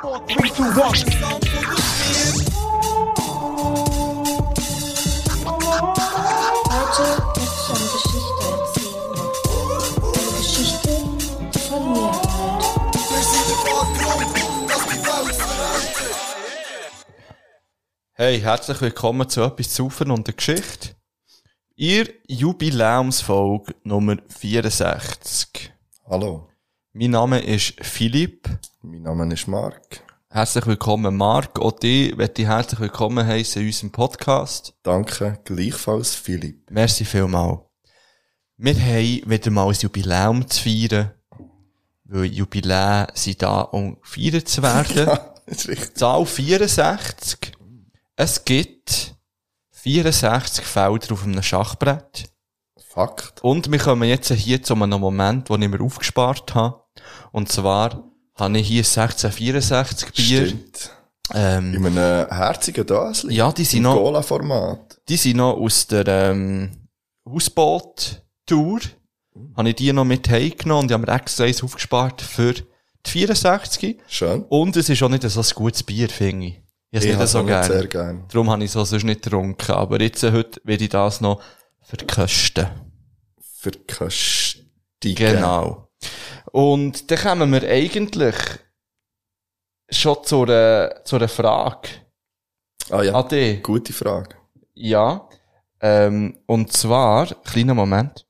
four, three, two, one. Heute möchte ich eine Geschichte erzählen. Eine Geschichte von mir. Hey, herzlich willkommen zu etwas Zaufen und der Geschichte. Ihr Jubiläumsfolge Nummer 64. Hallo, Mein Name ist Philipp. mein Name ist Marc. Herzlich willkommen, Marc. Auch dich möchte ich herzlich willkommen heißen in unserem Podcast. Danke gleichfalls, Philipp. Merci vielmals. Wir haben wieder mal ein Jubiläum zu feiern, weil Jubiläen sind da, um gefeiert zu werden. Das ist richtig. Zahl 64. Es gibt 64 Felder auf einem Schachbrett. Fakt. Und wir kommen jetzt hier zu einem Moment, den ich mir aufgespart habe. Und zwar habe ich hier 1664 Bier. Stimmt. Ähm, In einem herzigen Döschen. ja, die sind Im noch, Cola-Format. die sind noch aus der ähm, Hausboot-Tour. Habe ich die noch mit heimgenommen und ich habe mir extra eins aufgespart für die 64. Schön. Und es ist auch nicht so ein gutes Bier, finde ich. Ich habe es nicht hab's so auch nicht gerne. sehr gern. Darum habe ich es auch sonst nicht getrunken. Aber jetzt, äh, heute, werde ich das noch verkosten. Verköstigen. Genau. Und dann kommen wir eigentlich schon zu einer, zu einer Frage Ah ja, an dich. gute Frage. Ja. Ähm, und zwar, kleiner Moment.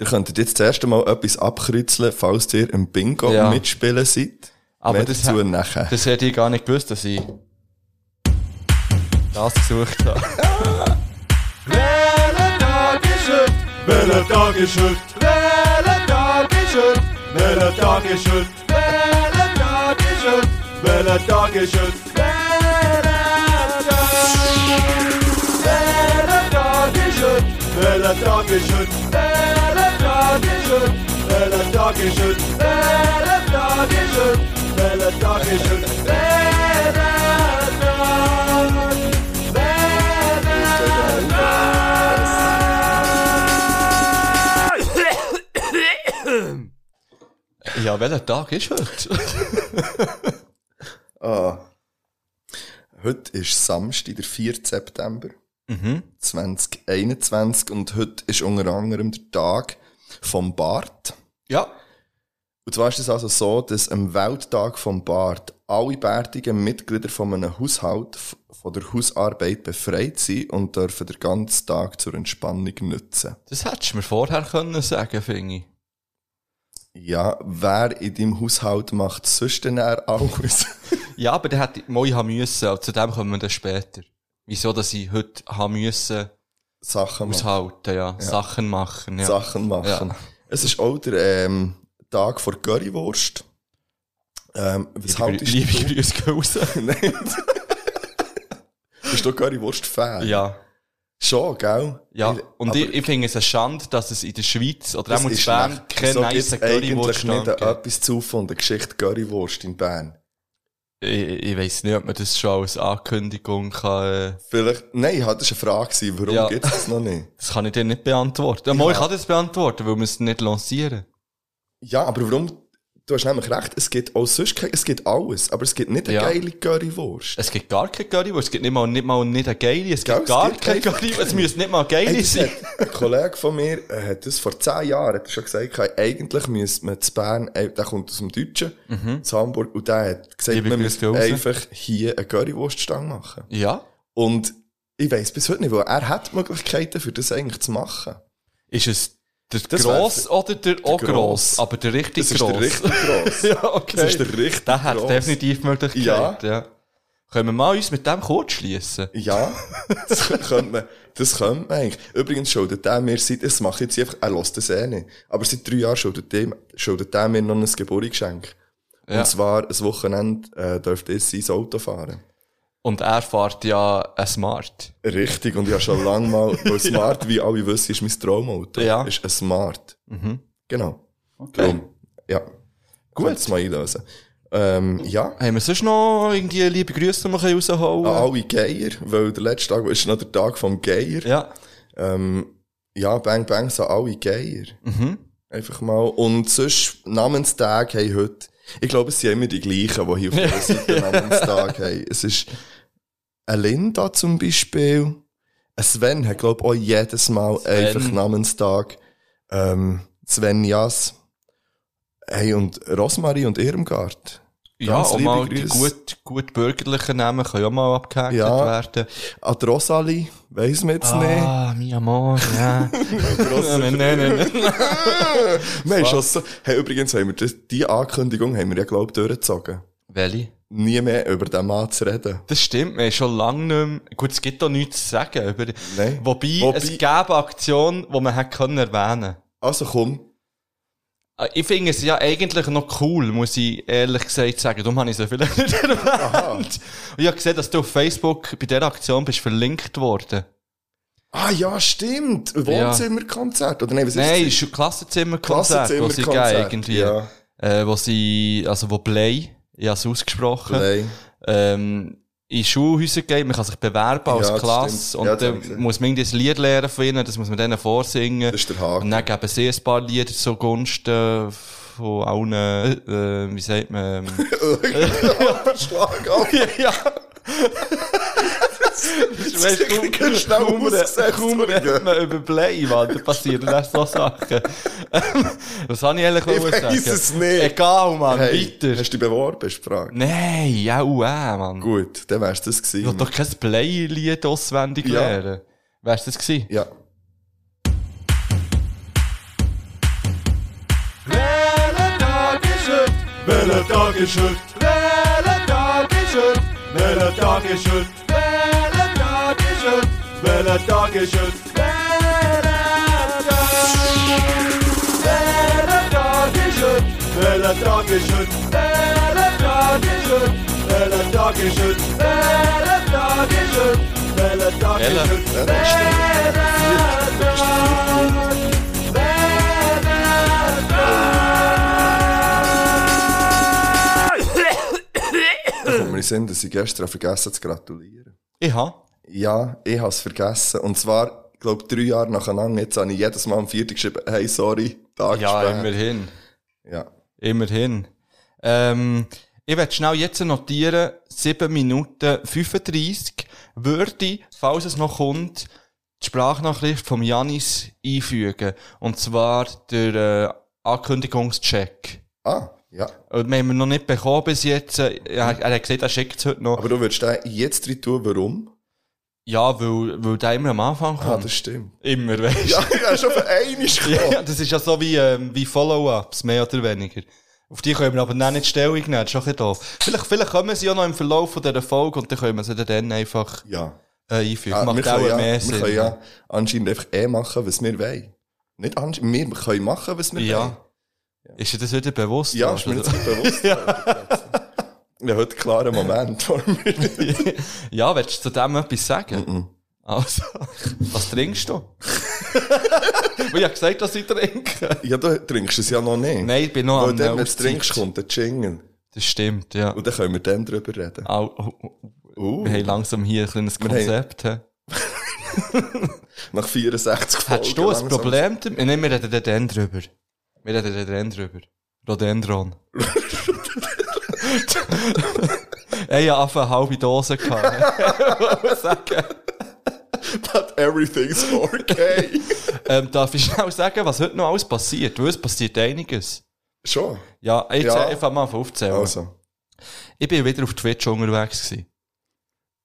Ihr könntet jetzt das erste Mal etwas abkreuzeln, falls ihr im Bingo Ja. mitspielen seid. Aber Mehr das dazu ha- nachher. Das hätte ich gar nicht gewusst, dass ich das gesucht habe. Welcher Tag ist heute? Welcher Tag ist heute? Welcher Tag ist heute? Welcher Tag ist heute? Welcher Tag ist heute? Welcher Tag ist heute? Welcher Tag ist heute? Welcher Tag ist heute? Welcher Tag ist heute? Welcher Tag ist heute? Welcher Tag ist heute? Welcher Tag ist heute? Ja, welcher Tag ist heute? Ah. Heute ist Samstag, der 4. September 2021 und heute ist unter anderem der Tag vom Bart. Ja. Und zwar ist es also so, dass am Welttag vom Bart alle bärtigen Mitglieder von einem Haushalt f- von der Hausarbeit befreit sind und dürfen den ganzen Tag zur Entspannung nutzen. Das hättest du mir vorher können sagen, finde ich. Ja, wer in deinem Haushalt macht sonst denn eher alles? Ja, aber der hätte ich mal haben müssen, aber zu dem kommen wir dann später. Wieso, dass ich heute haben müssen, Sachen machen. aushalten, ja. Sachen machen, ja. Sachen machen. Ja. Es ist auch der ähm, Tag vor Currywurst. Ähm, was haltest Liebe du? Grüße gehen raus. Nein. Bist du Currywurst-Fan? Ja. Schon, gell? Ja, und aber ich, ich finde es eine Schande, dass es in der Schweiz oder das auch in ist Bern nicht- keine so nice gibt's eigentlich nicht Currywurst-Stand gibt. etwas zu von der Geschichte Currywurst in Bern. Ich, ich weiss nicht, ob man das schon als Ankündigung kann, äh, Vielleicht, nein, das war eine Frage, gewesen, warum Ja. gibt es das noch nicht? das kann ich dir nicht beantworten. Ja, mal, ich kann das beantworten, weil wir es nicht lancieren. Ja, aber warum, du hast nämlich recht, es gibt auch sonst, kein- es gibt alles, aber es gibt nicht eine Ja. geile Currywurst. Es gibt gar keine Currywurst, es gibt nicht mal, nicht mal, nicht eine geile, es gibt Gell, es gar gibt keine keine- Currywurst, es müsste nicht mal geile Hey, das sein. hat ein Kollege von mir äh, hat das vor zehn Jahren hat er schon gesagt, hey, eigentlich müsste man zu Bern, äh, der kommt aus dem Deutschen, aus Hamburg, und der hat gesagt, Liebe man Grüße müsste raus. einfach hier eine Currywurststange machen. Ja. Und ich weiss bis heute nicht, weil er hat Möglichkeiten, für das eigentlich zu machen. Ist es der Das gross oder der, auch gross? gross. Aber der richtig Das ist gross. der richtig gross. ja, okay. Das ist der richtig der hat gross. definitiv Möglichkeit, ja. Ja. Können wir mal uns mit dem kurz schliessen? Ja, das könnte man, das könnte man eigentlich. Übrigens schuldet er mir seit, es macht jetzt einfach, er lässt das eh nicht. Aber seit drei Jahren schuldet er, schuldet er mir noch ein Geburtsgeschenk. Ja. Und zwar, ein Wochenende, äh, dürfte ich sein Auto fahren. Und er fährt ja ein Smart. Richtig, und ich habe schon lange mal, weil Smart, wie alle wissen, ist mein Traumauto. Ja. Mhm. Ist ein Smart. Genau. Okay. Darum, ja. Gut. Kannst mal einlösen. Ähm, ja. Haben wir sonst noch irgendwie liebe Grüße, die wir können rausholen An alle Geier, weil der letzte Tag ist noch der Tag vom Geier. Ja. Ähm, ja, Bang Mhm. Bangs an alle Geier. Einfach mal. Und sonst, Namenstag haben heute Ich glaube, es sind immer die gleichen, die hier auf der Seite Namenstag haben. Es ist eine Linda zum Beispiel. Ein Sven hat, glaube ich, auch jedes Mal Sven. einfach Namenstag. Ähm, Sven Jas. Hey, und Rosmarie und Irmgard. Ja, Ganz auch liebe mal die Grüße. gut, gut bürgerlichen Namen können ja mal abgehakt Ja. werden. An die Rosalie, weiss man jetzt nicht. Ah, mi amor, ja. nein, nein, nein. Wir haben schon so, hey, übrigens haben wir das, die Ankündigung haben wir ja, glaube ich, durchgezogen. Welche? Nie mehr über den Mann zu reden. Das stimmt, wir haben schon lange nicht mehr, gut, es gibt doch nichts zu sagen über, Nein. wobei, Wobei- es gäbe Aktionen, die man hätte können erwähnen Also komm, Äh, Ich finde es ja eigentlich noch cool, muss ich ehrlich gesagt sagen. Darum habe ich es ja vielleicht nicht erwähnt. Und ich habe gesehen, dass du auf Facebook bei dieser Aktion bist verlinkt worden. Ah ja, stimmt. Wohnzimmerkonzert. Oder nein, was Nein, ist ist ein Klassenzimmerkonzert, wo sie gehen Klassenzimmerkonzert, irgendwie. ja. Äh, wo sie, also wo Play, ich habe es ausgesprochen, das? Nein. Ähm, in Schulhäuser geht, man kann sich bewerben als Ja, das Klasse stimmt. und Ja, das hab ich dann gesehen. muss man irgendwie ein Lied lernen von ihnen, das muss man denen vorsingen. Das ist der Und Haken. dann geben sie ein paar Lieder zugunsten von allen, äh, wie sagt man, ähm, Schlag ab. ja, ja. Weißt du, kaum- Ganz schnell kaum- ausgesetzt, kaum sorry. redet man über Play, Mann, da passieren dann so Sachen. Ähm, Was habe ich eigentlich Ich wollen weiss sagen? es nicht. Egal, Mann, Hey, weiter. Hast du dich beworben, ist die Frage. Nein, ja, uh, Mann. Gut, dann wär's das Ich will gewesen. doch kein Play-Lied auswendig Ja. lernen. Wärst das gewesen? Ja. Welcher Tag ist heute? Welcher Tag ist heute? Welcher Tag ist heute? Welcher Tag ist heute? Welcher Tag ist heute? Welcher Tag ist heute? Welcher Tag ist heute? Welcher Tag ist heute? Welcher Tag ist heute? Welcher Tag ist heute? Welcher Tag ist heute? Welcher Tag ist Welcher? heute? Ja, das stimmt. Da kommt mir in den Sinn, dass ich gestern vergessen zu gratulieren. Ich habe. Ja, ich habe es vergessen. Und zwar, ich glaube, drei Jahre nacheinander. Jetzt habe ich jedes Mal am Vierten geschrieben, hey, sorry, Tag Ja, spät. immerhin. Ja. Immerhin. Ähm, ich werde schnell jetzt notieren, 7 Minuten 35 würde, ich, falls es noch kommt, die Sprachnachricht vom Janis einfügen. Und zwar der äh, Ankündigungscheck. Ah, ja. Und wir haben ihn noch nicht bekommen bis jetzt. Äh, Er, er hat gesagt, er schickt es heute noch. Aber du würdest den jetzt rein tun, warum? ja, weil, weil der immer am Anfang Ah, kommt. das stimmt. immer, weißt du. Ja, ich habe schon für einmal gekommen. Ja, das ist ja so wie, ähm, wie Follow-ups, mehr oder weniger. Auf die können wir aber dann nicht Stellung nehmen, das ist schon ein bisschen doof. Vielleicht, vielleicht kommen sie ja noch im Verlauf von dieser Folge und dann können wir sie dann einfach Ja. äh, einfügen. Ja, wir Macht auch können, ja, mehr wir Sinn. können ja anscheinend einfach eh machen, was wir wollen. Nicht anscheinend, wir können machen, was wir wollen. ja. Ist dir das heute bewusst? Ja, ist Also, mir jetzt nicht bewusst. Ja, heute klarer Moment vor mir. ja, willst du zu dem etwas sagen? Also, was trinkst du? Weil ich habe gesagt, dass ich trinke. Ja, du trinkst es ja noch nicht. Nein, ich bin noch Weil am, dann, äh, wenn du trinkst, kommt der Jingle. Das stimmt, ja. Und dann können wir dann drüber reden. Au, au, au. Ah, Uh, Wir haben langsam hier ein kleines haben- Konzept. hä? Uh, nach 64 Folgen. Hättest du ein langsam. Problem damit? Nein, wir reden dann drüber. Wir reden dann drüber. Rhododendron. Ey, ich habe einfach eine halbe Dose gehabt. But everything's okay. ähm, darf ich schnell sagen, was heute noch alles passiert? Weil es passiert einiges. Schon. Ja, jetzt Ja. ja. einfach mal auf aufzählen. Also. Ich bin wieder auf Twitch unterwegs gewesen.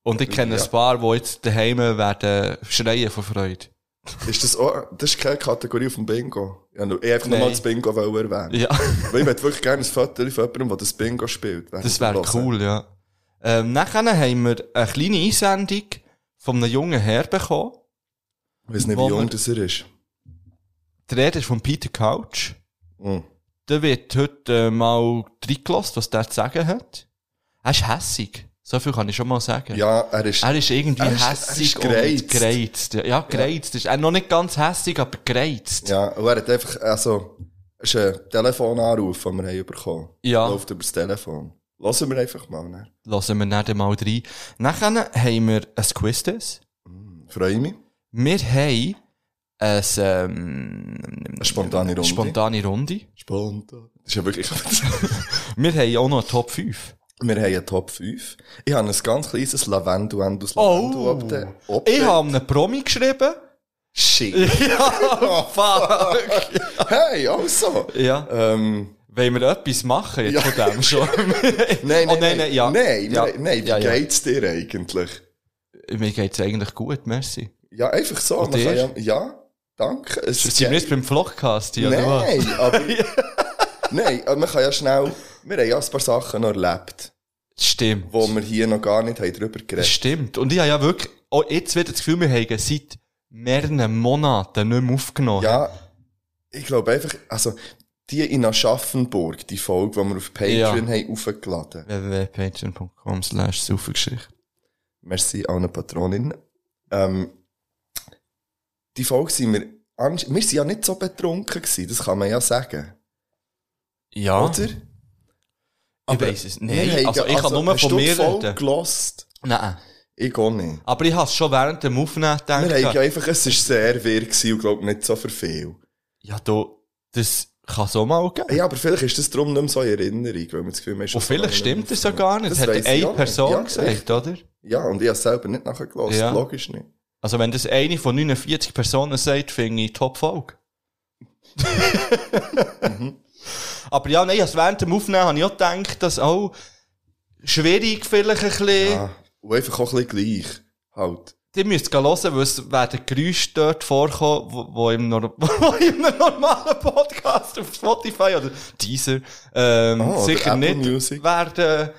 Und ich kenne Ja. ein paar, die jetzt daheim werden schreien vor Freude. Ist das auch, das ist keine Kategorie auf dem Bingo. Ich wollte einfach Nein. nochmal das Bingo wollen erwähnen. Ja. Weil ich möchte wirklich gerne ein Foto von jemandem, der das Bingo spielt. Wenn Das ich wäre höre. cool, ja. Ähm, nachher haben wir eine kleine Einsendung von einem jungen Herr bekommen. Ich weiß nicht, wie Wo jung wir- das er ist. Die Rede ist von Peter Couch. Mhm. Der wird heute äh, mal reingelassen, was der zu sagen hat. Er ist hässig. So viel kann ich schon mal sagen. Ja, er ist. Er ist irgendwie Er ist- er ist hässig gereizt. und gereizt. Ja, Ja, gereizt. Ist er noch nicht ganz hässig, aber gereizt. Ja, und er hat einfach, also, es ist ein Telefonanruf, den wir haben bekommen. Ja. Läuft über das Telefon. Hören wir einfach mal, ne? Lassen wir dann mal rein. Nachher haben wir ein Quiz. Freue mich. Wir dus. haben ein, ähm, Eine spontane Runde. spontane Runde. Spontan. Das ist ja wirklich... Wir haben ja auch noch eine Top 5. Wir haben eine Top 5. Ich habe ein ganz kleines Lavenduend aus Lavendu Oh. ob der, ob Ich der- habe einen Promi geschrieben. Shit. Ja, fuck. Hey, also. ja. Ähm, Wollen wir etwas machen jetzt Ja. von dem schon? nein, nein, Oh, nein, nein, ja. nein, Ja. nein, nein, wie Ja, ja. geht's dir eigentlich? Mir geht's eigentlich gut, merci. Ja, einfach so. Und man kann dir? ja, ja, danke. Es Sind wir jetzt beim Vlogcast hier, oder was? Nein, aber... nein, aber man kann ja schnell... Wir haben ja ein paar Sachen noch erlebt, Stimmt. wo wir hier noch gar nicht haben drüber Das geredet stimmt. Und ich habe ja wirklich, auch jetzt wieder das Gefühl, wir haben seit mehreren Monaten nicht mehr aufgenommen. Ja, ich glaube einfach... Also, die in Aschaffenburg, die Folge, die wir auf Patreon haben aufgeladen www.patreon.com slash Saufengeschichte. Merci allen Patroninnen. Ähm, die Folge sind wir, ansch- wir sind ja nicht so betrunken gewesen, das kann man ja sagen. Ja. Oder? Ich weiss es. Ah, Nein, Wir haben- also ich kann nur hast von du mir die Folge reden. gelost? Nein. Ich auch nicht. Aber ich habe es schon während dem Aufnehmen gedacht. Wir haben ja einfach, es war sehr wirr gewesen und glaube nicht so für viel. ja, du, das kann so mal geben. Ja, aber vielleicht ist das darum nicht mehr so in Erinnerung, weil man das Gefühl hat, man ist Und schon so vielleicht lange stimmt es nicht ja gar nicht. Das Das hat weiss ich auch eine nicht. Person Ja, gesagt, echt. oder? Ja, und ich habe es selber nicht nachher gelost, Ja. logisch nicht. Also wenn das eine von 49 Personen sagt, finde ich Top-Folge. Mhm. Aber ja, nein, ich hab's während dem Aufnehmen habe ich auch gedacht, dass auch schwierig vielleicht ein bisschen. Ah, und einfach auch ein bisschen gleich. Halt. Die müsst ihr hören, weil es werden Geräusche dort vorkommen, wo, wo, im Nor- wo im normalen Podcast auf Spotify oder Deezer ähm, Ah, oder sicher Apple nicht Music. werden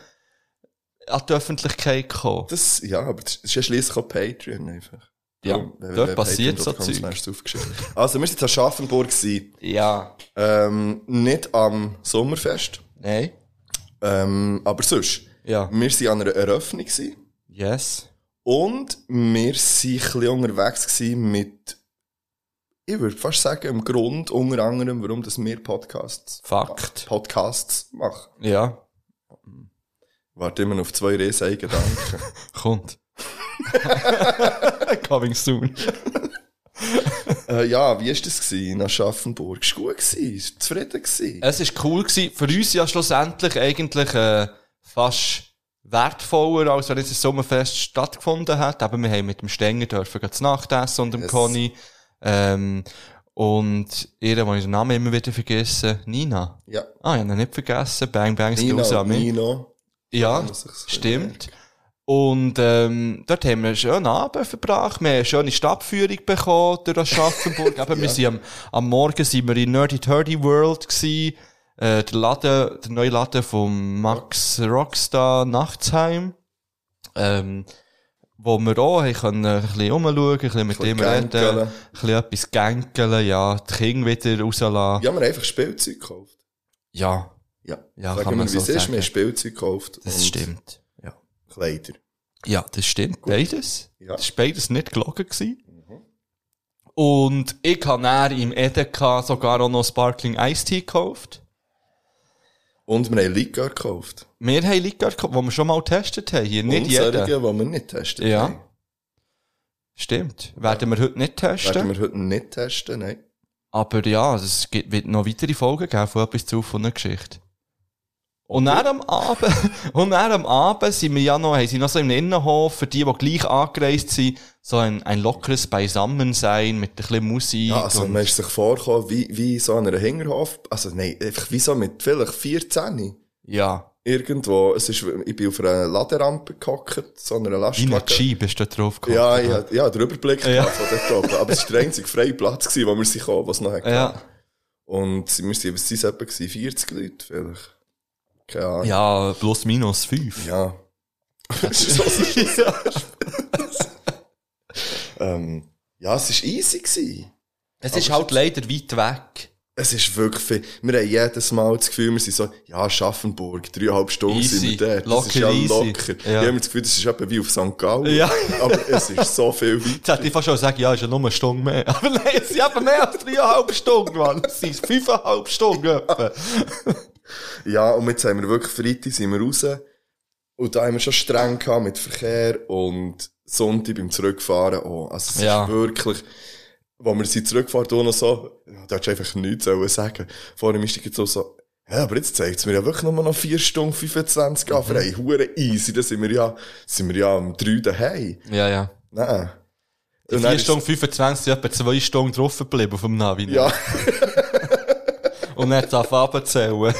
an die Öffentlichkeit kommen. Das, ja, aber das ist ja schliesslich auch Patreon einfach. Ja, Darum, dort www.patreon.com passiert so Zeug. slash aufgeschrieben. Also, wir sind jetzt an Schaffenburg gewesen. Ja. Ähm, nicht am Sommerfest, Nein. ähm, aber sonst. Ja. Wir sind an einer Eröffnung gewesen. Yes. Und wir sind ein bisschen unterwegs gewesen mit, ich würde fast sagen, im Grund, unter anderem, warum dass wir Podcasts, Fakt. Podcasts machen. Ja. Warte immer noch auf zwei Riesen, danke. Kommt. Coming soon. äh, ja, wie war das gewesen in Aschaffenburg? Ist gut gewesen, ist zufrieden gewesen. Es war cool. Gewesen. Für uns ja schlussendlich eigentlich äh, fast wertvoller, als wenn jetzt das Sommerfest stattgefunden hat. Aber wir haben mit dem Stenger dürfen gleich zu Nacht essen und dem Yes. Conny. Ähm, und ihre, wo ich den Namen immer wieder vergesse, Nina. Ja. Ah, ich habe ihn nicht vergessen. Bang Bang Nino, Skills an mich. Nino. Ja, Muss ich's stimmt. Und ähm, dort haben wir einen schönen Abend verbracht. Wir haben eine schöne Stadtführung bekommen durch Aschaffenburg. Eben, wir sind am, am Morgen sind wir in Nerdy Turdy World gsi. Äh, der Laden, der neue Laden von Max Rockstar Nachtsheim. Ähm, wo wir auch haben können, äh, ein bisschen rumschauen, ein bisschen mit Ein bisschen ihm reden, gänkeln. ein bisschen etwas gänkeln, ja, die Kinder wieder rauslassen. Ja, wir haben einfach Spielzeug gekauft. Ja, Ja, Ja, Sagen kann wir, man wie so es ist, sagen. wir haben Spielzeug gekauft das und stimmt. Ja. Kleider. Ja, das stimmt. Beides. Ja. Das war beides nicht gelogen. Gewesen. Und ich habe näher im Edeka sogar auch noch Sparkling Ice Tea gekauft. Und wir haben Likör gekauft. Wir haben Likör gekauft, die wir schon mal getestet haben. Hier. Nicht und solche, jeder. die wir nicht testen. Ja. Nein. Stimmt. Werden wir heute nicht testen. Werden wir heute nicht testen, nein. Aber ja, es gibt- wird noch weitere Folgen geben von etwas zu von einer Geschichte. Und dann am Abend, und dann am Abend sind wir ja noch, haben sie noch so im Innenhof, für die, die gleich angereist sind, so ein, ein lockeres Beisammensein mit ein bisschen Musik. Ja, also und- man ist sich vorgekommen, wie, wie so an einer Hinterhof, also nein, einfach wie so mit vielleicht 14. ja. Irgendwo, es ist, ich bin auf einer Laderampe gehockt, so einer Deine Lastwagen. G bist du da drauf gekommen. Ja, ja, ja, der Überblick Ja. ja. von dort oben. Aber es war der einzige freie Platz, gewesen, wo wir sie kamen, was noch hatten. Ja. Und wir waren, was sind es etwa, gewesen? 40 Leute vielleicht? Keine Ahnung. Ja, plus minus fünf. Ja. Das ist so ein ähm, ja, es war easy. Gewesen. Es ist halt leider weit weg. Es ist wirklich viel. Wir haben jedes Mal das Gefühl, wir sind so, ja, Schaffenburg, dreieinhalb Stunden Easy. sind wir dort. das Locker ist ja easy. locker. Ja. Ich habe das Gefühl, das ist etwa wie auf St. Gallen. Ja. Aber es ist so viel weit. Jetzt hätte ich fast schon gesagt, ja, ist ja nur eine Stunde mehr. Aber nein, es sind eben mehr als dreieinhalb Stunden, Mann. Es sind fünfeinhalb Stunden etwa. Ja, und jetzt haben wir wirklich Freitag sind wir raus. Und da haben wir schon streng gehabt mit Verkehr und Sonntag beim Zurückfahren auch. Also es Ja. ist wirklich, Als wir sie zurückgefahren haben, noch so, da hättest du einfach nichts sollen sagen Vor allem ist die jetzt so, so, ja, aber jetzt zeigt es mir ja wirklich nur noch 4 Stunden 25 Mhm. an. Frei, hure easy, da sind wir ja, sind wir ja um 3 daheim. Ja, ja. Nein. Und dann 4 ist- Stunden 25 sind etwa 2 Stunden drauf geblieben auf dem Navi. Ja. Und dann darf er abzählen.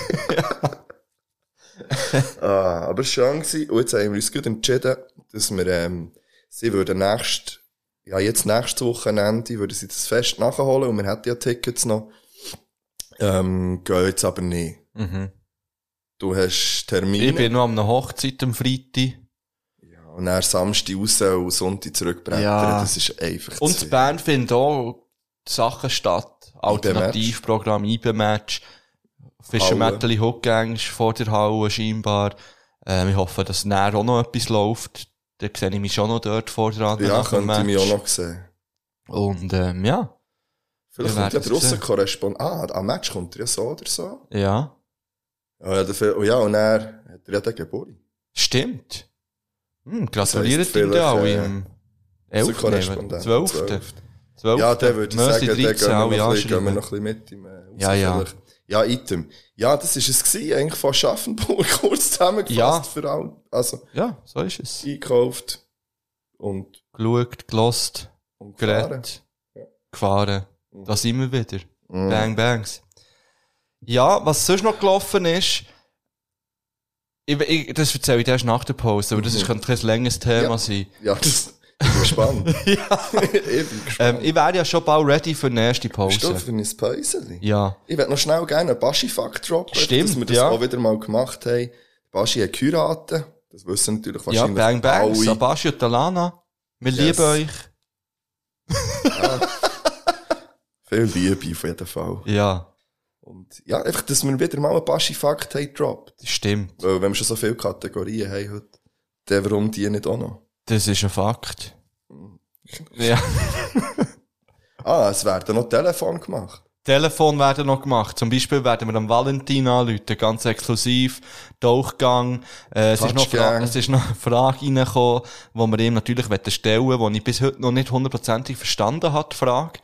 Ah, aber schön gewesen. Und jetzt haben wir uns gut entschieden, dass wir, ähm, sie würden nächst, ja, jetzt nächstes Wochenende, würden sie das Fest nachholen und wir hätten ja Tickets noch. Ähm, gehen jetzt aber nicht. mhm. Du hast Ich Termine bin noch an einer Hochzeit am Freitag. und dann Samstag raus und Sonntag zurückbrettern. Ja. Das ist einfach Und zu in viel. Bern finden auch Sachen statt. Alternativprogramm, IB-Match, Fischermettli Hockgangs vor der Halle scheinbar. Ähm, ich hoffe, dass näher auch noch etwas läuft. Da sehe ich mich schon noch dort vor der Hand. Ja, nach dem könnte ich mich auch Match. noch sehen. Und ähm, ja, Vielleicht Wir werden's kommt ja der sehen. Russenkorrespondent. Ah, am Match kommt er ja so oder so. ja, Ja, ja, dafür- oh ja und er hat er ja den Geburt. stimmt. Hm, Das gratuliert heisst ihm da auch vielleicht, äh, im Korrespondent. 11. 12. 12.. 12. Ja, dann würde ich sagen, dann gehen 13 wir, auch, noch ja, ein bisschen, gehen wir schreiben. noch ein bisschen mit im äh, raus Ja, ja. vielleicht. Ja, Item. Ja, das war es gewesen, eigentlich von Schaffenburg kurz zusammengefasst Ja. für all, also Ja, so ist es. einkauft und, Geschaut, gelost, und gefahren. geredet, gefahren. Da sind wir wieder. Mhm. Bang Bangs. Ja, was sonst noch gelaufen ist, ich, ich, das erzähle ich dir erst nach der Pause, aber das ist, könnte ein längeres Thema Mhm. Ja. sein. Ja, das ich bin gespannt. Ja. ich bin Ähm, gespannt. ich wäre ja schon bald ready für die nächste Bist du für Pause. ein Päuschen? Ja. Ich würde noch schnell gerne einen Baschi-Fakt droppen, Stimmt, dass wir das ja. auch wieder mal gemacht haben. Baschi hat geheiratet. Das wissen natürlich Ja, wahrscheinlich Bang Bangs, alle. Sabashi und Alana. Wir Yes. lieben euch. Viel Liebe auf jeden Fall. Ja, Und ja, einfach, dass wir wieder mal einen Baschi-Fakt haben droppt. das stimmt. Weil wenn wir schon so viele Kategorien haben heute, dann warum die nicht auch noch? Das ist ein Fakt. Mhm. Ja. Ah, es werden noch Telefon gemacht. Telefon werden noch gemacht. Zum Beispiel werden wir am Valentin anrufen, ganz exklusiv. Tauchgang. Äh, es, ist noch Touchgang. Fra- es ist noch eine Frage reingekommen, die wir ihm natürlich wollen stellen wollen, die ich bis heute noch nicht hundertprozentig verstanden habe, die Frage.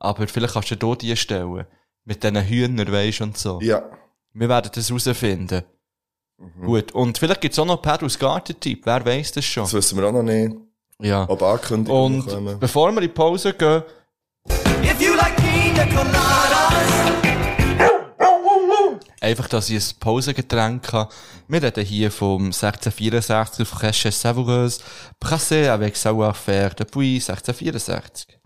Aber vielleicht kannst du dir die stellen. Mit diesen Hühnern, weisst du, und so. Ja. Wir werden das herausfinden. Mhm. Gut. Und vielleicht gibt's auch noch Pedals Garten-Typ. Wer weiss das schon? Das wissen wir auch noch nicht. Ja. Ob Ankündigungen Und kommen. bevor wir in die Pause gehen, If you like pina coladas, Einfach, dass ich ein Pausengetränk habe. Wir reden hier vom 1664 Freche Savoureuse, Brassé avec Savoir-Faire depuis 1664.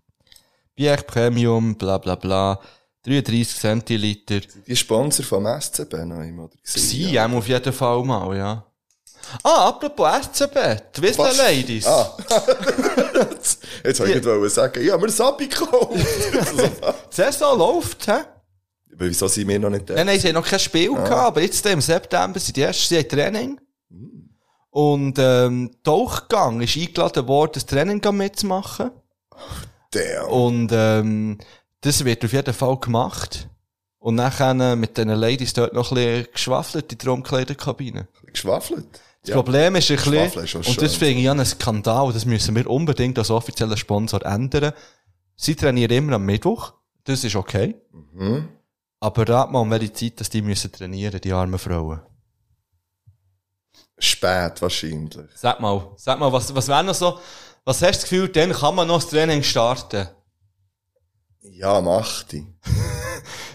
Bier Premium, bla bla bla, 33 Centiliter. Die Sponsor vom SCB noch immer, oder? Sie ja. haben auf jeden Fall mal, ja. Ah, apropos SCB, die Whistler Was? Ladies. Ah. Jetzt wollte ich nicht sagen, ja, wir sind abgekauft. Die Saison läuft, hä? Aber wieso sind wir noch nicht da? Nein, nein, sie haben noch kein Spiel gehabt, aber jetzt im September sind die ersten, sie haben Training. Und, ähm, Tauchgang ist eingeladen worden, das Training mitzumachen. Damn. Und ähm, das wird auf jeden Fall gemacht. Und nachher äh, mit den Ladies dort noch ein bisschen geschwafelt in der Umkleidekabine. Geschwafelt. Das Problem ist ein Geschwafel bisschen, ist was und das Schönes. finde ich an einen Skandal, das müssen wir unbedingt als offizieller Sponsor ändern. Sie trainieren immer am Mittwoch, das ist okay. Aber rat mal, um welche Zeit dass die müssen trainieren, die armen Frauen. Spät wahrscheinlich. Sag mal, sag mal, was, was wäre noch so, was hast du das Gefühl, dann kann man noch das Training starten? Ja, mach die.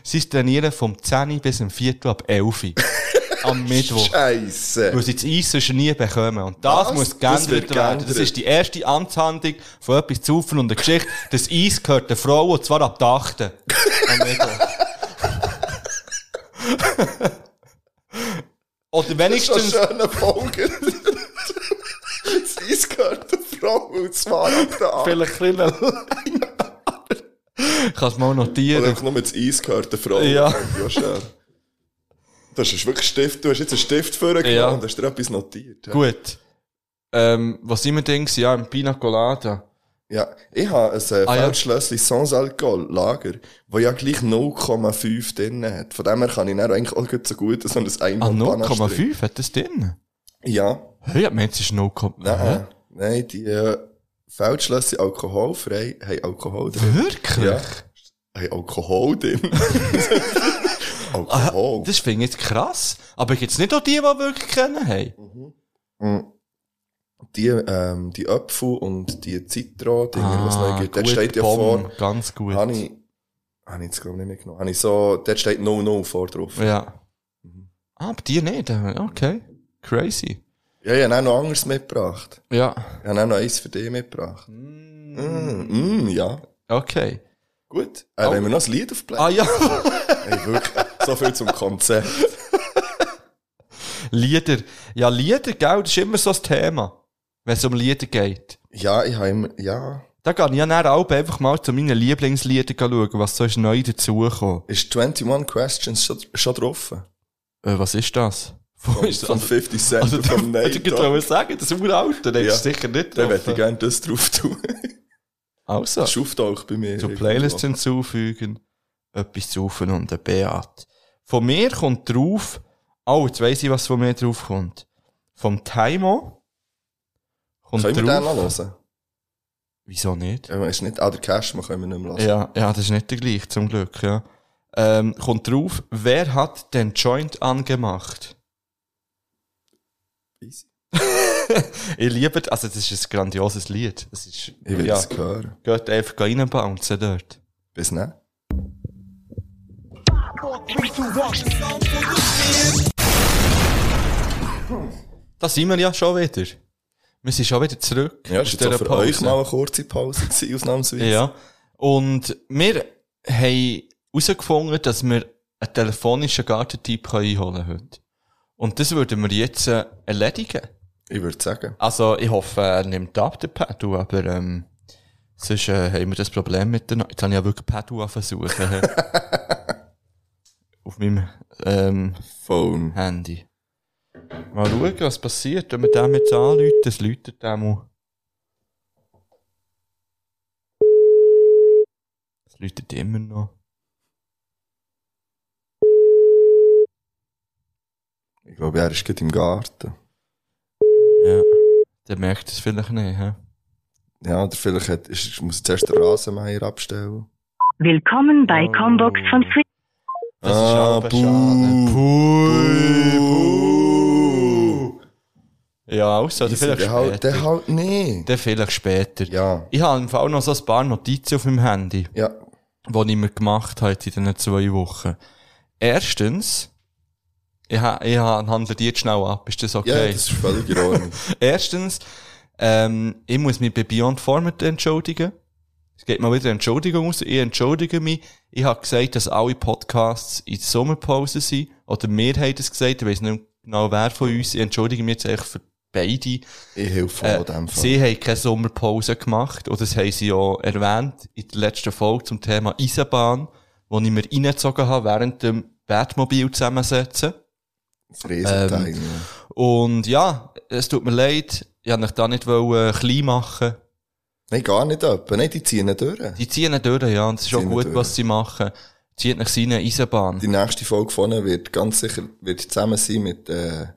Sie trainieren vom 10 Uhr bis um 4 Uhr ab 11 Uhr. Am Mittwoch. Weil Scheiße. sie das Eis sonst nie bekommen. Und das Was? muss Das geändert wird werden. geändert. Das ist die erste Amtshandlung von etwas zu und der Geschichte. Das Eis gehört der Frau, und zwar ab der 8. Am Mittwoch. Oder Das ist wenigstens, ein schöner Folge. das Eis gehört der Frau, und zwar ab der Acht. vielleicht ein bisschen, ich kann es mal Oder notieren. einfach nur das Eis gehört der Frau. Ja. Ja, schön. Das ist wirklich Stift. Du hast jetzt einen Stift vorgenommen Ja. und hast dir etwas notiert. Ja. Gut. Ähm, was immer Ding sind, ja, im Pina Colada. Ja, ich habe ein äh, Ah, ja. Feldschlössli sans Alkohol Lager, wo ja gleich 0,5 drin hat. Von dem her kann ich dann eigentlich auch gut so gut so ein Ah, Einmal 0,5 hat das drin? Ja. Hey, ich hab gemeint, es ist 0,5. Nein, nein, die äh, Feldschlösser alkoholfrei haben Alkohol drin. Wirklich? Ja. Haben Alkohol drin. Alkohol. Oh. Das finde ich jetzt krass. Aber gibt's nicht auch die, die wirklich kennen haben? Hm. die, ähm, die Äpfel und die Zitron, die was noch gibt. Dort Ah, gut, steht ja Bomben, vor, Ganz gut. habe ich, habe ich jetzt glaube ich nicht mehr genommen. Habe ich so, dort steht No No vor drauf. Ja. Mhm. Ah, aber die nicht. Okay. Crazy. Ja, ich habe auch noch anderes mitgebracht. Ja. Ich habe auch noch eins für dich mitgebracht. Mm, mm, ja. Okay. Gut. Äh, Wenn wir noch ein Lied aufbleiben. Ah ja, Ey, wirklich. So viel zum Konzept. Lieder. Ja, Lieder, gell, das ist immer so ein Thema, wenn es um Lieder geht. Ja, ich habe immer, ja. Da gehe ich ja dann auch einfach mal zu meinen Lieblingsliedern schauen, was so ist neu dazugekommen. Ist 21 Questions schon, schon drauf? Äh, was ist das? Wo Von, ist von das? Also 50 Cent und vom Nate. Ich Dogg. wollte sagen, das ist uralt, dann Ja. hättest du sicher nicht Dann drauf. möchte ich gerne das drauf tun. Also, Das ist auftaucht bei mir. zur irgendwo. Playlist hinzufügen, etwas saufen und ein Beat. Von mir kommt drauf, oh, jetzt weiss ich, was von mir drauf kommt. Vom Taimo kommt Können wir den noch drauf. hören? Wieso nicht? Ja, ist nicht, ah, der Cash, man können wir nicht mehr lassen. Ja, ja, das ist nicht der gleiche, zum Glück, ja. Ähm, kommt drauf, wer hat den Joint angemacht? Easy. Ich liebe, also das ist ein grandioses Lied. Das ist, Ich will ja, es hören. geht einfach reinbouncen dort. Bis dann. Da sind wir ja schon wieder. Wir sind schon wieder zurück. Ja, aus ist jetzt auch dieser für Pause. euch mal eine kurze Pause gewesen, ausnahmsweise. Ja. Und wir haben herausgefunden, dass wir einen telefonischen Gartentyp einholen können heute. Und das würden wir jetzt äh, erledigen. Ich würde sagen. Also, ich hoffe, er nimmt ab, der Pedro, aber, ähm, sonst, äh, haben wir das Problem miteinander. Jetzt habe ich ja wirklich Pedro versucht. Auf meinem, ähm, Phone. Handy. Mal schauen, was passiert, wenn wir dem jetzt anrufen, das läutet dem auch. Es läutet immer noch. Ich glaube, er ist gerade im Garten. Ja. Der merkt es vielleicht nicht, hä? Ja, oder vielleicht hat, ist, muss ich zuerst den Rasenmäher abstellen. Willkommen bei Combox von Free. Das Ah, aber Puh, buh. puh. Ja, also, der Easy, vielleicht der halt, später. der halt nicht. Der vielleicht später. Ja. Ich habe im Fall noch so ein paar Notizen auf meinem Handy. Ja. was ich mir gemacht habe in diesen zwei Wochen. Erstens, ich, ha- ich ha- handle die jetzt schnell ab, ist das Ja, okay? das ist völlig in Ordnung. Erstens, ähm, ich muss mich bei Beyond Format entschuldigen. Es geht mal wieder eine Entschuldigung aus. Ich entschuldige mich. Ich habe gesagt, dass alle Podcasts in der Sommerpause sind. Oder wir haben das gesagt. Ich weiß nicht genau, wer von uns. Ich entschuldige mich jetzt eigentlich für beide. Ich helfe Äh, von dem Fall. Sie haben keine Sommerpause gemacht, oder das haben sie ja erwähnt in der letzten Folge zum Thema Eisenbahn, wo ich mir reingezogen habe während dem Batmobil zusammensetzen. das ehm, Riesenteil. ja. Und ja, es tut mir leid, ich wollte euch da nicht wollen, äh, klein machen. Nein, gar nicht etwa. Nein, die ziehen nicht durch. Die, Die ziehen nicht durch, ja, und es ist auch Ziehen gut, durch. was sie machen. Zieht nach seine Eisenbahn. nächste Folge von ihnen wird ganz sicher, wird zusammen sein mit, äh,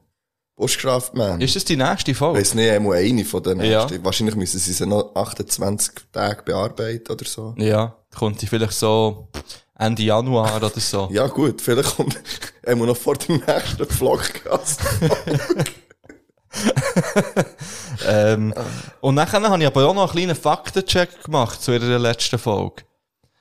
Bushcraftman. Ist das die nächste Folge? weiß nicht, einmal eine von den Ja. nächsten. Wahrscheinlich müssen sie sie noch 28 Tage bearbeiten oder so. Ja, kommt sie vielleicht so Ende Januar oder so. Ja, gut, vielleicht kommt einmal noch vor dem nächsten Vlogcast. Ähm, und nachher habe ich aber auch noch einen kleinen Faktencheck gemacht zu ihrer letzten Folge.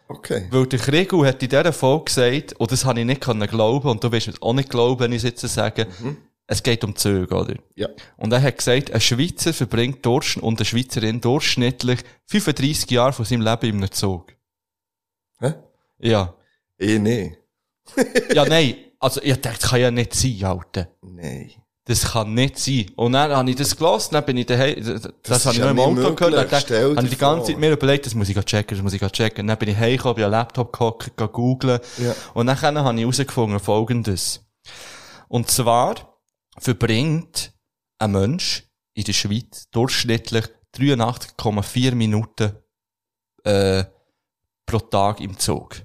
Okay. Weil der Kriegel hat in dieser Folge gesagt, und das habe ich nicht können glauben, und du wirst es auch nicht glauben, wenn ich es jetzt sage, Mhm. es geht um Züge, oder? Ja. Und er hat gesagt, ein Schweizer verbringt durch, und eine Schweizerin durchschnittlich 35 Jahre von seinem Leben in einem Zug. Hä? Ja. Eh, nee. Ja, nein. Also, ich dachte, das kann ja nicht sein, Alter. Nein. Das kann nicht sein. Und dann habe ich das gelesen, dann bin ich daheim, das, das ist habe ich ja nur im nicht Auto möglich. gehört, dann dachte- Stell dir habe ich die ganze vor. Zeit mir überlegt, das muss ich grad checken, das muss ich grad checken. Dann bin ich heimgekommen, bin am Laptop gehockt, gehe googlen. Ja. Und dann habe ich herausgefunden folgendes. Und zwar verbringt ein Mensch in der Schweiz durchschnittlich 83,4 Minuten, äh, pro Tag im Zug.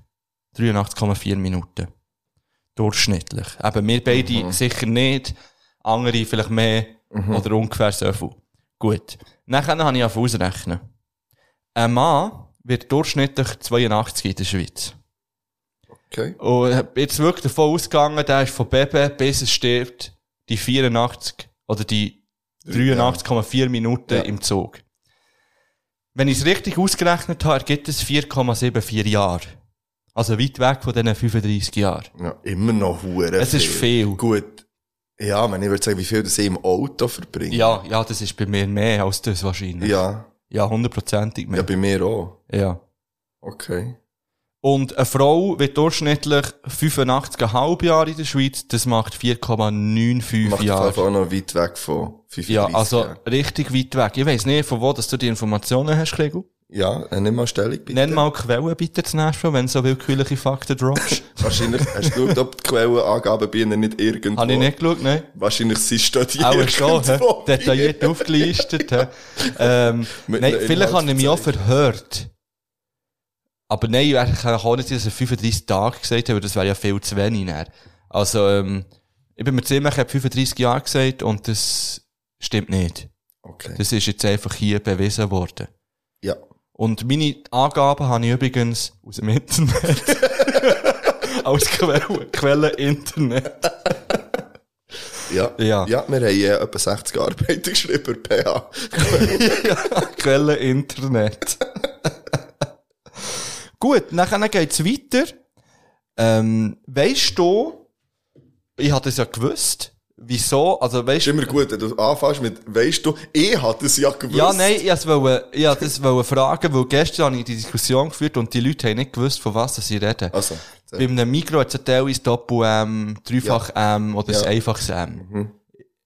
83,4 Minuten. Durchschnittlich. Eben, wir beide Mhm. sicher nicht. Andere vielleicht mehr. Oder ungefähr so viel. Gut. Nachher habe ich auf ausrechnen. Ein Mann wird durchschnittlich 82 in der Schweiz. Okay. Und ich bin jetzt wirklich davon ausgegangen, der ist von Beben bis es stirbt, die 84 oder die 83,4 Minuten Ja. im Zug. Wenn ich es richtig ausgerechnet habe, ergibt es 4,74 Jahre. Also weit weg von diesen 35 Jahren. Ja, immer noch hure. Es ist viel. Gut. Ja, wenn ich würde sagen, wie viel das ich im Auto verbringe. Ja, ja, das ist bei mir mehr als das wahrscheinlich. Ja, Ja, hundertprozentig ja mehr. bei mir auch. Ja. Okay. Und eine Frau wird durchschnittlich 85,5 Jahre in der Schweiz, das macht 4,95 Macht auf jeden Jahre. Fall auch noch weit weg von 35 Ja, also Jahren. richtig weit weg. Ich weiss nicht, von wo dass du die Informationen hast, Gregor. Ja, äh, nimm mal Stellung bitte. Nenn mal Quellen bitte zu Nashville, wenn du so willkürliche Fakten droppst. Wahrscheinlich hast du geschaut, ob die Quellenangaben bei ihnen nicht irgendwo... Habe ich nicht geschaut, ne? Wahrscheinlich sind sie dort Auch schon, hä? irgendwo. detailliert aufgelistet. hä? ähm, genau. Mit nein, einer vielleicht habe ich mich auch Inhaltsbezeichnung. verhört. Aber nein, ich kann auch nicht, dass er 35 Tage gesagt hat, weil das wäre ja viel zu wenig. Dann. Also, ähm, ich bin mir ziemlich, ich habe 35 Jahre gesagt und das stimmt nicht. Okay. Das ist jetzt einfach hier bewiesen worden. Ja. Und meine Angaben habe ich übrigens aus dem Internet. Als Quelle, Quelle Internet. Ja. Ja. ja, wir haben äh, etwa 60 Arbeiter geschrieben per PH. Quelle Internet. Gut, nachher geht's weiter. Ähm, weißt du, ich hatte es ja gewusst, wieso, also weißt Ist immer gut, wenn du anfängst mit, weisst du, ich hatte es ja gewusst. ja, nein, ich wollte ich wollte das wollte fragen, weil gestern habe ich die Diskussion geführt und die Leute haben nicht gewusst, von was sie reden. Also, Bei einem Mikro hat es ein Teil ist Doppel-M, Dreifach-M ähm, oder Ja. Mhm. ein einfaches M.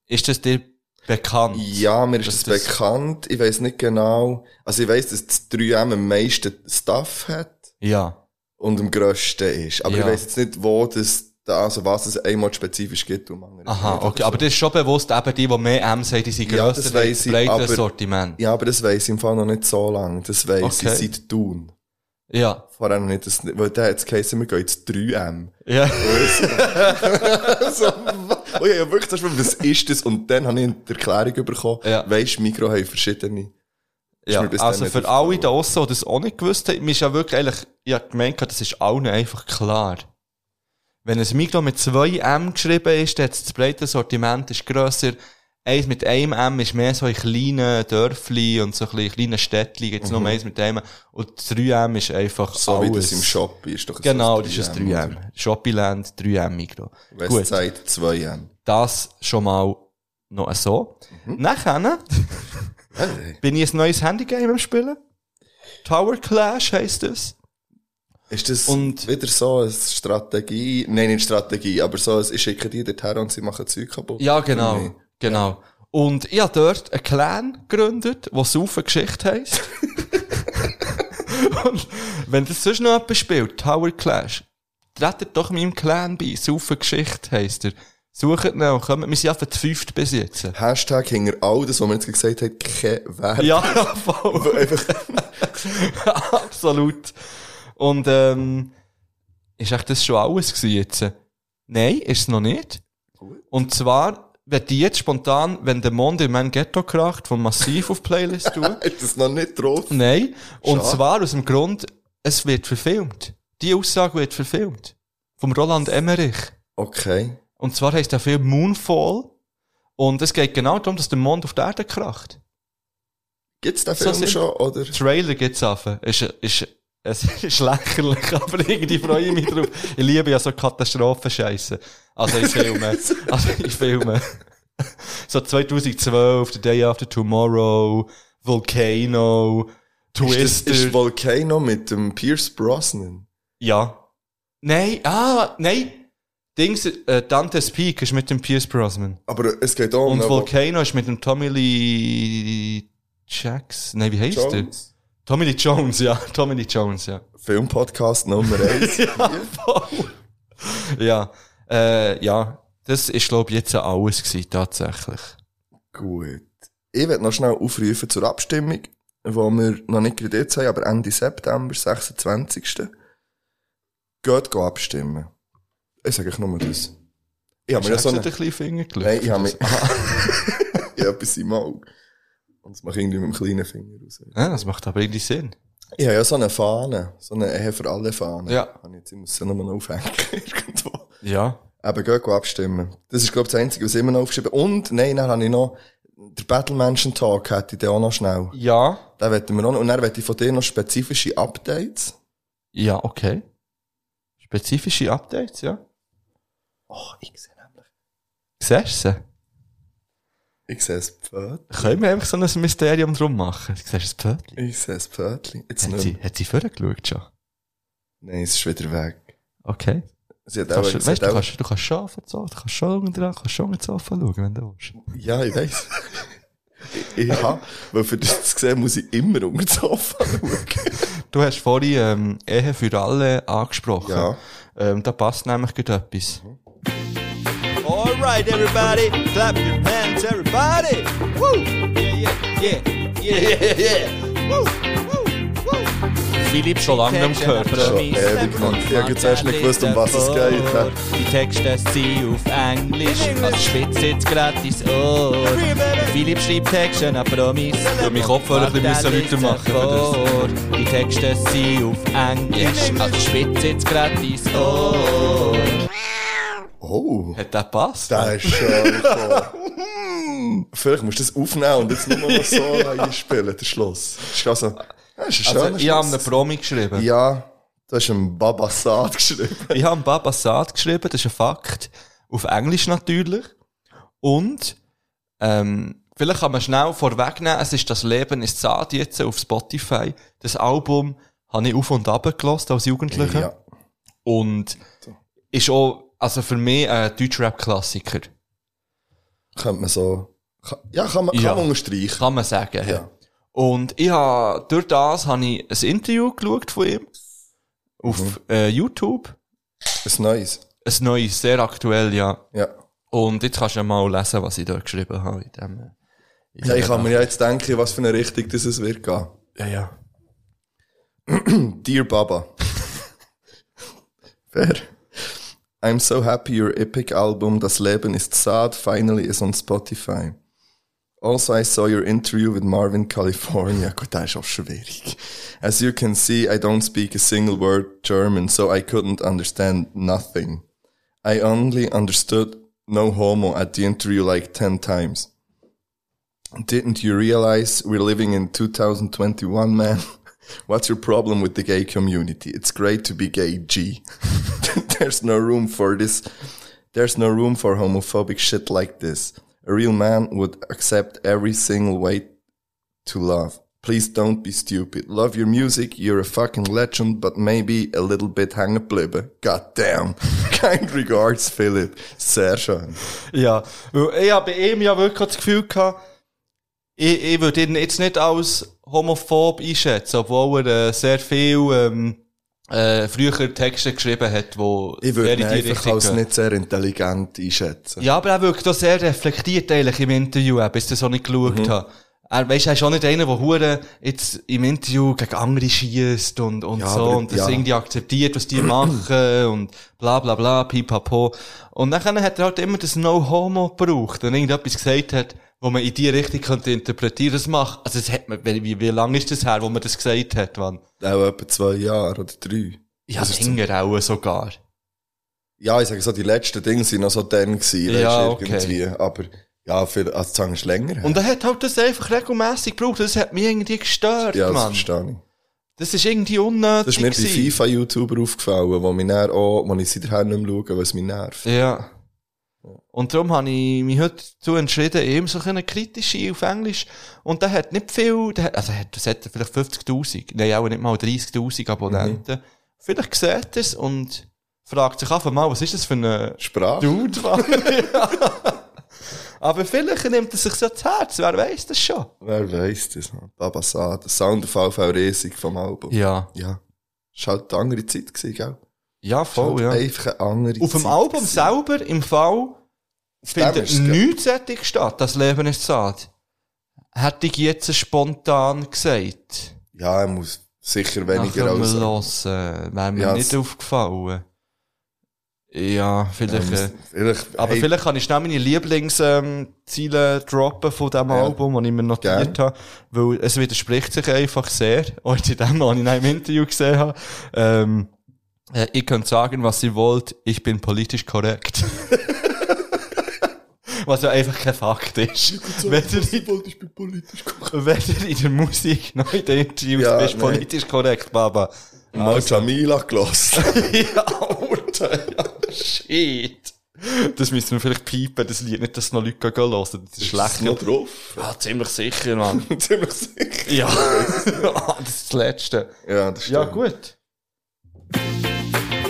Ist das dir bekannt? ja, mir ist Dass das, bekannt. Ich weiss nicht genau. Also, ich weiss, dass das 3M am meisten Staff hat Ja. und am grössten ist. Aber Ja. ich weiss jetzt nicht, wo das, da, also was es einmal spezifisch gibt und am anderen Aha, nicht. okay. Aber das ist schon bewusst, eben die, die mehr M sagen, die sind Ja, grösser, das die haben weiss ich, breiteres aber- Sortiment. Ja, aber das weiss ich im Fall noch nicht so lange. Das weiss Okay. ich seit Tun. Ja. Vorher noch nicht, das, weil der jetzt geheißen, wir gehen jetzt 3M. Ja. Also, wa- oh ja, ja, wirklich, zuerst mal, was ist das? Und dann habe ich eine Erklärung bekommen. Ja. Weisst, Mikro haben verschiedene. ja. mir bis Also dann für nicht alle aufgefallen. da draussen, die das auch nicht gewusst haben, mir ist ja wirklich eigentlich, ich habe gemeint, das ist allen einfach klar. Wenn ein Mikro mit 2M geschrieben ist, dann hat es das breite Sortiment ist grösser. Eins mit einem M ist mehr so in kleinen Dörfli und so ein bisschen in kleinen Städtli, gibt's nur eins mit einem. Und 3M ist einfach Mhm. So alles. wie das im Shop ist. Doch Genau, das ist ein 3M. 3M. Shoppyland, 3M Mikro. Gut. Westside 2M. Das schon mal noch so. Nachher bin ich ein neues Handygame am Spielen. Tower Clash heisst es. Ist das Und- wieder so eine Strategie? Nein, nicht Strategie, aber so, es- ich schicke die dorthin und sie machen Zeug kaputt. Ja, genau. Nee. Genau. Und ich habe dort einen Clan gegründet, der Saufen Geschichte heisst. Und wenn das sonst noch jemand spielt, Tower Clash, tretet doch meinem Clan bei. Saufen Geschichte heisst er. Sucht ihn und kommt. Wir sind einfach zu fünft bis jetzt. Hashtag hinter all das, was wir jetzt gesagt haben, kein Wert. Ja, voll. Absolut. Und ähm, ist echt das schon alles gewesen jetzt? Nein, ist es noch nicht. Und zwar, wenn die jetzt spontan, wenn der Mond in mein Ghetto kracht, von Massiv auf Playlist tun. Ist das noch nicht drauf? Nein. Und Schade. zwar aus dem Grund, es wird verfilmt. Die Aussage wird verfilmt. Vom Roland Emmerich. Okay. Und zwar heisst der Film Moonfall. Und es geht genau darum, dass der Mond auf die Erde kracht. Gibt's den So Film sind- schon, oder? Trailer gibt's auf. Ist, ist, es ist lächerlich, aber irgendwie freue ich mich drauf. Ich liebe ja so Katastrophenscheiße. Also in Filmen. Also in Filmen. So 2012, The Day After Tomorrow, Volcano, Ist, das, ist Twister. Volcano mit dem Pierce Brosnan? Ja. Nein, ah, nein. Dings, äh, Dante's Peak ist mit dem Pierce Brosnan. Aber es geht auch um Und einen Volcano ist mit dem Tommy Lee Jacks. Nein, wie heißt der? Jones. Tommy Lee Jones, ja. Tommy Lee Jones, ja. Filmpodcast Nummer 1. ja, äh, ja, das ist, glaube ich, jetzt alles gewesen, tatsächlich. Gut. Ich werde noch schnell aufrufen zur Abstimmung, wo wir noch nicht gerade jetzt haben, aber Ende September, 26. Geht go abstimmen. Ich sage euch nur das. Ich habe mir ja so Hast du eine... ein bisschen Finger gelegt? Nein, ich habe mir... ich habe etwas im Auge. Und das mache ich irgendwie mit dem kleinen Finger raus. Ja, das macht aber irgendwie Sinn. Ich habe ja so eine Fahne, so eine Ehe für alle Fahne. Ja. Habe ich jetzt, ich muss sie nochmal aufhängen irgendwo. Ja. Eben, geht abstimmen. Das ist, glaube ich, das Einzige, was ich immer noch aufgeschrieben habe. Und, nein, dann habe ich noch, der Battle Mansion Talk hätte ich dann auch noch schnell. Ja. Den wollten wir auch noch. Und dann wollte ich von dir noch spezifische Updates. Ja, okay. Spezifische Updates, ja. Oh, ich sehe nämlich. Siehst du sie? Ich sehe ein Pfötchen. Können wir einfach so ein Mysterium drum machen? Siehst du das Pfötchen? Ich sehe ein Pfötchen. Jetzt Hat nicht. sie, hat sie vorgeschaut schon? Nein, es ist wieder weg. Okay. Sie hat auch, Kannst, sie du, weißt, hat du, auch kannst, du kannst schon auf den Sofa, du kannst schon unten dran, kannst schon unten den Sofa schauen, wenn du willst. Ja, ich weiß. ich ich habe, weil für das zu sehen, muss ich immer unter das Sofa schauen. Du hast vorhin ähm, Ehe für alle angesprochen. Ja. Ähm, da passt nämlich gerade etwas. Alright, Mhm. everybody, clap your hands, everybody. Woo! Yeah, yeah, yeah, yeah, yeah, yeah. Woo, woo, woo. Philipp schon lange nicht mehr gehört. Schon ewig, Mann. Ich hab jetzt erst nicht gewusst, um was es geht, ne? Die Texte sind auf Englisch, also schwitzt jetzt grad dein Ohr. Philipp schreibt Texte an Promis. Ja, mein Kopfhörer ein bisschen müssen weitermachen für das. Vor. Die Texte sind auf Englisch, also schwitzt jetzt grad dein Ohr. Oh, Hat der passt? der ist schon gekommen. Hm, Vielleicht musst du das aufnehmen und jetzt nur noch so einspielen, der Schluss. Das ist also, das ist ein schöner Also, ich habe einem Schluss. Promi geschrieben. Ja, du hast einen Babassad geschrieben. Ich habe Baba Saad geschrieben, das ist ein Fakt. Auf Englisch natürlich. Und, ähm, vielleicht kann man schnell vorwegnehmen, es ist das Leben ist Saad jetzt auf Spotify. Das Album habe ich auf und ab gelassen als Jugendlicher. Ja. Und ist auch, also für mich ein Deutschrap-Klassiker. Könnte man so, kann- ja, kann man, kann Ja. man unterstreichen. Kann man sagen. Ja. Und ich habe, durch das habe ich ein Interview geschaut von ihm. Auf Mhm. äh, YouTube. Ein neues. Ein neues, sehr aktuell, ja. Ja. Und jetzt kannst du ja mal lesen, was ich dort geschrieben habe. In dem, äh, in Ja, ich dem- kann mir ja jetzt denken, was für eine Richtung das es wird gehen. ja, ja. Dear Baba. Fair. I'm so happy your epic album Das Leben ist sad finally is on Spotify. Also, I saw your interview with Marvin California. Gut, das ist auch schwierig. As you can see, I don't speak a single word German, so I couldn't understand nothing. I only understood no homo at the interview like 10 times. Didn't you realize we're living in 2021, man? What's your problem with the gay community? It's great to be gay, G. There's no room for this. There's no room for homophobic shit like this. A real man would accept every single way to love. Please don't be stupid. Love your music. You're a fucking legend, but maybe a little bit hang geblieben. God damn. kind regards, Philip. Sehr schön. Ja, weil ich habe bei ihm ja wirklich das Gefühl gehabt, ich, ich würde ihn jetzt nicht als homophob einschätzen, obwohl er äh, sehr viel ähm, äh, früher Texte geschrieben hat, wo Ich würde sehr ihn in die einfach Richtung als gehen. nicht sehr intelligent einschätzen. Ja, aber er wirkt auch sehr reflektiert eigentlich im Interview, eben, bis ich das auch nicht geschaut Mhm. habe. Er, weißt, er ist auch nicht einer, der hure jetzt im Interview gegen andere schießt und, und Ja, so aber- und das ja. irgendwie akzeptiert, was die machen und bla bla bla, pipapo. Und dann hat er halt immer das No-Homo gebraucht, wenn irgendetwas gesagt hat, wo man in die Richtung könnte interpretieren, das macht, also das hat man, wie, wie- wie lange ist das her, wo man das gesagt hat, wann? Auch etwa zwei Jahre oder drei. Ja, Also, länger auch sogar. Ja, ich sage so, die letzten Dinge sind noch so dann gewesen, Ja, weißt, okay. irgendwie. Aber ja, viel, also zu sagen, ist länger her. Und er hat halt das einfach regelmäßig gebraucht, das hat mich irgendwie gestört, ja, das Mann. verstehe ich. Das ist irgendwie unnötig. Das ist mir bei gewesen. FIFA-YouTuber aufgefallen, wo mich näher auch, wo ich seither nicht mehr schaue, weil es mich nervt. Ja. Und darum habe ich mich heute dazu entschieden, ihm so eine kritische auf Englisch. Und der hat nicht viel, der hat, also er hat, das hat er vielleicht 50.000, nein, auch nicht mal 30.000 Abonnenten. Mhm. Vielleicht sieht er es und fragt sich einfach mal, was ist das für eine Sprache? Dude, Mann? ja. Aber vielleicht nimmt er sich so zu Herz, wer weiß das schon. Wer weiss das? Mann? Baba Saad, der Sound auf jeden Fall riesig vom Album. Ja. Ja. Ist halt eine andere Zeit gewesen, gell? Ja, Ist halt voll, ja. Einfach eine andere Auf dem Zeit Album gewesen. selber, im Fall, dem findet ist es ge- nichts sättig statt. Das Leben ist satt. Hätte ich jetzt spontan gesagt. Ja, er muss sicher Weniger weniger als. als... Hören, wäre mir Ja, nicht es- aufgefallen. Ja, vielleicht. äh, Vielleicht, aber hey, vielleicht kann ich schnell meine Lieblingsziele ähm, Ziele droppen von diesem Album, das ich mir notiert habe, weil es widerspricht sich einfach sehr, auch in dem, was ich dann im Interview gesehen habe. Ähm, äh, ihr könnt sagen, was ihr wollt, ich bin politisch korrekt. was ja einfach kein Fakt ist. Weder in, ich bin politisch korrekt. weder in der Musik noch in den Interviews Ja, bist du nein. politisch korrekt, Baba. Mal Ah, Jamila gelassen. ja, Alter, ja, shit. Das müssen wir vielleicht piepen, das Lied, nicht, dass es noch Leute gehen hören, das ist Ist schlecht. noch drauf. Ah, ziemlich sicher, Mann. Ziemlich sicher. ja. ah, das ist das Letzte. Ja, das stimmt. Ja, gut.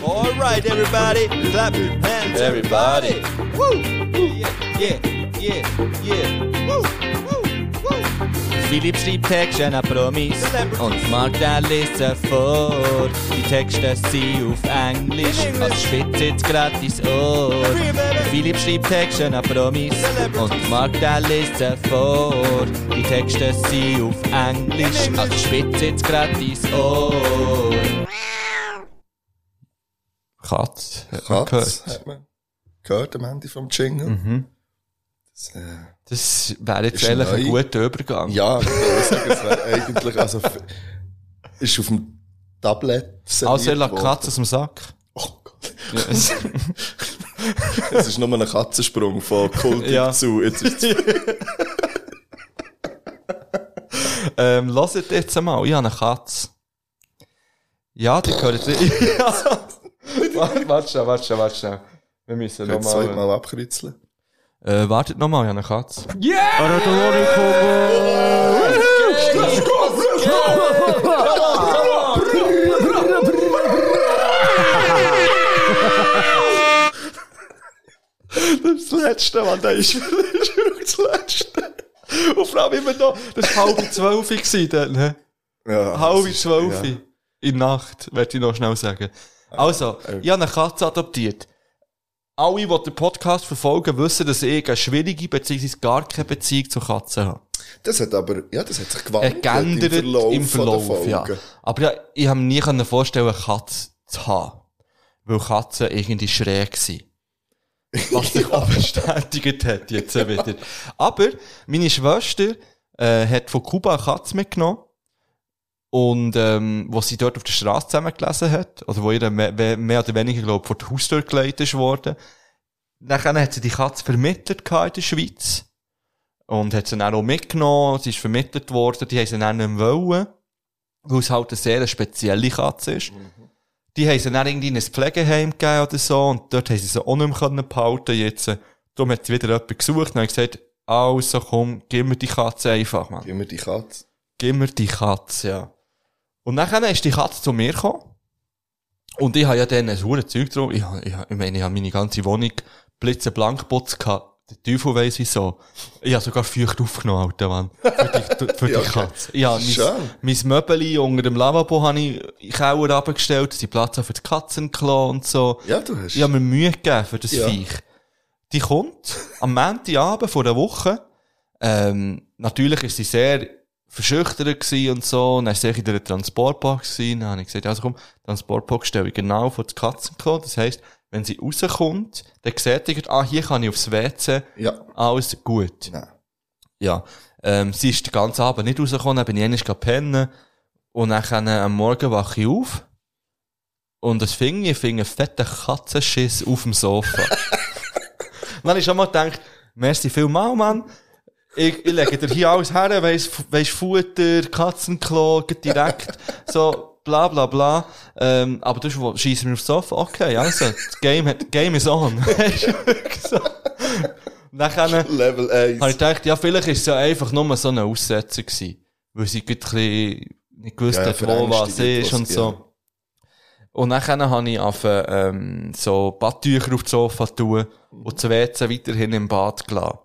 Alright, everybody, clap your hands, everybody. Woo, woo, yeah, yeah, yeah. Woo, woo, woo. Philipp schreibt Texte an Promis und Mark der liest sie vor. Die Texte sind auf Englisch, also schwitzt jetzt grad dein Ohr. Philipp schreibt Texte an Promis und Mark der liest sie vor. Die Texte sind auf Englisch, also schwitzt jetzt grad dein Ohr. Katz. hat man Katz gehört. Mhm. hat man gehört am Ende vom Jingle. Das, äh, Das wäre jetzt Ist eigentlich ein neu. guter Übergang. ja, ich würde sagen, es wäre eigentlich, also, f- ist auf dem Tablet serviert Also, er lässt die worden. Katze aus dem Sack. Oh Gott. Yes. Es ist nur ein Katzensprung von Kultik Ja. zu. Jetzt ist es Ähm, hört jetzt einmal, ich habe eine Katze. Ja, die gehört nicht. Ja. Warte, warte schnell, warte schnell, warte schnell. Wir müssen Jetzt soll ich nochmal. mal abkritzeln. Äh, wartet nochmal, ich habe eine Katze. Das letzte, Mann, das ist wirklich das letzte. Und vor allem immer noch, das war halb zwölf gewesen dann, ne? Ja, das Halb ist- zwölf ja. in der Nacht, werde ich noch schnell sagen. Ah, Also, ich habe eine Katze adoptiert. Alle, die den Podcast verfolgen, wissen, dass ich eine schwierige bzw. gar keine Beziehung zu Katzen habe. Das hat aber, ja, das hat sich gewandelt. Äh, geändert im Verlauf, von der ja. Folge. Aber ja, ich habe mir nie können vorstellen, eine Katze zu haben. Weil Katzen irgendwie schräg sind. Was sich auch bestätigt hat jetzt äh, wieder. Aber meine Schwester äh, hat von Kuba eine Katze mitgenommen. Und ähm, was sie dort auf der Straße zusammengelesen hat, oder wo ihr mehr, mehr oder weniger, glaube ich, vor die Haustür gelegt ist worden, nachher hat sie die Katze vermittelt gehabt in der Schweiz. Und hat sie dann auch mitgenommen, sie ist vermittelt worden, die haben sie dann nicht mehr wollen, weil es halt eine sehr spezielle Katze ist. Die haben sie dann irgendwie in ein Pflegeheim gegeben oder so, und dort haben sie sie auch nicht mehr können behalten jetzt. Darum hat sie wieder jemanden gesucht, und dann hat sie gesagt, also komm, gib mir die Katze einfach, Mann. Immer die Katze. Gib mir die Katze, ja. Und nachher ist die Katze zu mir gekommen. Und ich habe ja dann ein hohes Zeug drauf. Ich, hab- ich, hab- ich meine, ich habe meine ganze Wohnung blitzeblank geputzt gehabt. Der Teufel weiss wieso. Ich habe sogar feucht aufgenommen, alter Mann. Für die, für die Ja, okay. Katze. Ja, Schön. mein, mein Möbeli unter dem Lavabo habe ich in den Keller runtergestellt, dass ich Platz habe für die Katzenklo und so. Ja, du hast. Ich habe mir Mühe gegeben für das Ja. Viech. Die kommt am Montagabend vor einer Woche. Ähm, natürlich ist sie sehr verschüchtert gewesen und so. Und dann war sie in der Transportbox. gewesen. Dann habe ich gesagt, also komm, Transportbox stelle ich genau vor das Katzenklo. Das heisst, wenn sie rauskommt, dann sieht sie, ah, hier kann ich aufs WC. Ja. Alles gut. Nein. Ja. Ähm, sie ist den ganzen Abend nicht rausgekommen, dann bin ich einmal pennen. Und dann äh, am Morgen wache ich auf. Und das Finger, ich finde einen fetten Katzenschiss auf dem Sofa. dann habe ich schon mal gedacht, merci vielmal, Mann. Ich, ich lege dir hier alles her, weiss, weiss Futter, Katzenklo, geht direkt, so, bla, bla, bla. Ähm, aber du schießt mir aufs Sofa, okay, also, das Game, hat, Game is on. Weisst du, wirklich so. Nachher, Level habe ich 1. gedacht, ja, vielleicht ist es ja einfach nur so eine Aussetzung gewesen. Weil sie gerade ein bisschen nicht gewusst Ja, ja, hat, wo was verängstigt ist und etwas, ja. so. Und dann habe ich angefangen, ähm, so Badtücher auf das Sofa zu tun und das WC weiterhin im Bad gelassen.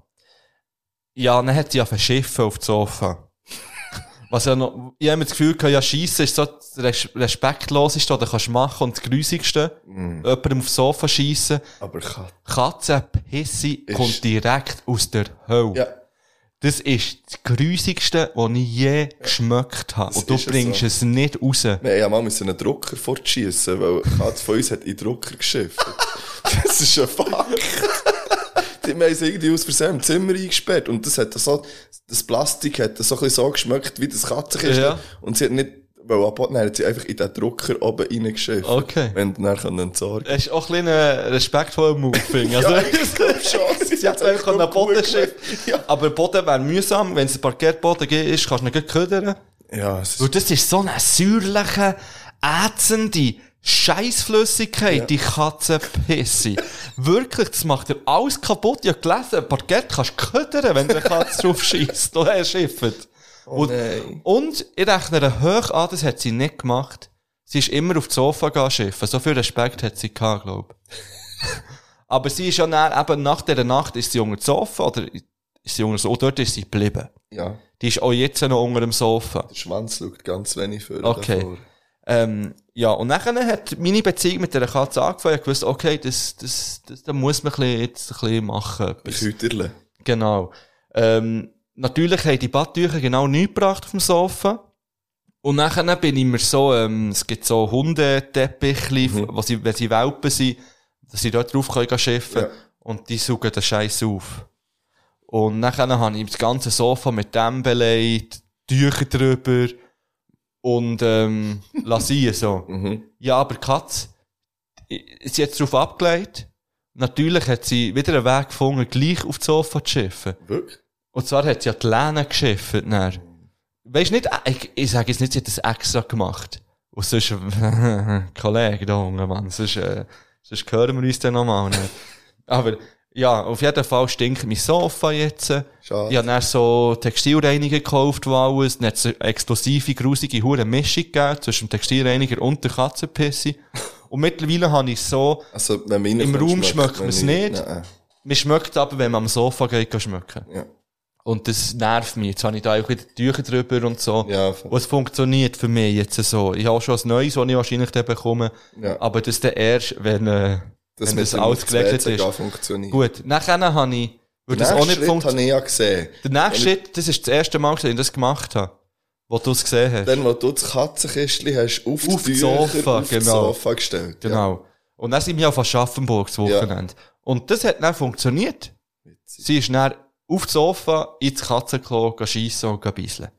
Ja, dann hat sie angefangen schiffen auf das Sofa. Was ja noch, ich habe immer das Gefühl gehabt, ja, Scheiße ist so das Res- respektloseste, was du kannst machen und das grusigste. Mm. Jemandem aufs Sofa schiessen. Aber Katze. Katzenpisse Ist- kommt direkt aus der Hölle. Ja. Das ist das Grusigste, was ich je geschmeckt habe. Das Und du ist es bringst so. es nicht raus. Nein, ja, mal müssen einen Drucker fortschießen, weil eins von uns hat in den Drucker geschifft. das ist ein Fuck. Die haben es irgendwie aus Versehen im Zimmer eingesperrt und das hat dann so, das Plastik hat dann so ein bisschen so geschmeckt, wie das Katzenkiste. Ja. Und sie hat nicht, weil abboten, dann hat sie einfach in den Drucker oben reingeschifft. Okay. Wenn du dann können entsorgen Das ist auch ein bisschen ein respektvoller Move, finde ich. Also, Ja, ich glaube schon. Sie hat einfach an den Boden schiffen. Ja. Aber Boden wäre mühsam, wenn es ein Parkettboden gibt, ist, kannst du ihn gleich ködern. Ja, es Weil ist, das ist so eine säuerliche, ätzende Scheißflüssigkeit, die Katzenpisse. Wirklich, das macht dir alles kaputt. Ich habe gelesen, ein Parkett kannst du ködern, wenn der Katze drauf schießt oder er schifft. und, nein. und ich rechne ihr hoch an, das hat sie nicht gemacht. Sie ist immer auf den Sofa gegangen schiffen. So viel Respekt hat sie gehabt, glaube ich. Aber sie ist ja dann, eben nach dieser Nacht ist sie unter dem Sofa oder ist sie unter so, dort ist sie geblieben. ja, Die ist auch jetzt noch unter dem Sofa. der Schwanz schaut ganz wenig vor. Okay. davor. Ähm, ja, und nachher hat meine Beziehung mit dieser Katze angefangen. Ich wusste, okay, das, das, das, da muss man ein bisschen, jetzt ein bisschen machen. Ein Etwas. Hüterle. Genau. Ähm, natürlich haben die Badtücher genau nichts gebracht auf dem Sofa. Und nachher bin ich mir so, ähm, es gibt so Hundeteppichli, Mhm. wo sie, wenn sie Welpen sind, dass sie dort drauf können schiffen Ja. und die saugen den Scheiß auf. Und nachher habe ich das ganze Sofa mit dem belegt, Tücher drüber und ähm, lasse sie so. Mhm. Ja, aber die Katze, i- sie hat darauf abgelegt. Natürlich hat sie wieder einen Weg gefunden, gleich auf das Sofa zu schiffen. Wirklich? Und zwar hat sie an die Lehne geschifft. Dann. Weißt du nicht, äh, ich, ich sage jetzt nicht, sie hat das extra gemacht. Und sonst, Kollege da unten, Mann, sonst, äh, sonst hören wir uns dann nochmal. nicht. Aber ja, auf jeden Fall stinkt mein Sofa jetzt. Schade. Ich habe dann so Textilreiniger gekauft und alles. Dann hat es eine explosive, grusige, hure Mischung gegeben zwischen dem Textilreiniger und der Katzenpisse. Und mittlerweile habe ich so, Also, wenn man Im reinkommt, Raum schmeckt man's ihn nicht. Nein. mir schmeckt aber, wenn man am Sofa geht, kann schmecken. Ja. Und das nervt mich. Jetzt habe ich da auch wieder Tücher drüber und so. Ja, Und es funktioniert für mich jetzt so. Ich habe schon ein neues, das ich wahrscheinlich dann bekomme. Ja. Aber das dann erst, wenn, äh, dass wenn mit das dem alles geregelt WC ist. gar funktioniert. Gut, nachher habe ich, würde das Nächsten auch nicht Schritt funktionieren. habe ich ja gesehen. Der nächste Und Schritt, das ist das erste Mal, dass ich das gemacht habe. Wo du es gesehen hast. Dann, wo du das Katzenkistchen hast, Auf auf, die das Tücher, Sofa, auf das genau. Sofa gestellt. Genau. Und dann sind wir auf Aschaffenburg das Wochenende. Und das hat dann funktioniert. Sie ist dann auf das Sofa, ins Katzenklo, schiessen und bisseln.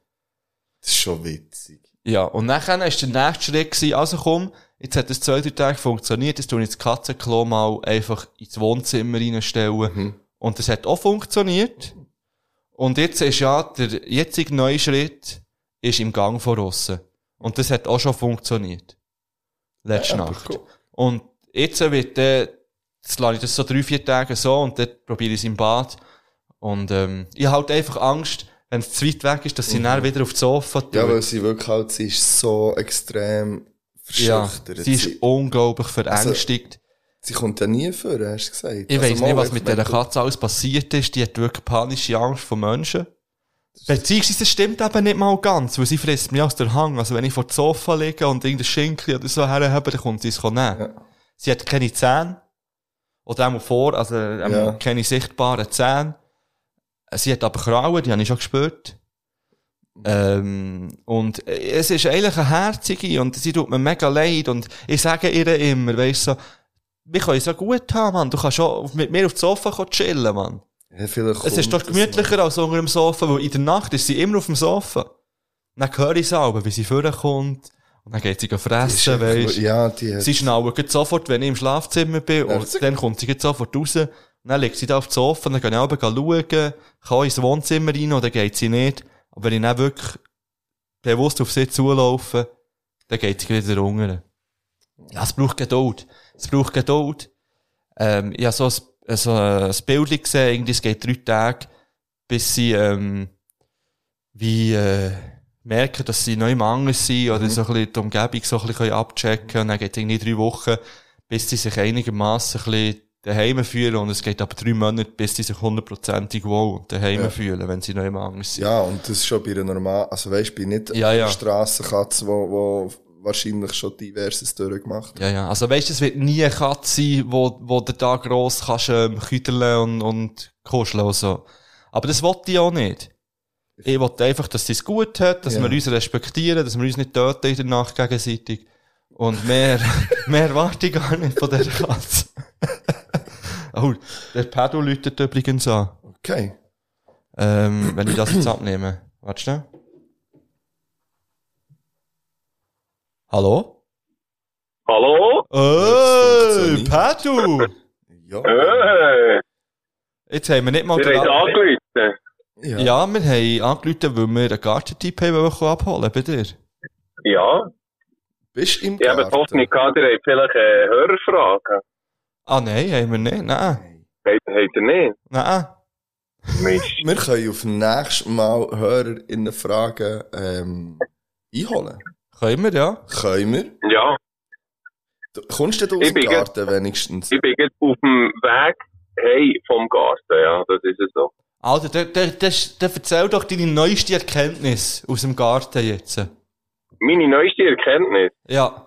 Das ist schon witzig. Ja, und nachher war der nächste Schritt, gewesen, also komm, jetzt hat das zwei, drei Tage funktioniert, jetzt tue ich das Katzenklo mal einfach ins Wohnzimmer reinstellen. Mhm. Und das hat auch funktioniert. Und jetzt ist ja der jetzige neue Schritt ist im Gang von aussen. Und das hat auch schon funktioniert. Letzte Ja, aber Nacht. cool. Und jetzt wird der, jetzt lasse ich das so drei, vier Tage so und dann probiere ich es im Bad. Und ähm, ich habe halt einfach Angst, wenn es zu weit weg ist, dass sie dann wieder aufs Sofa tut. Mhm. Ja, weil sie wirklich halt, sie ist so extrem Ja, verschüchtert. sie ist sie, Also, unglaublich verängstigt. sie kommt ja nie vor, hast du gesagt. ich Also weiss mal, nicht, was ich mit meine, dieser Katze alles passiert ist. Die hat wirklich panische Angst vor Menschen. Beziehungsweise das stimmt eben nicht mal ganz, weil sie frisst mich aus der Hang. Also wenn ich vor dem Sofa liege und irgendein Schinken oder so herhabe, dann kommt sie es nehmen. Sie hat keine Zähne. Oder auch vor, also ähm, Ja. keine sichtbaren Zähne. Sie hat aber Krauen, die habe ich schon gespürt. Ähm, und äh, es ist eigentlich eine herzige und sie tut mir mega leid und ich sage ihr immer, weißt so, wir können es ja gut haben, Mann. Du kannst auch auf- mit mir auf dem Sofa kommen chillen, Mann. Ja, vielleicht es ist kommt doch das gemütlicher als unter dem Sofa, weil in der Nacht ist sie immer auf dem Sofa. Dann höre ich sie aber, wie sie vorkommt und dann geht sie mal. Sie fressen, ist einfach- weißt Ja, die hat, Sie schnallen gleich sofort, wenn ich im Schlafzimmer bin, Herzig. und dann kommt sie gleich sofort raus. Und Dann liegt sie da auf dem Sofa, dann gehe ich runter schauen, kann ins Wohnzimmer rein oder geht sie nicht. Aber wenn ich dann wirklich bewusst auf sie zulaufe, dann geht sie wieder runter. Ja, es braucht Geduld. Es braucht Geduld. Ähm, ich habe so ein, so ein Bild gesehen, irgendwie, es geht drei Tage, bis sie, ähm, wie, äh, merken, dass sie neu im Mangel sind oder so ein bisschen die Umgebung so ein bisschen abchecken können. Und dann geht es irgendwie drei Wochen, bis sie sich einigermaßen ein bisschen daheim fühlen. Und es geht aber drei Monate, bis sie sich hundertprozentig wohl und daheim Ja. fühlen, wenn sie neu im Mangel sind. ja, und das ist schon bei einer normalen, also weißt du, bei nicht Ja, ja. Strassenkatze, die wo, wo wahrscheinlich schon diverses durchgemacht Ja, ja. Also weißt du, es wird nie eine Katze sein, wo, wo du da gross kannst ähm, küdeln und, und kuscheln und so. Aber das wollte ich auch nicht. Ich wollte einfach, dass sie es gut hat, dass Ja. wir uns respektieren, dass wir uns nicht töten in der Nacht gegenseitig. Und mehr, mehr erwarte ich gar nicht von dieser Katze. oh, der Pedro läutet übrigens an. Okay. Ähm, wenn ich das jetzt abnehme. Warte schnell. Hallo? Hallo? Ey, funktioniert. Pedro! Ja. Äh, Jetzt haben wir nicht mal ihr habt den- angerufen. Ja. Ja, wir haben angerufen, weil wir einen Gartentipp haben wollen abholen bei dir. Ja, Bist im ich habe die Garten? Hoffnung gehabt, ihr habt vielleicht äh, Hörerfragen. Ah, nein, haben wir nicht. Nein. Habt, habt ihr nicht? Nein. Mist. Wir können auf nächstes Mal HörerInnen Fragen ähm, einholen. Können wir, ja. Können wir? Ja, Du, kommst denn du aus Ich dem bin Garten wenigstens? ich bin jetzt auf dem Weg hey, vom Garten, ja, das ist es so. Alter, Also, der, der, der, der erzähl doch deine neueste Erkenntnis aus dem Garten jetzt. Meine neueste Erkenntnis. Ja.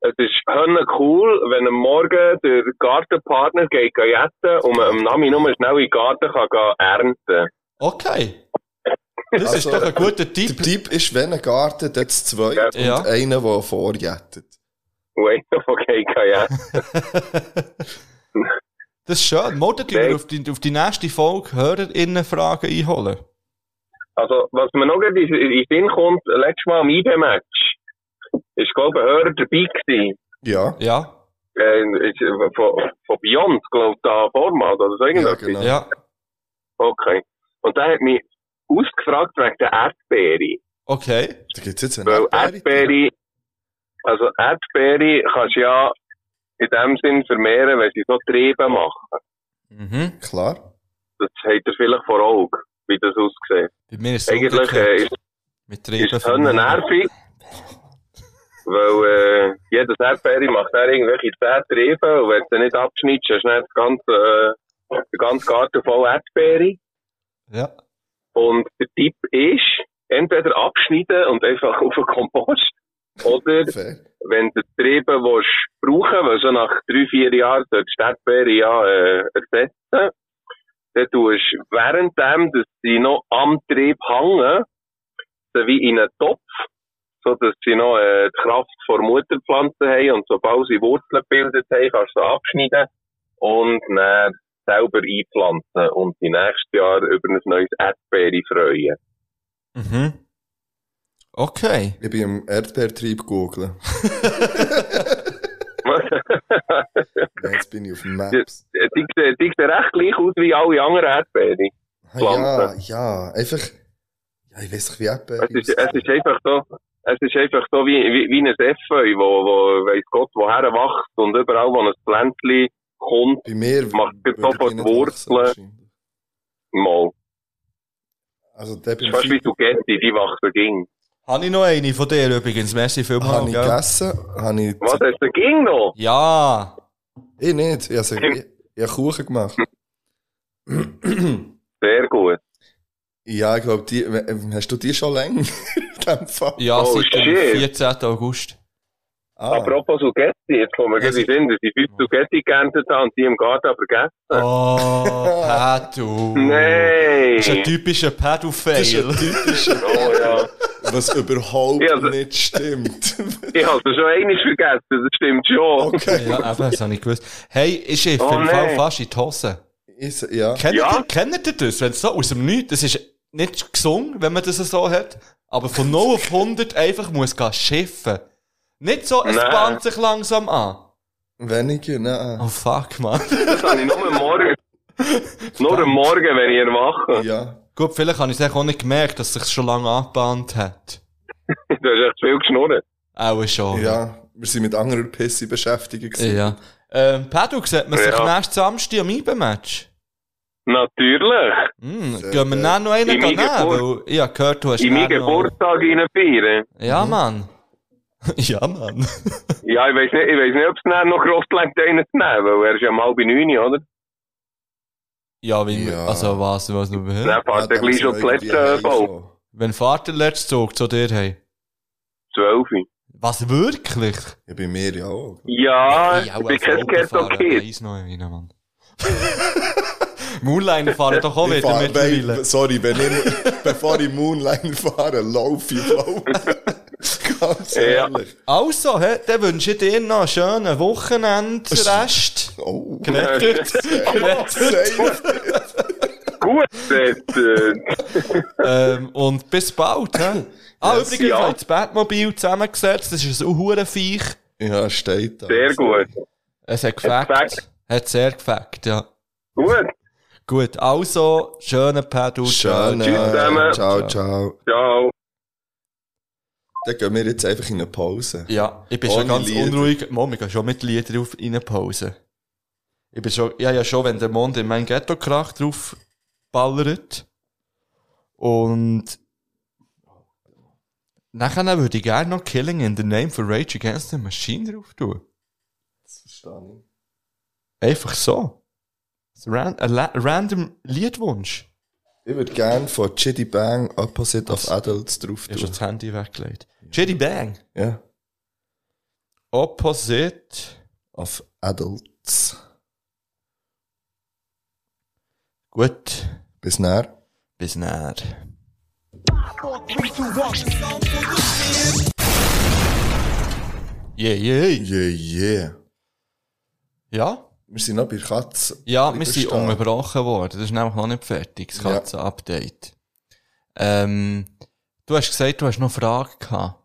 Es ist höllen cool, wenn am Morgen der Gartenpartner geht gehen jetten und man am Nami nur schnell in den Garten kann gehen ernten Okay. Das Also, ist doch ein guter Der Tipp. Typ ist, wenn ein Garten, dort das zweite Ja. und einer, der vorjettet. Und einer von geht gehen jetten. Das ist schön. Morgen tun wir Nein. auf die, auf die nächste Folge eh, HörerInnen-Fragen einholen. Also, was mir noch gerade in in den Sinn kommt, letztes Mal am IB-Match, ist, glaube ich, ein Hörer dabei gewesen. Ja. Ja. Äh, ist, äh, von, von Beyond, glaube ich, da Format oder so Ja, nou, irgendwas. genau. Ja. Okay. Und der hat mich ausgefragt wegen der Erdbeere. Okay. Da gibt's jetzt eine Weil Erdbeere. Erdbeere, also Erdbeere kannst du ja in dem Sinn vermehren, wenn sie so Triebe machen. Mhm. Klar. Das habt ihr vielleicht vor Augen, wie das aussieht. Bei mir ist es Eigentlich äh, umgekehrt. ist Mit ist Trieben es schon nervig. Weil äh, jedes Erdbeere macht dann irgendwelche 10 Triebe und wenn du sie nicht abschneidest, hast du dann das ganze, äh, den ganzen Garten voll Erdbeere. Ja. Und der Tipp ist, entweder abschneiden und einfach auf den Kompost oder Fair. wenn du die Triebe willst brauchen, weil so nach drei, vier Jahren dort Stadtbeere ja äh, ersetzen, dann tust du währenddem, dass sie noch am Trieb hängen, so wie in einen Topf, so dass sie noch äh, die Kraft vor Mutterpflanze haben und sobald sie Wurzeln gebildet haben, kannst du sie abschneiden und dann selber einpflanzen und die nächstes Jahr über ein neues Erdbeere freuen. Mhm. Okay. Ich bin im Erdbeertrieb googeln. Ja, Jetzt bin ich auf dem Maps. die, die, die sehen recht gleich aus wie alle anderen Erdbeere. Ah, Ja, ja. Einfach. Ja, ich weiß nicht, wie Erdbeere Es ist, es aussehen. ist einfach so, es ist einfach so wie, wie, wie ein Efeu, wo, wo, weiss Gott, woher wächst und überall, wo ein Pflänzchen kommt, Bei mir Macht würde sofort ich nicht wachsen, Wurzeln. wahrscheinlich. mal. Also, der Es bin ist fast wie Spaghetti, die wachsen ging. Habe ich noch eine von dir übrigens? Merci Habe vielmals. ich gell? gegessen? Habe ich. Was hast du ging noch? Ja. Ich nicht. Ich, also, ich, ich habe Kuchen gemacht. Sehr gut. ja, ich glaube, die. äh, Hast du die schon länger? In dem Fall. Ja, Oh, seit dem shit. 14. August. Ah, Apropos Spaghetti, jetzt kommen wir gleich in dus den Sinn, dass ich fünf Spaghetti geerntet habe und die im Garten aber gegessen. Oh, Pedro. Nein! Das ist ein typischer das ist Pedro-Fail. ein typischer, Oh ja. was überhaupt Ja, also- nicht stimmt. Ich habe es schon einmal vergessen, das dus stimmt schon. okay. Ja, eben, das habe ich gewusst. Hey, ich schiffe Oh, im Fall nein. fast in die Hose. Ich, ja. Kennt, Ja. ihr, kennt ihr das? Wenn es so aus dem Nichts, das ist nicht gesungen, wenn man das so hat, aber von 0 auf 100 einfach muss gehen schiffen. Nicht so, es Nein. bahnt sich langsam an. Weniger, nein. Oh fuck, man. Das habe ich nur am Morgen. Nur am Morgen, wenn ich erwache. Ja. Gut, vielleicht habe ich es eigentlich auch nicht gemerkt, dass es sich schon lange angebahnt hat. Du hast echt zu viel geschnurrt. Auch schon. Ja. Wir sind mit anderen Pisse beschäftigt. gewesen. ja. Ähm, Pedro, sieht man sich Ja. nächsten Samstag am IBE-Match? Natürlich. Hm, Sehr gehen wir geil. dann noch einen In nehmen, meinen weil ich habe gehört, du hast In meinen dann noch- Geburtstag reinfeiern. Ja, Mann. ja, Mann. Ja, ich weiß nicht, ich weiss nicht ob es dann noch gross gelangt, einen zu nehmen, weil er ist ja um halb neun, oder? Ja, wenn Ja. also was, was du willst. Dann fährt er dann gleich müssen schon wir die letzte irgendwie Bowl. heimkommen. Wenn Vater letztes Zug zu dir hey. Zwölf. Was wirklich? Ja, bei mir ja Oh, auch. Ja, Ey, auch Ah, ich bin als kein Autofahrer, Ghetto-Kid. weiss noch einer, Mann. Moonliner fahren doch auch Ich wieder fahr- mittlerweile. Wei- sorry, wenn ich, bevor ich Moonliner fahre, laufe ich voll. Ganz Ja. ehrlich. Also, hä, dann wünsche ich dir noch einen schönen Wochenendrest. Oh, Gerettet. safe. Gut, jetzt, äh, ähm, und bis bald. hä? Ah, übrigens, ich ja. habe das Batmobil zusammengesetzt. Das ist ein Hurenviech. Ja, steht da. sehr gut. Es hat gefackt. gefackt. Hat sehr gefackt, ja. Gut, Gut, also, schönen Pedal. Schön. äh, Tschüss zusammen. Ciao, ciao. ciao. Dann gehen wir jetzt einfach in eine Pause. Ja, ich bin Ohne schon ganz Lieder. unruhig. Mom, ich gehe schon mit Liedern auf in eine Pause. Ich bin schon, ja, ja, schon, wenn der Mond in mein Ghetto kracht, drauf ballert. Und, nachher würde ich gerne noch Killing in the Name for Rage Against the Machine drauf tun. Verstanden. Einfach so. So ran- Ein la- random Liedwunsch. Ich würde gerne von Chitty Bang Opposite of Adults drauf Ich habe tun. schon das Handy weggelegt. Jiddy Bang. Ja. Opposite. Of Adults. Gut. Bis näher. Bis näher. Yeah, yeah. Yeah, yeah. Ja, Wir sind noch bei der Katze. ja wir Lieber sind Stahl. unterbrochen worden. Das ist nämlich noch nicht fertig, das Ja. Katzen-Update. Ähm, du hast gesagt, du hast noch Fragen gehabt.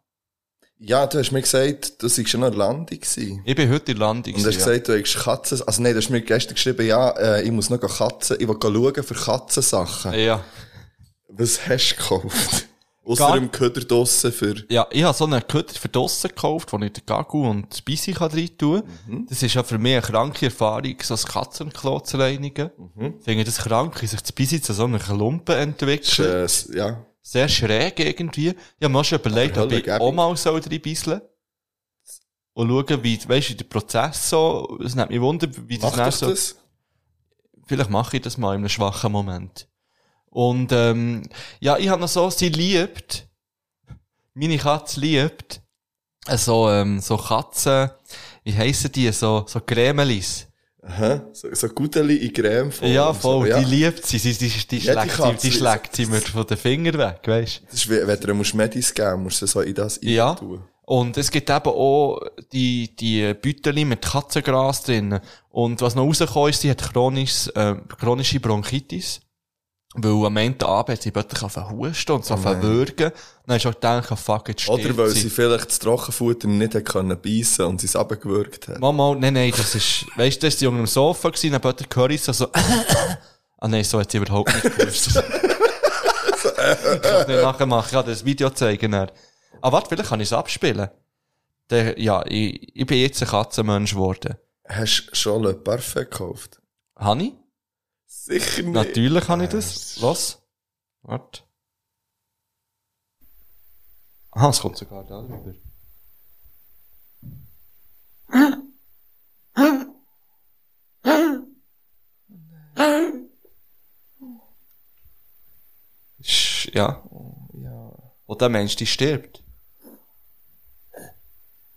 Ja, du hast mir gesagt, du seist schon an der Landung gewesen. Ich bin heute in Landung. Und du hast ja. gesagt, du hättest Katzen... Also nein, du hast mir gestern geschrieben, ja, äh, ich muss noch Katzen... Ich will schauen für Katzensachen. ja. Was hast du gekauft? Gar- Außer im Köder draussen für... Ja, ich habe so einen Köder für draussen gekauft, wo ich den Gagu und die Speise kann rein tun kann. Das ist ja für mich eine kranke Erfahrung, so das Katzenklo zu reinigen. Ich finde das krank, wie sich die Speise zu so einer Klumpe entwickelt. Das ist, äh, s- ja, Sehr schräg irgendwie. Ich habe mir schon überlegt, Aber ob ich Hölle, auch mal so reinbisseln und schauen, wie, weisst du, der Prozess so, es nimmt mich wunder, wie das mach nachher doch so, das. vielleicht mache ich das mal in einem schwachen Moment. Und, ähm, ja, ich habe noch so, sie liebt, meine Katze liebt, äh, so, ähm, so Katzen, wie heissen die, so, so Cremelis. Aha. So, so Gudeli in Creme voll. ja, und so. voll, Ja. die liebt sie, sie, sie, die Ja, die schlägt sie, Katze die ist- schlägt sie mir von den Fingern weg, weisst Das ist, wie- wenn du musst Medis geben musst, du so in das Ja. reintun. Und es gibt eben auch die, die Büteli mit Katzengras drin. Und was noch rausgekommen ist, sie hat chronisches, äh, chronische Bronchitis. Weil am Ende Abend hat sie plötzlich auf Husten und so auf Würgen. Dann hast du auch gedacht, fuck, jetzt Oh Oder stirbt weil sie vielleicht das Trockenfutter nicht hat können beißen und sie es abgewürgt hat. Mama, nein, nein, das ist, weißt du, das ist die Junge am Sofa gewesen, dann plötzlich höre ich so, so, ah nein, so hat sie überhaupt nicht gewusst. ich kann nicht nachher machen, ich kann dir das Video zeigen. Dann. Aber warte, vielleicht kann ich es abspielen. Der, ja, ich, ich bin jetzt ein Katzenmensch geworden. Hast du schon Le Parfait gekauft? Habe ich? Sicher nicht. Natürlich habe ich das. Was? Warte. Ah, es kommt sogar da drüber. Sch- Ja. Und der Mensch, die stirbt.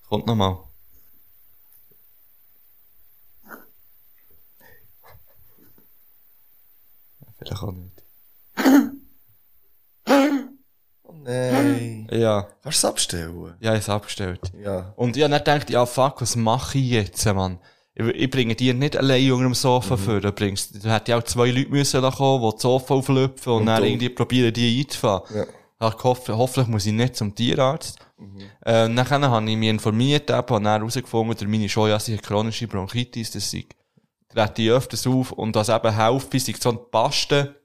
Kommt nochmal. Vielleicht auch nicht. Nein. Ja. Kannst du es abstellen? Ja, ich hab's abgestellt. Ja. Und ich hab dann gedacht, ja, fuck, was mache ich jetzt, Mann? Ich, ich bringe die nicht allein unter dem Mhm. Sofa vor. Du bringst, du hätte ja auch zwei Leute müssen lassen kommen, die das Sofa auflöpfen und, Und dann du. irgendwie probieren, die einzufahren. Ja. Mhm. Ich hab gehofft, hoffentlich muss ich nicht zum Tierarzt. Äh, nachher habe ich mich informiert, eben, habe dann herausgefunden, durch meine Scheuasse hat chronische Bronchitis, das sei, trete ich öfters auf und das eben helfe, sei so ein Paste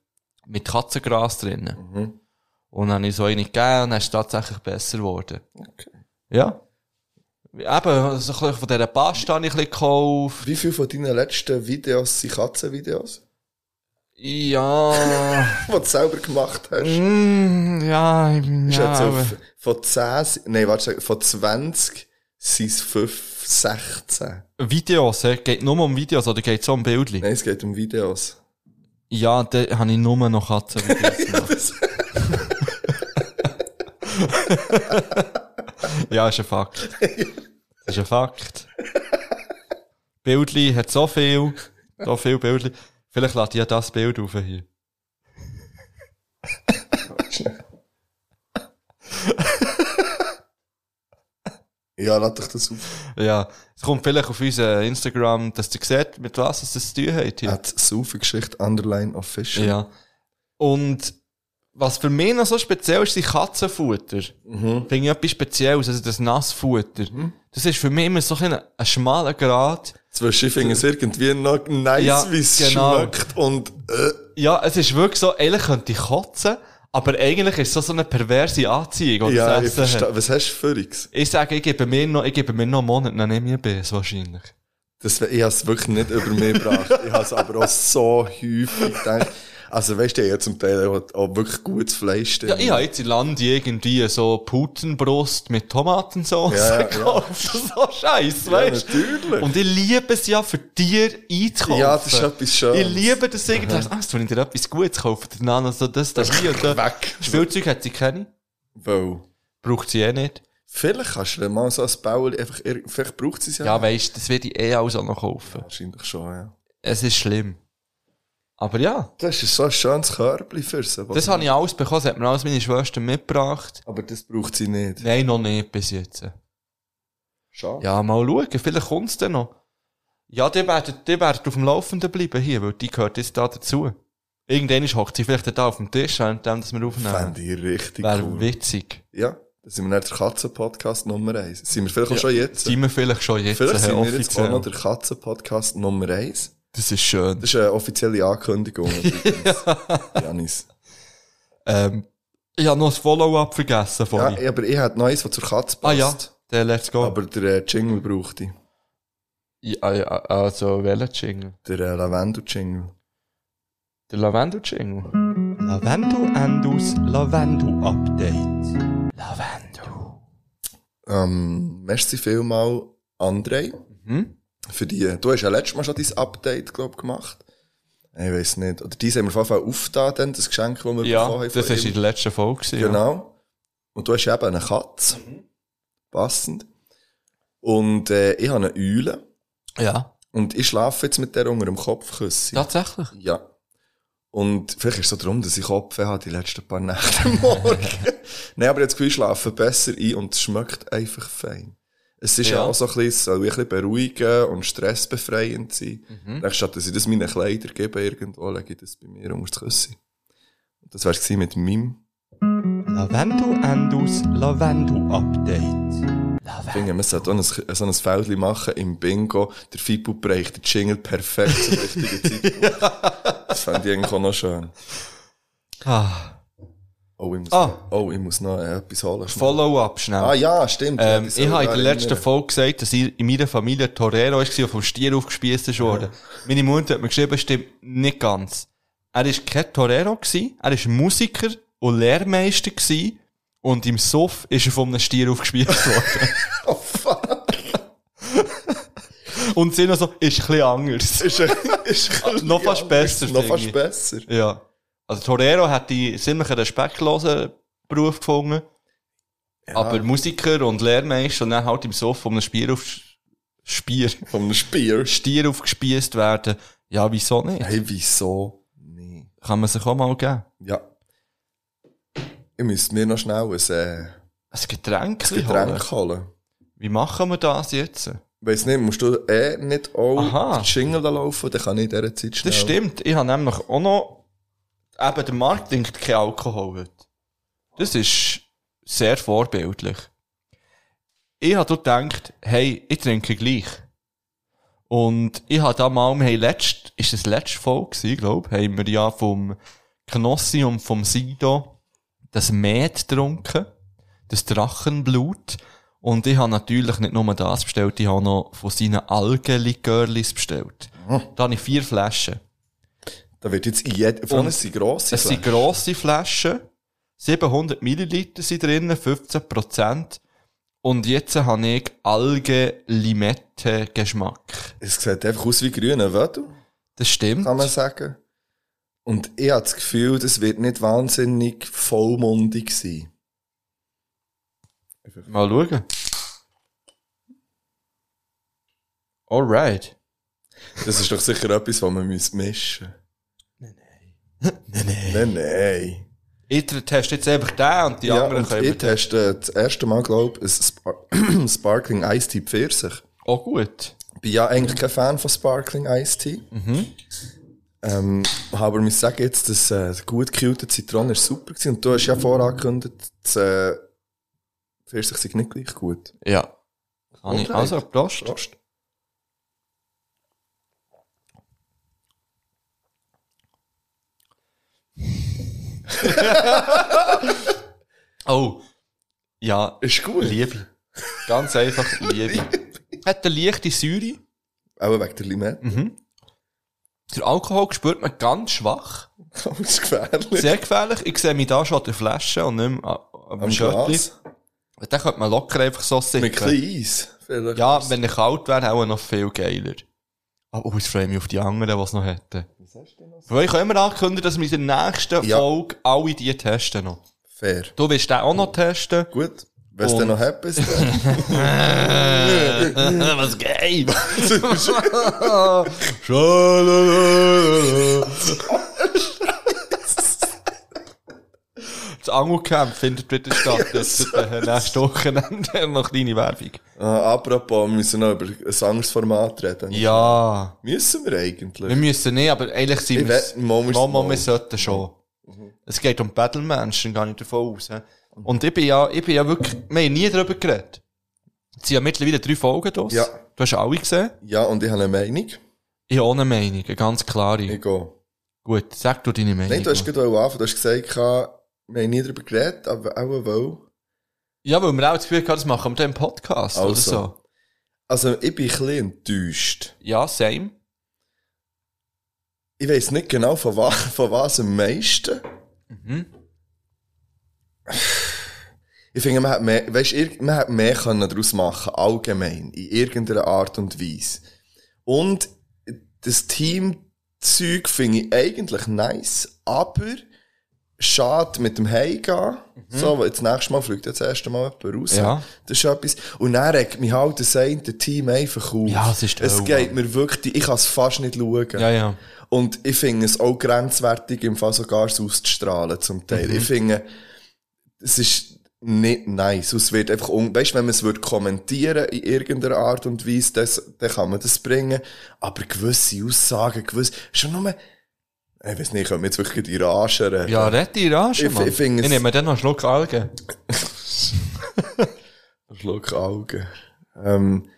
mit Katzengras drinnen. Mhm. Und dann habe ich so eine gegeben und dann ist es tatsächlich besser geworden. Ja. Eben, so ein bisschen von dieser Pasta habe ich ein bisschen gekauft. Wie viele von deinen letzten Videos sind Katzenvideos? Ja. Die du selber gemacht hast? mm, ja, ich bin Ist ja. jetzt aber- auf, von 10, si- nein, warte, von 20 sind es 5, 16. Videos, es geht nur um Videos oder geht es um Bildchen? Nein, es geht um Videos. Ja, da habe ich nur noch Katzenvideos gemacht. Das ja, ist ein Fakt. ist ein Fakt. Bildchen hat so viel. So viel Bildchen. Vielleicht Vielleicht lädt ja das Bild auf hier. Ja, lass dich das auf. Ja, es kommt vielleicht auf unser Instagram, dass ihr seht, mit was es das zu tun hat. hier. Hat Saufengeschichte underline official. Ja. Und was für mich noch so speziell ist, sind Katzenfutter. Mhm. Finde ich etwas Spezielles, also das Nassfutter. Das ist für mich immer so ein, bisschen ein schmaler Grad. Zwischen finde es irgendwie noch nice, Ja, wie es genau. schmeckt und äh, Ja, es ist wirklich so, ehrlich könnte ich kotzen, aber eigentlich ist es so, so eine perverse Anziehung, die das ja, ich Essen hat. verstehe. Was hast du für uns? Ich sage, ich gebe mir noch, ich gebe mir noch einen Monat, dann nehme ich einen Biss, wahrscheinlich. Das, ich habe es wirklich nicht über mich gebracht. Ich habe es aber auch so häufig gedacht. Also weißt du, ja zum Teil auch, auch wirklich gutes Fleisch. drin. Ja, ich habe jetzt in Landi irgendwie so Putenbrust mit Tomatensauce Ja, ja, ja. gekauft. So scheiße, ja, weißt du? natürlich. Und ich liebe es ja, für Tiere einzukaufen. Ja, das ist etwas Schönes. Ich liebe das irgendwie. Ah, jetzt will ich dir etwas Gutes kaufen. Dann Nano so das, das, hier und da. Weg. Spielzeug hat sie keine. Weil Braucht sie eh nicht. vielleicht kannst du dir mal so ein Bauer einfach, ir- vielleicht braucht sie es ja. Ja, weisst, das werde ich eh alles auch noch kaufen. Wahrscheinlich schon, ja. Es ist schlimm. Aber ja, Das ist so ein schönes Körbchen für sie. das habe ich alles bekommen. Das hat mir alles meine Schwester mitgebracht. Aber das braucht sie nicht. Nein, noch nicht bis jetzt. Schade. Ja, mal schauen, vielleicht kommt's dann noch. Ja, die werden, die werden auf dem Laufenden bleiben hier, weil die gehört jetzt da dazu. Irgendwann hockt sie vielleicht da auf dem Tisch, während dem, dass wir Fände aufnehmen. ich richtig Wäre cool. witzig. Ja, dann sind wir dann der Katzen-Podcast Nummer eins Sind wir vielleicht auch schon jetzt? Sind wir vielleicht schon jetzt vielleicht äh, sind wir jetzt auch noch der Katzen-Podcast Nummer eins Das ist schön. Das ist eine offizielle Ankündigung übrigens. Janis. Ähm, ich habe noch ein Follow-up vergessen Ja, vorhin. aber ich hätte noch eins, was zur Katze passt. ah ja, der Let's Go. Aber der äh, Jingle brauchte ich. ja, ja, also, welcher Jingle? Der äh, Lavendel-Jingle. Der Lavendel-Jingle. Lavendel Endus Lavendel-Update. Lavendel. Ähm, merci vielmal, André. Mhm. Für die, du hast ja letztes Mal schon dein Update, glaub gemacht. Ich weiß nicht. Oder dies haben wir auf jeden Fall aufgetan, dann, das Geschenk, das wir Ja, bekommen haben. das war von ihm. in der letzten Folge. gewesen, Ja. Mhm. Genau. Und du hast eben eine Katze. Passend. Und äh, ich habe eine Eule. Ja, Und ich schlafe jetzt mit der unter dem Kopfkissen. tatsächlich. Ja. Und vielleicht ist es so darum, dass ich Kopf habe die letzten paar Nächte am Morgen. Nein, aber jetzt Gefühl, ich schlafe besser ein und es schmeckt einfach fein. Es ist ja, Ja. auch so ein bisschen, es soll ein bisschen beruhigen und stressbefreiend sein. Mhm. Mhm. Statt dass ich das meinen Kleider gebe irgendwo, lege ich das bei mir unter das Küsse. Das wär's gewesen mit meinem Lavendel Endus Lavendel Update. Finger. Man sollte auch ein, so ein Feldchen machen im Bingo. Der Fibu bräuchte den Jingle perfekt zur richtigen Zeit. Das fände ich eigentlich auch noch schön. Ah, Oh, ich muss, Ah. oh, ich muss noch äh, etwas holen. Follow-up schnell. Ah ja, stimmt. Ähm, Ja, ich habe in der letzten erinnern. Folge gesagt, dass ich in meiner Familie Torero war, der vom Stier aufgespießt ist worden. Meine Mutter hat mir geschrieben, stimmt nicht ganz. Er war kein Torero, gewesen, er war Musiker und Lehrmeister gewesen, und im Suff ist er von einem Stier aufgespießt worden. Oh fuck. und sie noch so, ist ein bisschen anders. Ist, ein- ist ein- Noch fast besser, Noch finde fast ich. besser. Ja. Also Torero hat die ziemlich einen respektlosen Beruf gefunden. Aber Musiker und Lehrmeister und dann halt im Sofa um ein Spier auf Spier, Vom Spear. Stier aufgespießt werden. Ja, wieso nicht? Hey, wieso? Nee. Kann man sich auch mal geben. Ja. Ich müsste mir noch schnell ein äh, Ein Getränk, holen. Getränk holen. Wie machen wir das jetzt? Weiss nicht, musst du eh nicht auch Aha. den Jingle da laufen, dann kann ich in dieser Zeit schnell. Das stimmt. Ich habe nämlich auch noch, eben der Markt trinkt kein Alkohol heute. Das ist sehr vorbildlich. Ich habe dort gedacht, hey, ich trinke gleich. Und ich habe da mal, wir haben letzt, ist das letzte Folge gewesen, glaub, haben wir ja vom Knossi und vom Sido das Met getrunken, das Drachenblut. Und ich habe natürlich nicht nur das bestellt, ich habe noch von seinen Algenlikörlis bestellt. Da habe ich vier Flaschen. Da wird jetzt jeder, vor Und allem es sind grosse Es sind grosse Flaschen, 700 Milliliter sind drin, 15%. Und jetzt habe ich Algen-Limette-Geschmack. Es sieht einfach aus wie grüne Wödel, Das stimmt. kann man sagen. Und ich habe das Gefühl, das wird nicht wahnsinnig vollmundig sein. Mal schauen. Alright. Das ist doch sicher etwas, was man muss mischen Nein, nein. Ich teste jetzt einfach den und die Ja, anderen und können. ich wir- teste das erste Mal, glaube ich, ein Spar Sparkling Ice Tea Pfirsich. Auch Oh, gut. bin ja eigentlich kein Fan von Sparkling Iced Tea. Mhm. Ähm, habe aber mir sagen jetzt, dass äh, die gut gekühlte Zitrone ist super gewesen. Und du hast ja vorangekündigt, dass äh, Pfirsich sind nicht gleich gut. Ja. Kann ich. Okay. Also, Prost. Prost. Oh. Ja, Ist gut. Liebe. Ganz einfach Liebe. Hat eine leichte Säure. Auch wegen der Limette. Mhm. Der Alkohol spürt man ganz schwach. Aber es ist gefährlich. Sehr gefährlich. Ich sehe mich da schon an der Flasche und nicht mehr am, am Am Schöttli. Glas. Und Den könnte man locker einfach so Mit ein sippen. bisschen Eis. Vielleicht. Ja, wenn er kalt wäre, auch noch viel geiler. Aber ich freue mich auf die anderen, die es noch hätten. Was hast du noch? Ich kann immer ankündigen, dass wir in der nächsten Ja. Folge alle die testen noch. Fair. Du willst den auch noch testen. Gut. Wenn es Und- dann noch happy ist, dann Was geil! Das Angelcamp findet wieder statt. Das ist äh, nächstes Wochenende noch kleine Werbung. Ah, apropos, wir müssen noch über ein anderes Format reden. Ja. Müssen wir Wir eigentlich? müssen nicht, aber eigentlich Ich sind wir wette, mal müssen Mama, mal. wir sollten schon. Mhm. Es geht um Battlemenschen, gehe ich davon aus. hä? Und ich bin ja, ich bin ja wirklich, wir haben nie darüber geredet. Es sind ja mittlerweile drei Folgen draus. Ja. Du hast alle gesehen. Ja, und ich habe eine Meinung. Ich habe auch eine Meinung, eine ganz klare. Ich gehe. Gut, sag du deine Meinung. Nein, du hast gerade auch angefangen, du hast gesagt, wir haben nie darüber geredet, aber auch weil. ja, weil wir auch das Gefühl hatten, das machen wir dann im Podcast oder Also. so. Also, ich bin ein bisschen enttäuscht. Ja, same. Ich weiss nicht genau, von was, von was am meisten. Mhm. Ich finde, man hat mehr, weißt, man hat mehr können daraus machen allgemein, in irgendeiner Art und Weise. Und das Teamzeug finde ich eigentlich nice, aber schade mit dem Heimgehen. So, weil jetzt das nächste Mal fliegt jetzt das erste Mal jemand raus. Mhm. Ja. Das ist etwas. Und dann regt mich halt das eine Team einfach auf. Ja, es ist die Es Hölle, geht mir wirklich, ich kann es fast nicht schauen. Ja, ja. Und ich finde es auch grenzwertig, im Fall sogar es auszustrahlen zum Teil. Ich finde, es ist nicht nice. Es wird einfach un weißt, wenn man es würde kommentieren in irgendeiner Art und Weise, das, dann kann man das bringen. Aber gewisse Aussagen, gewisse, schon nur, ich weiß nicht, ich könnte mir jetzt wirklich die Rage reden. Ja, red die Rage, Ich- Mann. ich finde es- nehme dann noch einen Schluck Algen. Schluck Augen. Ähm,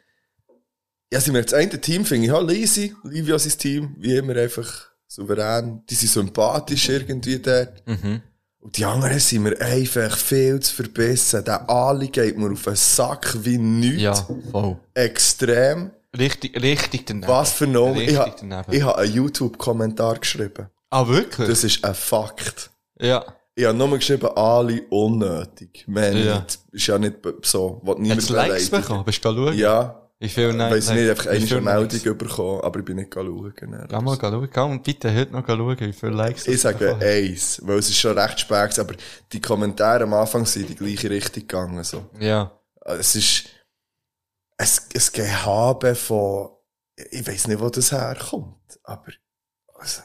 ja, sind wir das eine Team, finde ich, ja, Lisi, Livia sein Team, wie immer einfach souverän. Die sind sympathisch irgendwie dort. Mhm. Und die anderen sind mir einfach viel zu verbessern. Der Ali geht mir auf den Sack wie nichts. Ja, voll. Extrem. Richtig, richtig daneben. Was für ein Ich Richtig habe daneben. ich hab einen YouTube-Kommentar geschrieben. ah, wirklich? Das ist ein Fakt. ja. Ich habe nur geschrieben, Ali unnötig. Man, Ja. ist ja nicht so. Wollt niemand Hast du Likes beleidigen. bekommen? Bist du da schauen? Ja. Wie viel Nein? weiss nicht, einfach wie eine viel Likes? Meldung bekommen, aber ich bin nicht schauen. gegangen. Geh mal schauen. Geh und bitte heute noch schauen, wie viele Likes Ich das sage bekommen hat. eins, weil es ist schon recht spät, gewesen, aber die Kommentare am Anfang sind in die gleiche Richtung gegangen. So. Ja. Also Es ist es es Gehabe von, ich weiß nicht, wo das herkommt, aber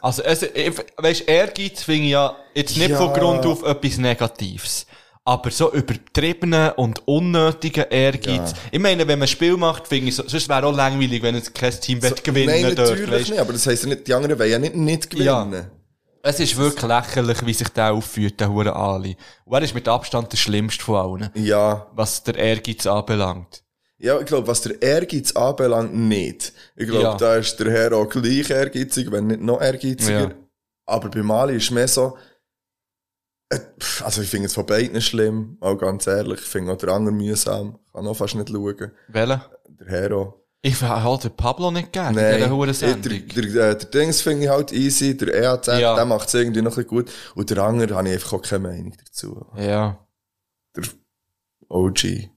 Also, es, ich- weisst, Ehrgeiz finde ich ja jetzt nicht Ja. von Grund auf etwas Negatives. Aber so übertriebenen und unnötigen Ehrgeiz. Ich meine, wenn man ein Spiel macht, finde ich so, sonst wäre auch langweilig, wenn jetzt kein Team so, gewinnen nein, natürlich dort, weisst. nicht, aber das heisst ja nicht, die anderen wollen ja nicht, nicht Ja. gewinnen. Es ist wirklich lächerlich, wie sich der aufführt, der Hure Ali. Und er ist mit Abstand der schlimmste von allen, Ja, was der Ehrgeiz anbelangt. ja, ich glaube, was der Ehrgeiz anbelangt, nicht. Ich glaube, Ja. da ist der Herr auch gleich ehrgeizig, wenn nicht noch ehrgeiziger. Ja. Aber bei Mali ist mehr so, äh, pff, also ich finde es von beiden schlimm, auch ganz ehrlich, ich finde auch der andere mühsam, kann auch fast nicht schauen, Welcher? der Hero. Ich habe den Pablo nicht gern, in Nein, dieser Hure der, Sendung. der, der, der Dings finde ich halt easy, der E EAZ, Ja. der macht es irgendwie noch ein bisschen gut und der andere habe ich einfach auch keine Meinung dazu. Ja. OG.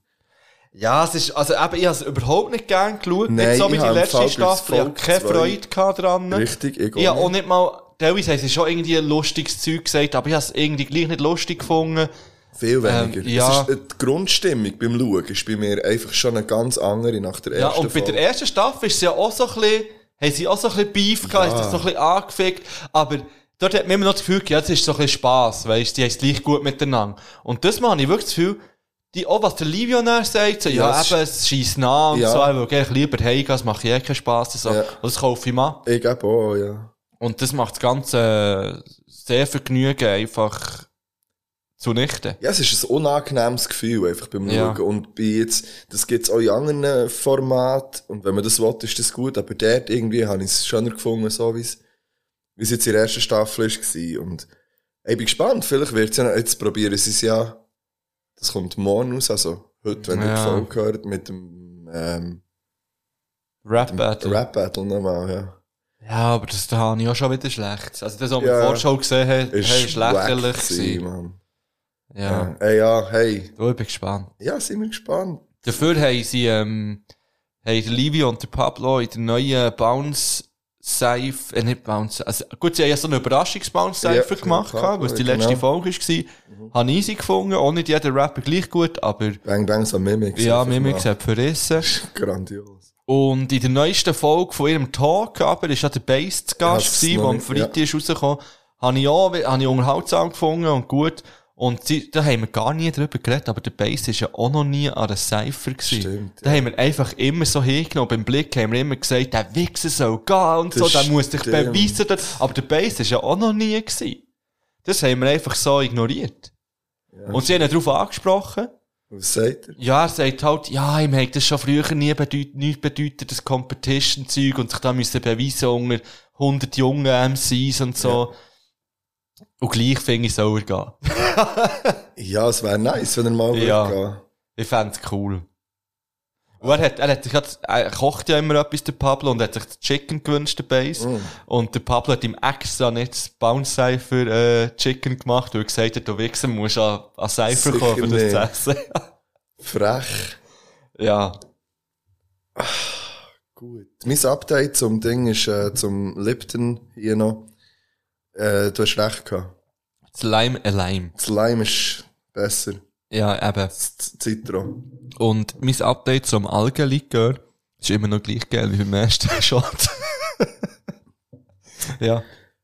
Ja, es ist, also eben, ich habe es überhaupt nicht gern geschaut. Nein, nicht so wie ich die habe im Fall letzte bei Staffel. Ich habe Folge keine zwei- Freude gehabt dran. Richtig, ich Ich habe auch auch nicht mal, teilweise haben sie schon irgendwie ein lustiges Zeug gesagt, aber ich habe es irgendwie gleich nicht lustig gefunden. Viel weniger. Ähm, ja. es ist, äh, die Grundstimmung beim Schauen ist bei mir einfach schon eine ganz andere nach der Ja, ersten und bei Folge. der ersten Staffel ist es ja auch so ein bisschen, haben sie auch so ein bisschen Beef gehabt, ist das so ein bisschen angefickt, aber dort hat man immer noch das Gefühl, gehabt, ja, das ist so ein bisschen Spass, weisst, die haben es gleich gut miteinander. Und das Mal habe ich wirklich das Gefühl, die, auch was der Livio dann sagt, so, ja, Ja, es eben, es schießt nah und Ja. so, ich will gleich lieber heimgehen, es macht eh keinen Spass, und so. Ja. Und das kaufe ich mal. Ich glaube auch, ja. Und das macht das Ganze sehr vergnügen einfach zunichte. Ja, es ist ein unangenehmes Gefühl einfach beim Ja. Schauen. Und bei jetzt, das gibt es auch in anderen Formaten. Und wenn man das will, ist das gut. Aber dort irgendwie habe ich es schöner gefunden, so wie es wie es jetzt in der ersten Staffel war. Und ich bin gespannt. Vielleicht wird es ja noch, jetzt probieren sie es ja. Das kommt morgen raus, also heute, wenn ihr Ja. die Folge hört, mit dem ähm, Rap Battle. Rap-Battle nochmal, ja. Ja, aber das da habe ich auch schon wieder schlecht. Also das, was wir Ja. ja. Vorschau gesehen haben, Ist ist wack lächerlich gewesen, gewesen. Mann. Ja. Ja. Ey, ja, hey. Du, ich bin gespannt. Ja, sind wir gespannt. Dafür haben sie, ähm, haben der Livio und der Pablo in der neuen Bounce Seife, äh, nicht Bounce, also, gut, sie haben ja so eine Überraschungs-Bounce Ja, Seife für gemacht, den Pablo, weil es die ja, letzte genau. Folge war. Habe ich sie gefunden, auch nicht jeder Rapper gleich gut, aber Bang Bang so Mimics. ja, einfach Mimix mal. hat verrissen. Grandios. Und in der neuesten Folge von ihrem Talk aber ist ja der Bass zu hab's Gast gewesen, noch der am nicht- Freitag ist rausgekommen. Habe ich auch, habe ich unterhaltsam gefunden und gut. Und sie, da haben wir gar nie drüber geredet, aber der Bass ist ja auch noch nie an einer Cypher gewesen. Stimmt, Da haben wir einfach immer so hingenommen. Beim Blick haben wir immer gesagt, der Wichser soll gehen und Das so, der muss dich stimmt. beweisen. dort. Aber der Bass ist ja auch noch nie gewesen. Das haben wir einfach so ignoriert. Und sie haben ihn darauf angesprochen. Was sagt er? Ja, er sagt halt, ja, ihm hat das schon früher nie bedeut nicht bedeutet, das Competition-Zeug und sich da müssen beweisen unter 100 jungen MCs und so. Und gleich finde ich, soll er gehen. Ja, es wäre nice, wenn er mal Ja. würde Ich fände es cool. Und er hat, er hat sich, grad- er kocht ja immer etwas, der Pablo, und hat sich das Chicken gewünscht, der Bass. Mm. Und der Pablo hat ihm extra nicht das Bounce Cypher, äh, Chicken gemacht, weil er gesagt hat, du Wichser musst an, an Cypher Sicher kommen, für das nicht. zu essen. gehen. Frech. ja. Gut. Mein Update zum Ding ist äh, zum Lipton hier noch. Äh, du hast recht gehabt. Slime, äh, Lime. Das Lime ist besser. Ja, eben. Das Citro. Und mein Update zum Algenlikör ist immer noch gleich geil wie beim ersten Shot. ja.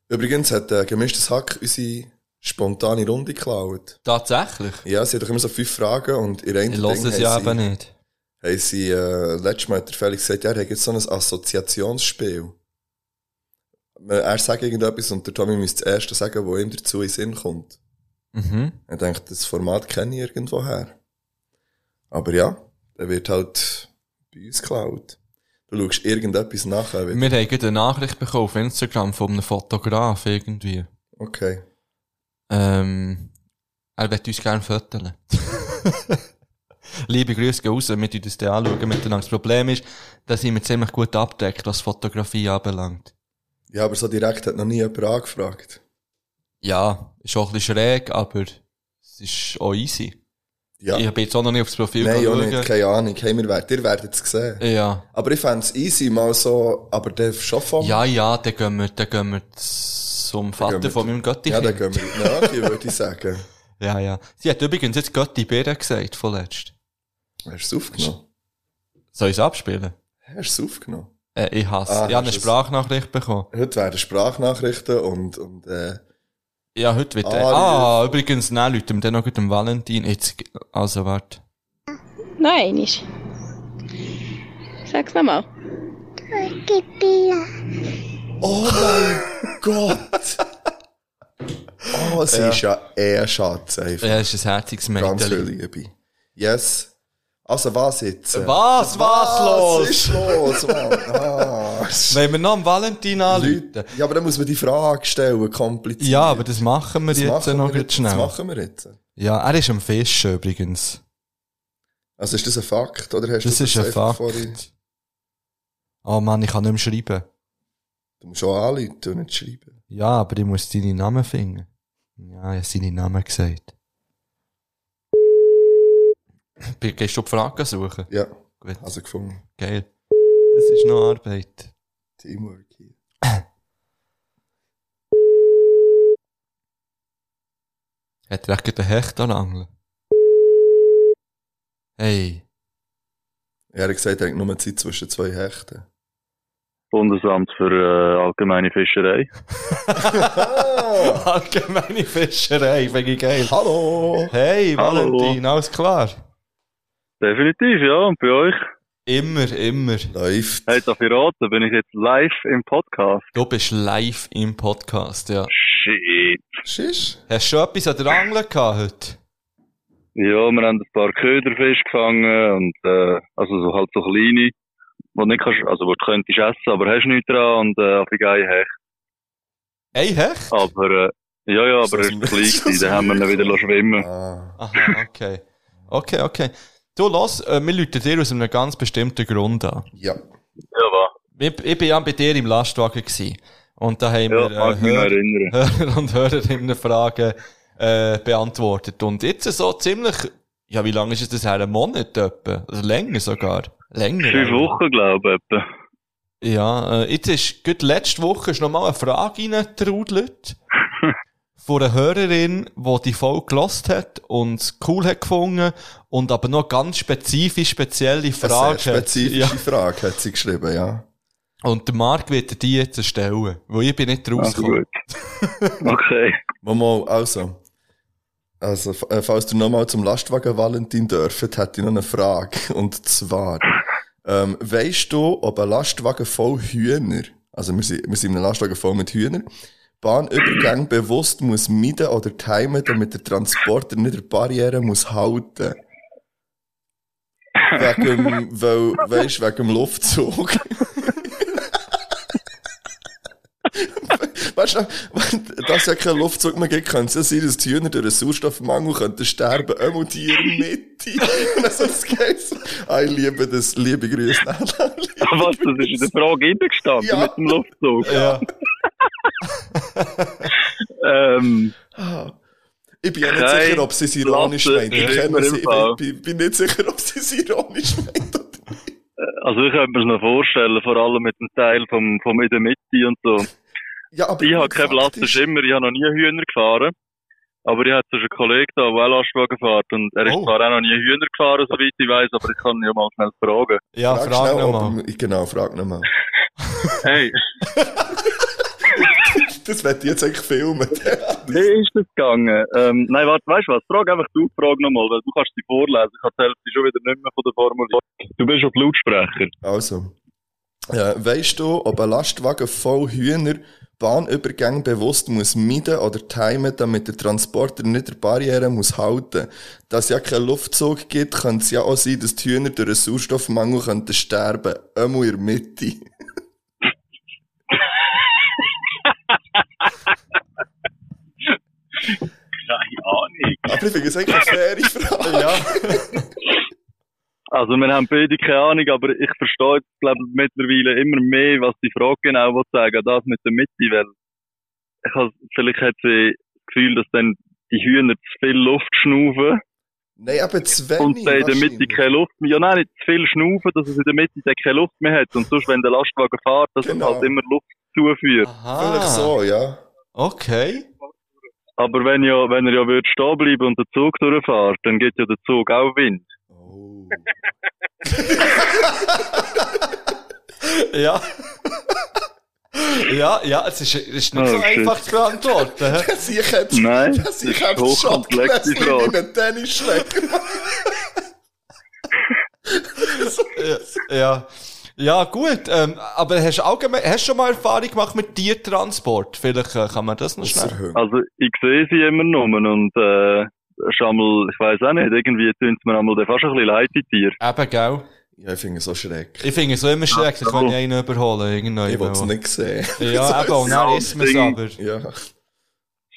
Übrigens hat äh, gemischtes Hack unsere spontane Runde geklaut. Tatsächlich? Ja, sie hat doch immer so fünf Fragen und ihr Ich lasse es ja eben nicht. haben sie, äh, letztes Mal hat der Felix gesagt, ja, er hat jetzt so ein Assoziationsspiel. Äh, Er sagt irgendetwas und der Tommy müsste das erste sagen, wo ihm dazu in den Sinn kommt. Mhm. Er denkt, das Format kenne ich irgendwo her. Aber ja, der wird halt bei uns geklaut. Du schaust irgendetwas nachher wieder. Wir haben gerade eine Nachricht bekommen auf Instagram von einem Fotograf irgendwie. Okay. Ähm, er wird uns gerne fotografieren. Liebe Grüße gehen raus, wir tun uns dann anschauen miteinander. Das Problem ist, dass sind wir ziemlich gut abdeckt, was Fotografie anbelangt. Ja, aber so direkt hat noch nie jemand angefragt. Ja, ist auch ein bisschen schräg, aber es ist auch easy. Ja. Ich habe jetzt auch noch nicht aufs Profil Nein, auch geschaut. nicht. Keine Ahnung. Hey, wir werden, ihr werdet es sehen. Ja. Aber ich fände es easy, mal so, aber der schon vom... Ja, ja, dann gehen wir, dann gehen wir zum gehen Vater wir- von meinem Götti. ja, dann gehen wir in die Nähe, würde ich sagen. ja, ja. Sie hat übrigens jetzt Götti Bären gesagt, vorletzt. Hast du es aufgenommen? Soll ich es abspielen? Hast du es aufgenommen? Äh, ich hasse. Ah, ich habe eine hast du es- Sprachnachricht bekommen. Heute werden Sprachnachrichten und, und äh, Ja, heute wird. Ah, Ah, übrigens, nein, Leute, wir dann noch gut am Valentin. Jetzt, also, warte. Nein, ich. Sag's nochmal. Oh mein Gott! Oh, sie ist ja eher Schatz einfach. Ja, es ist ein herziges Ganz viel Mädchen. Liebe. Yes. Also was jetzt? äh? Was, was, Was los? ist los, Mann? Ah, Wenn wir noch am Valentin anrufen. Leute. Ja, aber dann muss man die Frage stellen, kompliziert. Ja, aber das machen wir Das jetzt machen noch wir grad jetzt, schnell. Das machen wir jetzt. Ja, er ist am Fischen übrigens. Also ist das ein Fakt? Oder hast Das du ist ein Fakt. einfach vorhin- Oh Mann, ich kann nicht mehr schreiben. Du musst auch anrufen und nicht schreiben. Ja, aber ich muss seine Namen finden. Ja, ich habe seine Namen gesagt. Bi- Gehst du die Fragen suchen? Ja, Gut, also gefunden. geil. Das ist noch Arbeit. Teamwork hier. Hat er echt gerade den Hecht anangeln? Hey, Er hat gesagt, er hat nur Zeit zwischen zwei Hechten. Bundesamt für äh, allgemeine Fischerei. Allgemeine Fischerei, finde ich geil. Hallo! Hey, Hallo. Valentin, alles klar? Definitiv, ja. Und bei euch? Immer, immer. Läuft. Hey, darf ich raten? Bin ich jetzt live im Podcast? Du bist live im Podcast, ja. Shit. Schisch? Hast du schon etwas an der Angel gehabt heute? Ja, wir haben ein paar Köderfische gefangen und, äh, also so, halt so kleine, wo du nicht kannst, also wo du könntest essen, aber hast nichts dran und, äh, auf die Geier Hecht. Hey, Hecht? Aber, äh, ja, ja, Ist aber das er ist ein- ist klein, das dann haben wir ihn wirklich? wieder lassen schwimmen Ah. Aha, okay. Okay, okay. Du, los, äh, wir läuten dir aus einem ganz bestimmten Grund an. Ja. Ja, wa? Ich, ich bin ja bei dir im Lastwagen gewesen. Und da haben Ja, wir äh, mag ich mich noch Hör- erinnern. Hörer und Hörerinnen Fragen äh, beantwortet. Und jetzt so ziemlich, ja, wie lange ist es das her? Ein Monat etwa? Also länger sogar. Länger. Fünf Wochen, glaube ich, etwa. Ja, äh, jetzt ist, gut, letzte Woche ist nochmal eine Frage reingetrudelt. von einer Hörerin, die die Folge gelost hat und es cool hat gefunden und aber noch ganz spezifisch spezielle Eine Fragen. sehr spezifische Ja. Frage hat sie geschrieben, ja. Und der Marc wird die jetzt stellen, weil ich bin nicht Also rausgekommen. gut. Okay. Momo, also. Also, f- äh, falls du nochmal zum Lastwagen Valentin dürft, hätte ich noch eine Frage. Und zwar, ähm, weisst du, ob ein Lastwagen voll Hühner, also wir sind, wir sind in einem Lastwagen voll mit Hühnern, Bahnübergang bewusst muss meiden oder timen, damit der Transporter nicht der Barriere muss halten. Wegen, dem- weil, weisst, wegen dem Luftzug. Weißt du, dass es ja keinen Luftzug mehr gibt, könnte es ja sein, dass die Hühner durch einen Sauerstoffmangel könnten sterben, ähm und hier in der Mitte. Und dann so das Geiss. Ah, ich liebe das, liebe Grüße. Was, das ist in der Frage reingestanden Ja. mit dem Luftzug? Ja. Ähm, Ich bin ja nicht Nein, sicher, ob sie es ironisch lass es, meint. Ich, ja, kenne im sie, ich Fall. bin, bin, bin nicht sicher, ob sie es ironisch meint. also ich könnte mir es noch vorstellen, vor allem mit dem Teil vom, vom in der Mitte und so. Ja, aber Ich habe keinen blassen faktisch- Schimmer, ich habe noch nie Hühner gefahren. Aber ich hatte einen Kollegen da, der auch Lastwagen fährt. Und er ist Oh. zwar auch noch nie Hühner gefahren, soweit ich weiß, aber ich kann ihn ja mal schnell fragen. Ja, Frag frag schnell, ob nochmal. er- Genau, frag nochmal. Hey, Das werd ich jetzt eigentlich filmen. wie ist das gegangen? Ähm, nein, warte, weißt du was? Frag einfach du, frag nochmal, weil du kannst sie vorlesen. Ich habe die Hälfte schon wieder nicht mehr von der Formulierung. Du bist auf Lautsprecher. Also, äh, weißt du, ob ein Lastwagen voll Hühner Bahnübergänge bewusst muss meiden oder timen, damit der Transporter nicht der Barriere muss halten? Dass es ja keinen Luftzug gibt, könnte es ja auch sein, dass die Hühner durch einen Sauerstoffmangel könnten sterben. Einmal in der Mitte. Keine Ahnung. Aber ich finde es eigentlich eine faire Frage. Also wir haben beide keine Ahnung, aber ich verstehe jetzt, glaube ich, mittlerweile immer mehr, was die Frage genau will sagen, das mit der Mitte, weil ich has, vielleicht hat sie das Gefühl, dass dann die Hühner zu viel Luft schnaufen Nein, aber zu und wenig. dann in der Mitte wahrscheinlich. keine Luft mehr, ja nein, nicht zu viel schnaufen, dass es in der Mitte dann keine Luft mehr hat und sonst, wenn der Lastwagen fährt, dass Genau. es halt immer Luft zuführt. Ah. Vielleicht so, ja. Okay. Aber wenn ja, wenn er ja würde stehen bleiben und der Zug durchfährt, dann geht ja der Zug auch Wind. Oh. Ja. ja, ja, es ist, es ist nicht Oh, so shit. einfach zu beantworten. hä? Das ich jetzt, Nein, das ich das ist jetzt schon hochkomplexe gelesen Frage. in einem Tennisschläger. ja. Ja, gut, ähm, aber hast du allgemein, hast du schon mal Erfahrung gemacht mit Tiertransport? Vielleicht äh, kann man das noch schnell. Also ich sehe sie immer nur und äh, schon mal, ich weiß auch nicht, irgendwie tun sie mir einmal fast ein bisschen leid, die Tiere. Eben, gell? Ja, ich finde es so schräg. Ich finde es auch immer schräg, dass wenn jawohl. ich einen überhole, irgendwann. Ich will es nicht sehen. Ah, Ja, eben, und dann ist man es Ding. aber. Ja. Das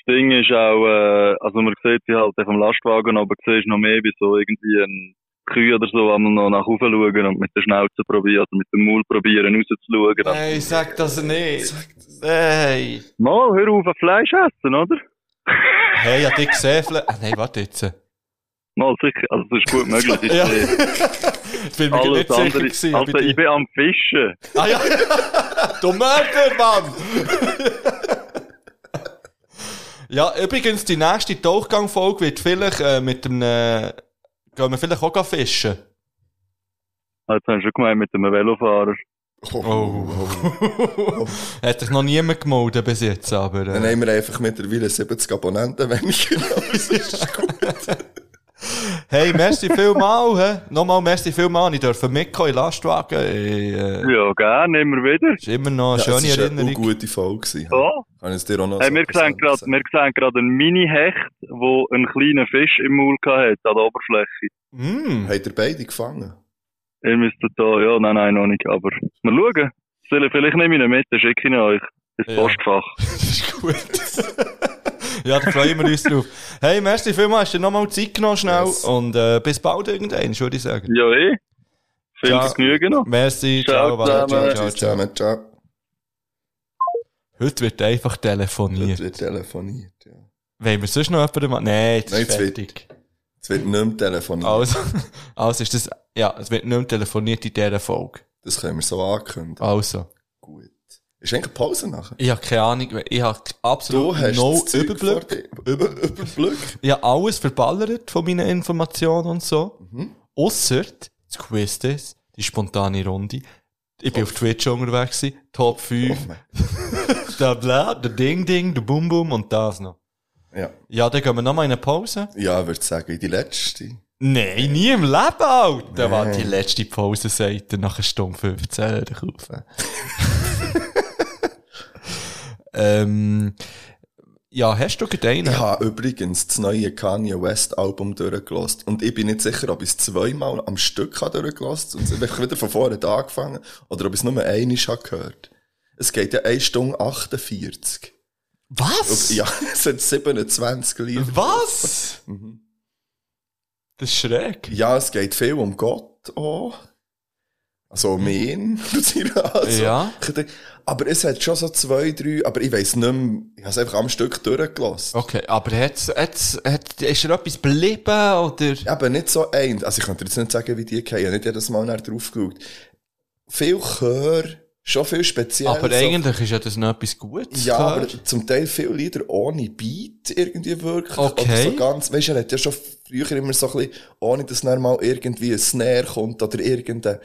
Ding ist auch, äh, also man sieht sie halt vom Lastwagen, aber du siehst noch mehr, wie so irgendwie ein Kühe oder so einmal noch nach oben schauen und mit der Schnauze probieren, also mit dem Maul probieren, rauszuschauen. Dann- Nein, sag das nicht. Nein. Mal, hör auf, Fleisch essen, oder? Hey, ja, dich gesehen, vielleicht. Ah, nein, warte jetzt. Mal sicher, also das ist gut möglich. Ich Ja. sehe Ich bin mir Alles nicht sicher andere, gewesen. ob also ich ich die- bin am Fischen. Ah, ja. Du Mördermann! ja, übrigens, die nächste Tauchgang-Folge wird vielleicht äh, mit dem. Äh, gehen wir vielleicht auch gehen fischen. Also, Ah, Jetzt haben wir schon gemeint mit dem Velofahrer. Oh, Oh. Hat sich noch niemand gemeldet bis jetzt, aber. äh. Dann haben wir einfach mittlerweile 70 Abonnenten weniger. Das ist gut. Hey, merci vielmal, hä? Nochmal merci vielmal. Ich durfte mitkommen in den Lastwagen. Ich, äh, Ja, gerne, immer wieder. Ist immer noch eine Ja, schöne es äh, war eine Erinnerung. gute Folge. gewesen. Ja. Kann ich es dir auch noch Hey, wir, sagen? sehen grad, wir sehen gerade einen Mini-Hecht, der einen kleinen Fisch im Maul hatte, an der Oberfläche. Mm. Habt ihr beide gefangen? Ihr müsst da, ja, nein, nein, noch nicht, aber mal schauen. Soll- Vielleicht nehme ich ihn mit, dann schicke ich ihn euch ins Ja. Postfach. Das ist gut. ja, da freuen wir uns drauf. Hey, merci vielmal. Hast du dir nochmal Zeit genommen schnell? Yes. Und äh, bis bald irgendwann, würde ich sagen. Ja, eh. Viel Ja. Genügen noch. Merci, ciao, ciao, ciao, Ciao zusammen. ciao, Tschüss zusammen, ciao. Heute wird einfach telefoniert. Jetzt wird telefoniert. Ja. Wollen wir sonst noch jemanden machen? Nein, jetzt Nein, ist jetzt fertig. Es wird nicht mehr telefoniert. Also, also ist das, ja, es wird nicht mehr telefoniert in dieser Folge. Das können wir so ankündigen. Also, Gut. Ist eigentlich Pause nachher? ich habe keine Ahnung, ich habe Du absolut hast no das Zeug vor Überblick. dir. Über, Überblick? Ich habe alles verballert von meinen Informationen und so. Mhm. Ausser das Quiz, das, die spontane Runde. Ich bin auf Twitch schon unterwegs, gewesen, Top 5, Oh mein- da bla, der Ding Ding, der Bum Bum und das noch. Ja. Ja, dann gehen wir nochmal in eine Pause. ja, ich würde sagen, die letzte. Nein, nie im Leben, Alter! Nee. War die letzte Pause, sagt er, nach einer Stunde 15 hör ich auf. ähm, ja, hast du gerade einen? Ich habe übrigens das neue Kanye West Album durchgelost. Und ich bin nicht sicher, ob ich es zweimal am Stück habe durchgelost und es einfach wieder von vorne angefangen oder ob ich es nur einmal habe gehört. Es geht ja 1 Stunde 48. Was? Und, ja, es sind 27 Lieder. Was? Mhm. Das ist schräg. Ja, es geht viel um Gott auch. Also um ihn. also, Ja. ich denke, Aber es hat schon so zwei, drei, aber ich weiss nicht mehr, ich habe es einfach am Stück durchgelassen. Okay, aber hat's, hat's, hat, ist er etwas geblieben oder? Eben nicht so ein. Also ich könnte jetzt nicht sagen, wie die gehen. Ich habe nicht jedes Mal nachher drauf geschaut. Viel Chör, schon viel speziell. aber so. eigentlich ist ja das noch etwas Gutes. also- Ja, klar. aber zum Teil viele Lieder ohne Beat irgendwie wirklich. Okay. Oder so ganz, weißt du, er hat ja schon früher immer so ein bisschen, ohne dass dann mal irgendwie ein Snare kommt oder irgendein,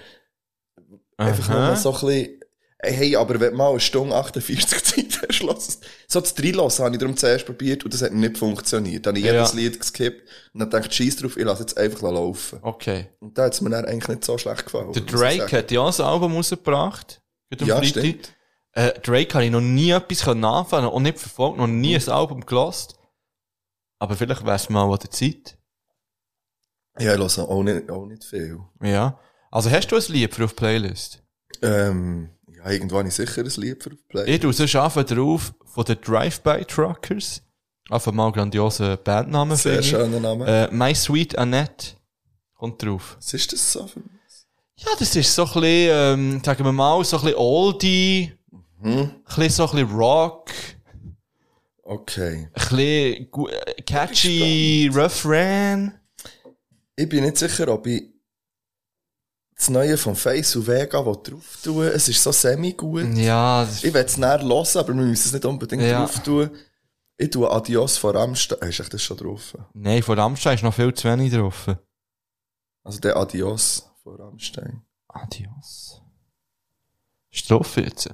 einfach Aha. nur so ein bisschen, hey, aber wenn du mal eine Stunde 48 Zeit hast, lass es. So das Trilos habe ich darum zuerst probiert und das hat nicht funktioniert. Dann habe ich Ja. jedes Lied geskippt und dann dachte ich, scheiß drauf, ich lasse jetzt einfach laufen. Okay. Und da hat es mir dann eigentlich nicht so schlecht gefallen. Der Oh, muss ich Drake sagen. hat ja auch ein Album rausgebracht. Gerade am Ja, Freitag. stimmt. Äh, Drake habe ich noch nie etwas können anfangen und nicht verfolgt, noch nie ein Album gelost. Aber vielleicht wär's mal an der Zeit. Ja, ich höre auch nicht, auch nicht viel. Ja. Also hast du ein Lied für auf die Playlist? Ähm, ja, irgendwann habe ich sicher ein Lied für Play. Ich tue sonst einfach drauf von den Drive-By-Truckers. Einfach mal grandiosen Bandnamen Sehr finde ich. schöner Name. Äh, My Sweet Annette kommt drauf. Was ist das so für Ja, das ist so ein bisschen, ähm, sagen wir mal, so ein bisschen Oldie, Hm? ein bisschen so ein bisschen Rock, Okay. ein bisschen gu- äh, catchy Refrain. Ich bin nicht sicher, ob ich das Neue von Face und Vega will drauf tun Es ist so semi-gut. Ja, das Ich will es näher hören, aber wir müssen es nicht unbedingt Ja. drauf tun. Ich tue Adios von Rammstein. Hast du das schon drauf? Nein, von Rammstein ist noch viel zu wenig drauf. Also der Adios von Rammstein. Adios. Ist drauf jetzt?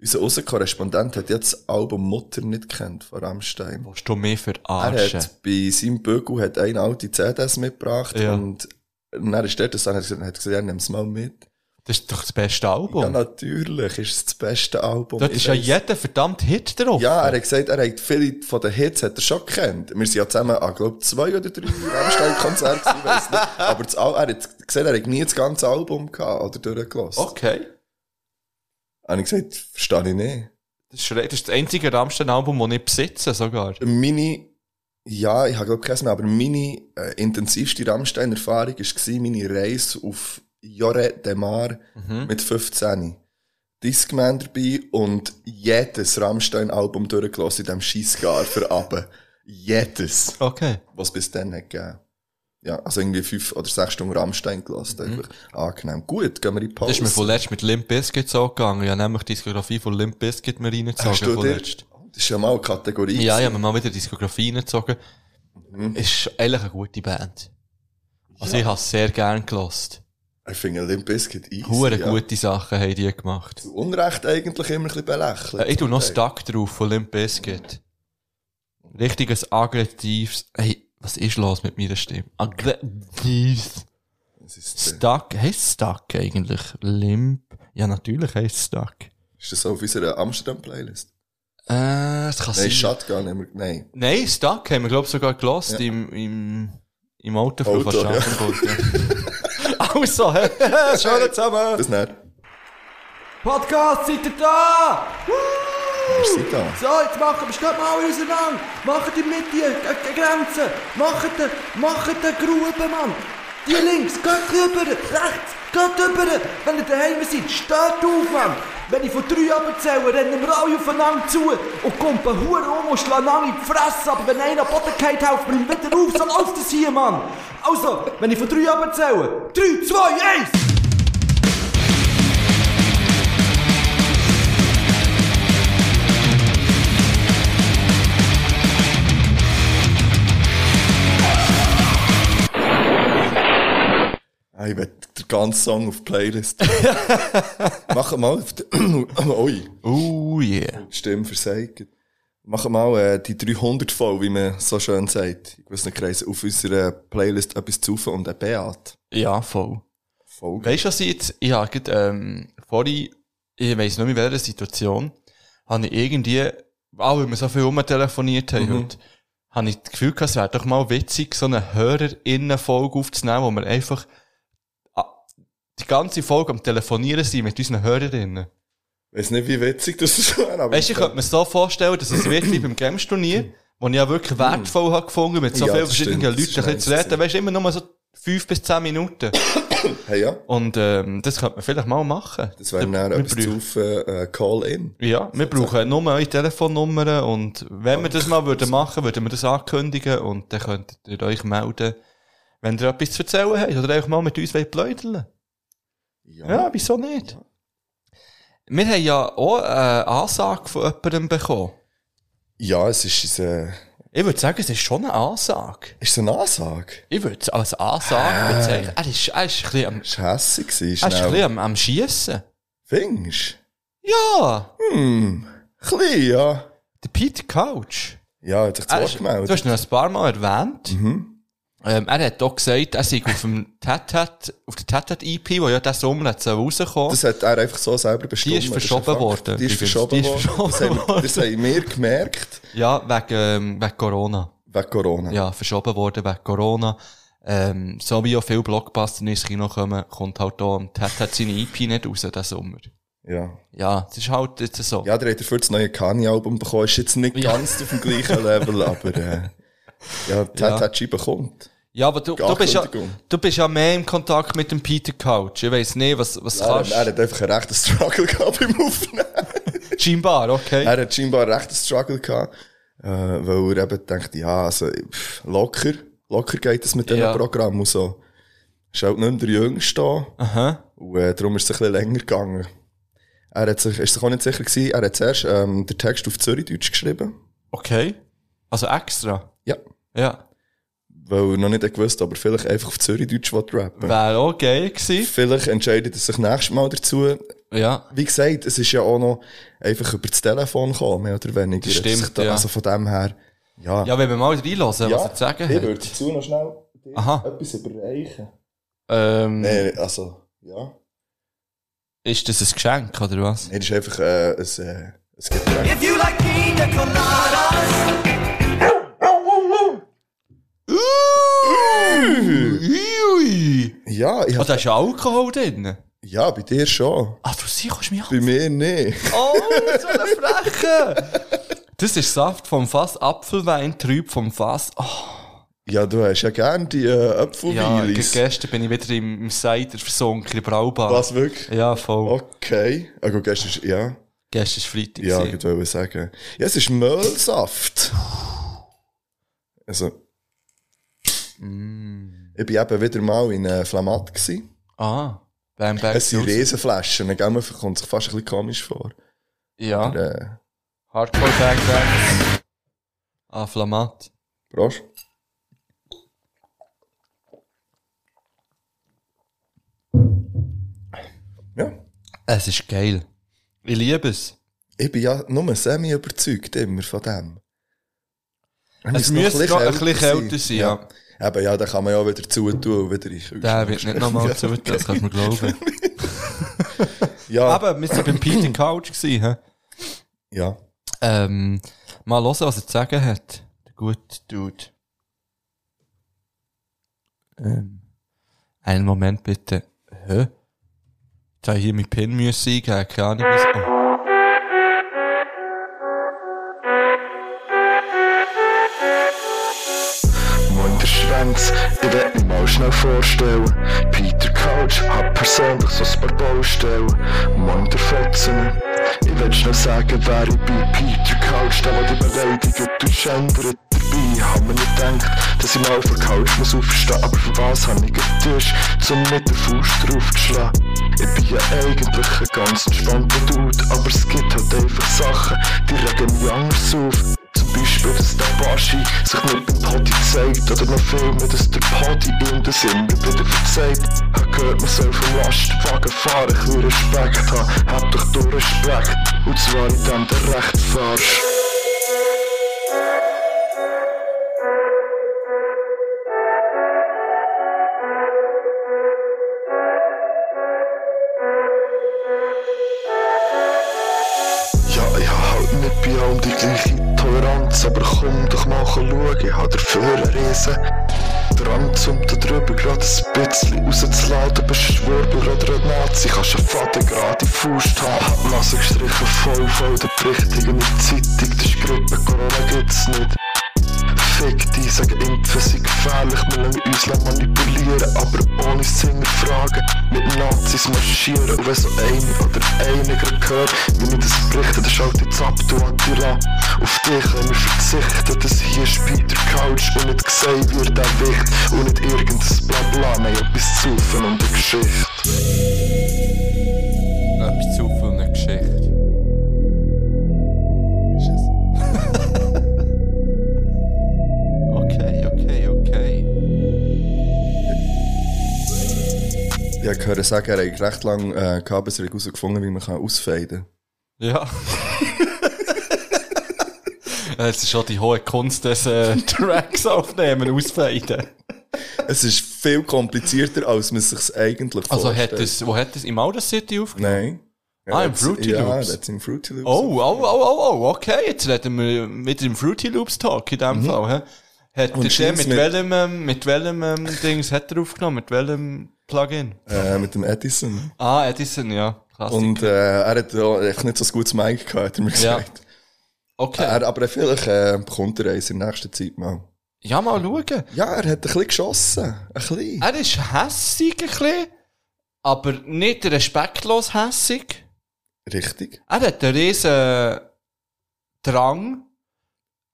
Unser Außenkorrespondent hat jetzt das Album Mutter nicht kennt von Rammstein. Willst du mehr für Er Arschen? hat bei seinem Bügel hat eine alte CDs mitgebracht Ja. und dann ist der das an, hat gesagt, hat gesagt, ja, nimm's mal mit. Das ist doch das beste Ja, Album. natürlich ist es das beste Album. Dort Ich Oh. ist ja weiss. jeder verdammt Hit drauf. Ja, er hat gesagt, er hat viele von den Hits hat er schon kennt. Wir sind ja zusammen an, glaube zwei oder drei Rammstein-Konzerten, ich weiss nicht. Aber das, Al- er hat gesehen, er hat nie das ganze Album gehabt oder durchgelassen. Okay. Habe ich gesagt, verstehe ich nicht. Das ist, schräg. das ist das einzige Rammstein-Album, das ich besitze sogar. Meine, ja, ich habe glaube keins mehr, aber meine äh, intensivste Rammstein-Erfahrung war meine Reise auf Joret de Mar Mhm. mit 15. Discman dabei und jedes Rammstein-Album durchgelassen in diesem Scheissgar für runter. Jedes, Okay. was es bis dann hat gegeben. Ja, also irgendwie fünf oder sechs Stunden Rammstein gelassen. Einfach angenehm. Gut, gehen wir in die Pause. Mhm. Das ist mir vorletzt mit Limp Bizkit so gegangen. Ich habe nämlich die Diskografie von Limp Bizkit mir reingezogen. Hast du dir, vorletzt. das ist ja mal eine Kategorie. Ja, ich habe mir mal wieder die Diskografie reingezogen. Mhm. Ist eigentlich eine gute Band. Also ich habe es sehr gern gelost. Ich finde Limp Bizkit easy. Hure ja. gute Sachen haben die gemacht. Zu Unrecht eigentlich immer ein bisschen belächelt. Äh, Ich tu noch Stuck drauf von Limp Bizkit. Richtiges aggressives. Hey, was ist los mit meiner Stimme? Aggressiv. äh, Stuck. Heißt Stuck eigentlich? Limp. Ja, natürlich heißt Stuck. Ist das auf unserer Amsterdam-Playlist? Äh, das kann Nein, sein. Shotgun haben wir, nein. Nein, Stuck haben wir, glaube ich, sogar gelost Ja. im, im, im Auto von Auto, ja. Aschaffenburg. Ja. also, hä? schau zusammen. Bis dann. Podcast, seid ihr da? Bist du da? So, jetzt machen wir, steht mal alle auseinander. Macht die eh, Mitte, die Grenze. Macht die, macht die Grube, Mann. eh, Die links, geht rüber. Rechts, geht rüber. Wenn ihr daheim seid, steht auf, Mann. Wenn ich von drei abzähle, rennen wir alle aufeinander zu und kumpen Huren um und schlagen alle in die Fresse. Aber wenn einer am Boden geht, helft mir ihm wieder auf. So läuft das hier, Mann. Also, wenn ich von drei abzähle, drei, zwei, eins. Ah, ich will den ganzen Song auf die Playlist. Mach mal, auf die- ui, Oh yeah. die Stimme versagt. Mach mal äh, die 300 voll, wie man so schön sagt. Ich weiß nicht, Kreis, auf unserer Playlist etwas zu rufen und ein Beat. Ja, voll. Voll geil. Weißt du, was ich jetzt, ich habe grad, ähm, vorhin, ich weiss nicht mehr, in welcher Situation, habe ich irgendwie, auch weil wir so viel rumtelefoniert haben Mhm. heute, habe ich das Gefühl gehabt, es wäre doch mal witzig, so eine Hörerinnenfolge aufzunehmen, wo wir einfach ah, die ganze Folge am Telefonieren sind mit unseren Hörerinnen. Weiss nicht, wie witzig das ist, aber. äh, Weißt du, ich könnte mir so vorstellen, dass es wird wie beim Games-Turnier, wo ich ja wirklich wertvoll habe gefunden, mit so Mhm. Ja, vielen das verschiedenen stimmt. Leuten ein Das ist bisschen zu nice reden. Weißt du, immer nur so fünf bis zehn Minuten. hey, ja. Und, ähm, das könnte man vielleicht mal machen. Das wäre Da- dann wir etwas zu brauchen- rufen, äh, Call-In. Ja, wir brauchen nur eure Telefonnummern und wenn wir das mal würden machen, würden wir das ankündigen und dann könntet ihr euch melden, wenn ihr etwas zu erzählen habt oder euch mal mit uns wollt pläudeln. Ja, wieso nicht? Wir haben ja auch eine Ansage von jemandem bekommen. Ja, es ist, ist, äh, Ich würde sagen, es ist schon eine Ansage. ist eine Ansage. Ich würde es als Ansage bezeichnen. Er ist, er ist ein bisschen am, Es war hässig, gewesen, er Ah, ist ein Ah. schnell. bisschen am, am Schiessen. Fingst? Ja, Hm, klein, ja. der Pete Couch. Ja, hat sich zu Er Wort ist, Ah, du hast gemeldet. Mhm. ihn ein paar Mal erwähnt. Ähm, er hat auch gesagt, er sei auf dem Tatat, auf der Tatat EP, wo ja der Sommer jetzt soll rauskommen Das hat er einfach so selber bestimmt. ist verschoben worden, Die ist übrigens. verschoben Die ist worden. Das verschoben haben wir- Das haben wir gemerkt. Ja, wegen, ähm, wegen Corona. Wegen Corona. Ja, verschoben worden wegen Corona. Ähm, so wie auch viele Blockbuster ins Kino kommen, kommt halt auch am Tatat seine EP nicht raus, der Sommer. Ja. Ja, das ist halt jetzt so. Ja, der hat dafür das neue Kanye-Album bekommen. Ist jetzt nicht Ja. ganz auf dem gleichen Level, aber, äh, ja, Tata G bekommt. Ja, aber du, Gar du, bist ja, Kündigung. du bist ja mehr im Kontakt mit dem Peter Couch. Ich weiss nicht, was, was Er, kannst er du. hat einfach einen rechten Struggle gehabt beim Aufnehmen. Scheinbar, okay. Er hat scheinbar recht einen Struggle gehabt, äh, weil er eben denkt, ja, also, pff, locker, locker geht es mit diesem Ja. Programm und so. Ist halt nicht mehr der Jüngste da. Aha. Und äh, darum ist es ein bisschen länger gegangen. Er hat sich, ist sich auch nicht sicher gewesen, er hat zuerst ähm, den Text auf Zürichdeutsch geschrieben. Okay. Also extra. Ja. Ja. Weil er noch nicht gewusst aber vielleicht einfach auf Zürichdeutsch wollte rappen. Wäre auch geil gewesen. Vielleicht entscheidet er sich nächstes Mal dazu. Ja. Wie gesagt, es ist ja auch noch einfach über das Telefon gekommen, mehr oder weniger. Das Er hat sich stimmt, da- ja. Also von dem her, ja. Ja, wenn wir mal reinhören, was er zu sagen ich hat. würde dazu noch schnell dir Aha. etwas überreichen. Ähm, Nee, also, ja. Ist das ein Geschenk, oder was? Nee, das ist einfach äh, ein, äh, ein Getränk. If you like pina coladas, Ui! Mm. Ja, ich Oh, hab, da ist ja Alkohol drin. ja, bei dir schon. Ah, du siehst, kannst du mich an. Bei mir nicht. Oh, so eine Freche! Das ist Saft vom Fass, Apfelwein, trüb vom Fass. Oh, Ja, du hast ja gern die äh, ja, ge- Apfelweilis. gestern bin ich wieder im, im Cider versunken, in Braubar. Was wirklich? Ja, voll. Okay. Ah, gut, gestern ist, ja. Gestern ist Freitag. Ja, gewesen. ich wollte sagen. Ja, es ist Möllsaft. Also, ich bin eben wieder mal in äh, Flamat gsi. Ah, beim Berg. genau. Es sind Riesenflaschen. gell, Man kommt sich fast ein bisschen komisch vor. Ja, Äh, Hardcore Bang Bang. Ah, Flamat. Prost. Es ist geil. Ich liebe es. Ich bin ja nur semi überzeugt immer von dem. Er Es muss müsste noch ein bisschen älter sein, ja. Eben, ja, dann kann man ja auch wieder zutun und wieder ich. Der wird nicht nochmal zu, das kannst du mir glauben. Ja. Aber wir waren beim Peter Couch. Gewesen, hä? Ja. Ähm, mal hören, was er zu sagen hat. Der gute Dude. Ähm, einen Moment bitte. Hä? Jetzt habe ich hier mein Pin müssen eingeben, keine Ahnung was. Oh. Munderschwänz, ich werd mich mal schnell vorstellen. Peter Couch hat persönlich so ein paar Baustellen. Munderfotzen, ich werd schnell sagen, wer ich bin. Peter Couch, der, der die beleidigt und gendert dabei. Hab mir nicht gedacht, dass ich mal auf der Couch muss aufstehen, aber für was hab ich den Tisch, um nicht den Fuß drauf zu schlagen? Ich bin ja eigentlich ein ganz entspannter Dude, aber es gibt halt einfach Sachen, die regen mich anders auf. Zum Beispiel, dass der Baschi sich nicht beim Party zeigt Oder noch viel mehr, dass der Party ihm das immer wieder verzeiht Er gehört, man soll vom Lastwagen fahren, ein bisschen Respekt haben Hab doch durch Respekt, und zwar in dem der recht fährst Ja, ich hab halt nicht bei allem die gleiche Toleranz, aber komm doch mal schauen, ich hab dafür einen riesen Drang, um da drüber grad ein bisschen rauszuladen, beschwurbel oder ein Nazi, kannst einen Faden gerade in die Faust haben. Hab die Nase gestrichen, voll, voll der Berichtigen in der Zeitung, das ist Grippe, Corona gibt's nicht. Fick die, sagen Impfen sind gefährlich, wir lassen uns lang manipulieren, aber ohne es zu hinterfragen. Mit Nazis marschieren, und wenn so eine oder einer gerade gehört, wie wir das berichten, dann schalt jetzt ab, du Attila. Auf dich können wir verzichten, dass hier ist Peter Couch und nicht gesehen wird, der Wicht. Und nicht irgendein Blabla, nein, etwas zu hoffen und eine Geschichte. Etwas zu viel eine Geschichte. okay, okay, okay. Ich habe gehört sagen, er hat recht lange äh, gehabt, bis er herausgefunden hat, wie man kann ausfaden Ja. Es ist schon die hohe Kunst des äh, Tracks aufnehmen, ausfaden. kann. Es ist viel komplizierter, als man sich eigentlich Also vorstellt. hat es, wo hat es, im Outer City aufgenommen? Nein. Ah, im das- Fruity Ja, Loops. das ist im Fruity Loops. Oh, oh, oh, oh, oh, okay, jetzt reden wir mit dem Fruity Loops Talk in dem Fall. He? Hat Mhm. der Und mit, scheint's mit- welchem, ähm, mit welchem ähm, Dings hat er aufgenommen? Mit welchem Plugin? Äh, mit dem Edison. Ah, Edison, ja. Krass. Und äh, er hat auch echt nicht so ein gutes Mic gehabt, hat er mir Ja. gesagt. Okay. Er, aber vielleicht äh, bekommt er eins in nächster Zeit mal. Ja, mal schauen. Ja, er hat ein bisschen geschossen. Ein bisschen. Er ist hässig ein bisschen, aber nicht respektlos hässig. Richtig. Er hat einen riesen Drang,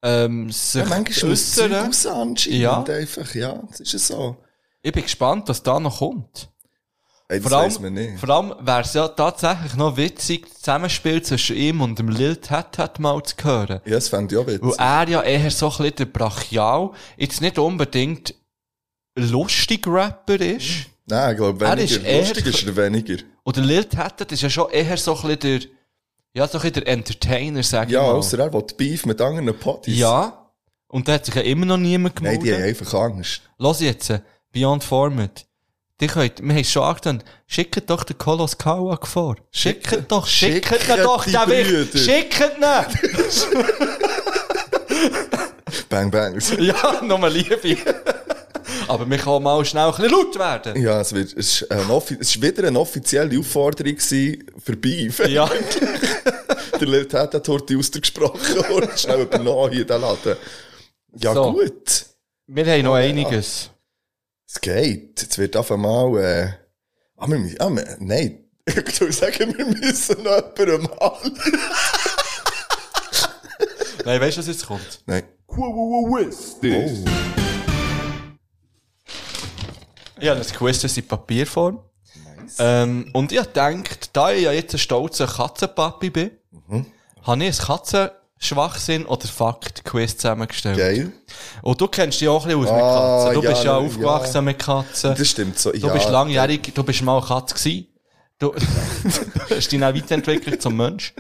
ähm, sich Ja, manchmal muss zu es äußern. raus anscheinend Ja. einfach. Ja, dus das ist ja so. Ich bin gespannt, was da noch kommt. Ey, das Vor allem, weiss man nicht. vor allem wäre es ja tatsächlich noch witzig, das Zusammenspiel zwischen ihm und dem Lil Tat Tat mal zu hören. Ja, das fände ich auch witzig. Weil er ja eher so ein bisschen der brachial, jetzt nicht unbedingt lustig Rapper Mhm. ist. Nein, ich glaube, Er weniger. ist eher- Lustig ist er weniger. Und der Lil Tat Tat ist ja schon eher so ein bisschen der, ja, so ein bisschen der Entertainer, sag ich Ja, mal. außer er will Beef mit anderen Partys. Genau. Ja. Und da hat sich ja immer noch niemand Nein, gemeldet. die haben einfach Angst. Los jetzt, äh, Beyond Format. Die könnt, wir haben es schon angetan, schickt doch den Kolos Kauak vor. Schickt doch, schickt ihn Schickt doch, die den Wicht. Brüder. Schickt ihn! Bang, bang. ja, nochmal Liebe. Aber wir können mal schnell ein bisschen laut werden. Ja, es, wird, es, ist, ein offi- es ist wieder eine offizielle Aufforderung gewesen, für Beef. Ja. der Leute hat den Torte ausgesprochen und schnell übernommen hier den Laden. Ja, So. gut. Wir haben noch Oh, ja. einiges. Es geht. Jetzt wird auf einmal, äh, ah, wir müssen, ah, wir, nein. Ich würde sagen, wir müssen noch jemandem mal. Nein, weißt du, was jetzt kommt? Nein. Quo-wo-wo-wistis. Oh, Ich habe das Quiz das in Papierform. Ähm, und ich habe gedacht, da ich ja jetzt ein stolzer Katzenpapi bin, Mhm. habe ich ein Katzenschwachsinn oder Fakt-Quiz zusammengestellt. Geil. Und du kennst dich auch ein bisschen aus mit Ah, Katzen. Du bist ja, ja aufgewachsen mit Katzen. Das stimmt so. Du bist langjährig, du bist mal eine Katze gewesen. Du, Hast du dich auch weiterentwickelt zum Mensch?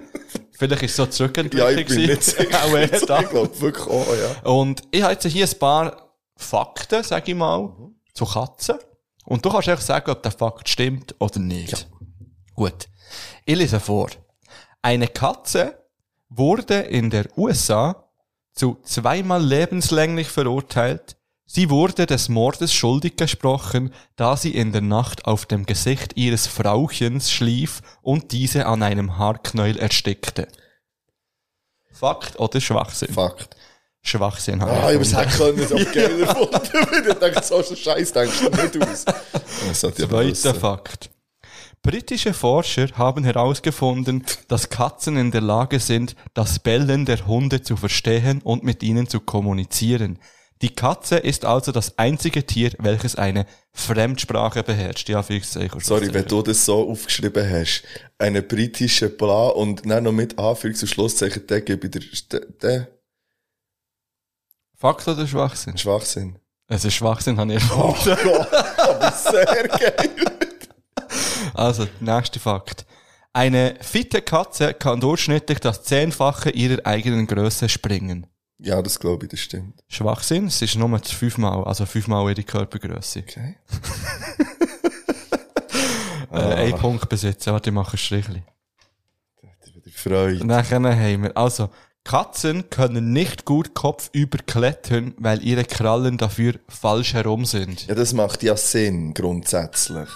Vielleicht ist es so zurückentwickelt. Ja, ich bin nicht sicher. Also, Auch eher Ich da. glaube wirklich auch, ja. Und ich habe jetzt hier ein paar Fakten, sage ich mal, zu Katzen. Und du kannst einfach sagen, ob der Fakt stimmt oder nicht. Gut. Ich lese vor. Eine Katze wurde in der USA zu zweimal lebenslänglich verurteilt. Sie wurde des Mordes schuldig gesprochen, da sie in der Nacht auf dem Gesicht ihres Frauchens schlief und diese an einem Haarknäuel erstickte. Fakt oder Schwachsinn? Fakt. Schwachsinn. habe Ah, ich muss sagen können, das gefunden. auch geil erfunden. Ich dachte, so einen Scheiß denkst du nicht aus. Das sollte ich aber Zweiter wissen. Fakt. Britische Forscher haben herausgefunden, dass Katzen in der Lage sind, das Bellen der Hunde zu verstehen und mit ihnen zu kommunizieren. Die Katze ist also das einzige Tier, welches eine Fremdsprache beherrscht. Ja, für Sorry, wenn du das so aufgeschrieben hast, eine britische Bla und dann noch mit Anführungs- und Schlusszeichen, der gebe ich dir, der, der Fakt oder Schwachsinn? Schwachsinn. Also Schwachsinn habe ich erfunden. aber sehr geil. Oh. Also, nächster Fakt. Eine fitte Katze kann durchschnittlich das Zehnfache ihrer eigenen Größe springen. Ja, das glaube ich, das stimmt. Schwachsinn, es ist nur fünfmal, also fünfmal ihre Körpergröße. Okay. äh, Ah. Ein Punkt besitzen, warte, ich mache ein Strichli. Freude. Nachher haben wir, also, Katzen können nicht gut kopfüber klettern, weil ihre Krallen dafür falsch herum sind. Ja, das macht ja Sinn, grundsätzlich.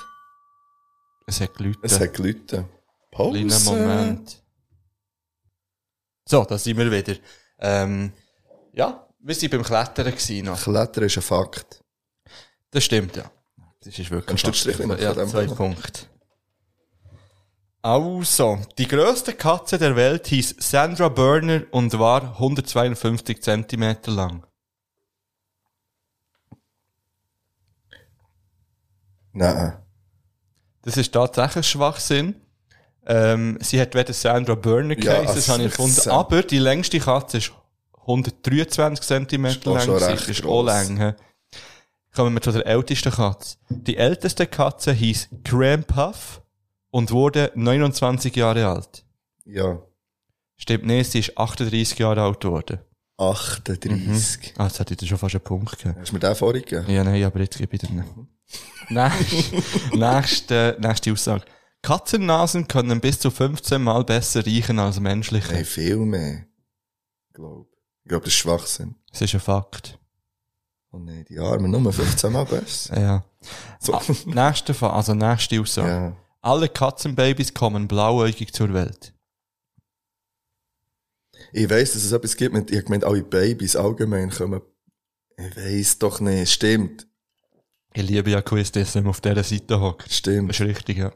Es hat Leute. Es hat Leute. Pause. Kleiner Moment. So, da sind wir wieder. Ähm, ja, wir waren beim Klettern. Gewesen noch. Klettern ist ein Fakt. Das stimmt, ja. Das ist wirklich Kannst du ein die Striche machen Ja, von dem zwei Fall? Punkte. Also, die grösste Katze der Welt hieß Sandra Burner und war 152 cm lang. Nein. Das ist tatsächlich Schwachsinn. Ähm, sie hat weder Sandra Burner Ja, geheißen, das also habe ich erfunden. Sam- Aber die längste Katze ist 123 cm lang. Ist auch schon gewesen. recht ist auch gross. lang. hä? Kommen wir zu der ältesten Katze. Die älteste Katze hieß Graham Puff und wurde 29 Jahre alt. Ja. Stimmt nicht, sie ist 38 Jahre alt geworden. 38. Ah, jetzt hätte ich dir schon fast einen Punkt gegeben. Hast du mir den vorhin gegeben? Mhm. Ja, nein, aber jetzt gebe ich dir einen. Nächste, nächste, nächste Aussage. Katzennasen können bis zu 15 Mal besser riechen als menschliche. Nein, viel mehr. Glaub. Ich glaube, das ist Schwachsinn. Das ist ein Fakt. Oh nein, die Arme nur 15 Mal besser. Ja. So. Ah, nächste, Fa- also nächste Aussage. Ja. Alle Katzenbabys kommen blauäugig zur Welt. Ich weiss, dass es etwas gibt mit, ich hab gemeint, alle Babys allgemein kommen. Ich weiss doch nicht. Stimmt. Ich liebe ja Quiz, dass man auf dieser Seite hockt. Stimmt. Das ist richtig, ja.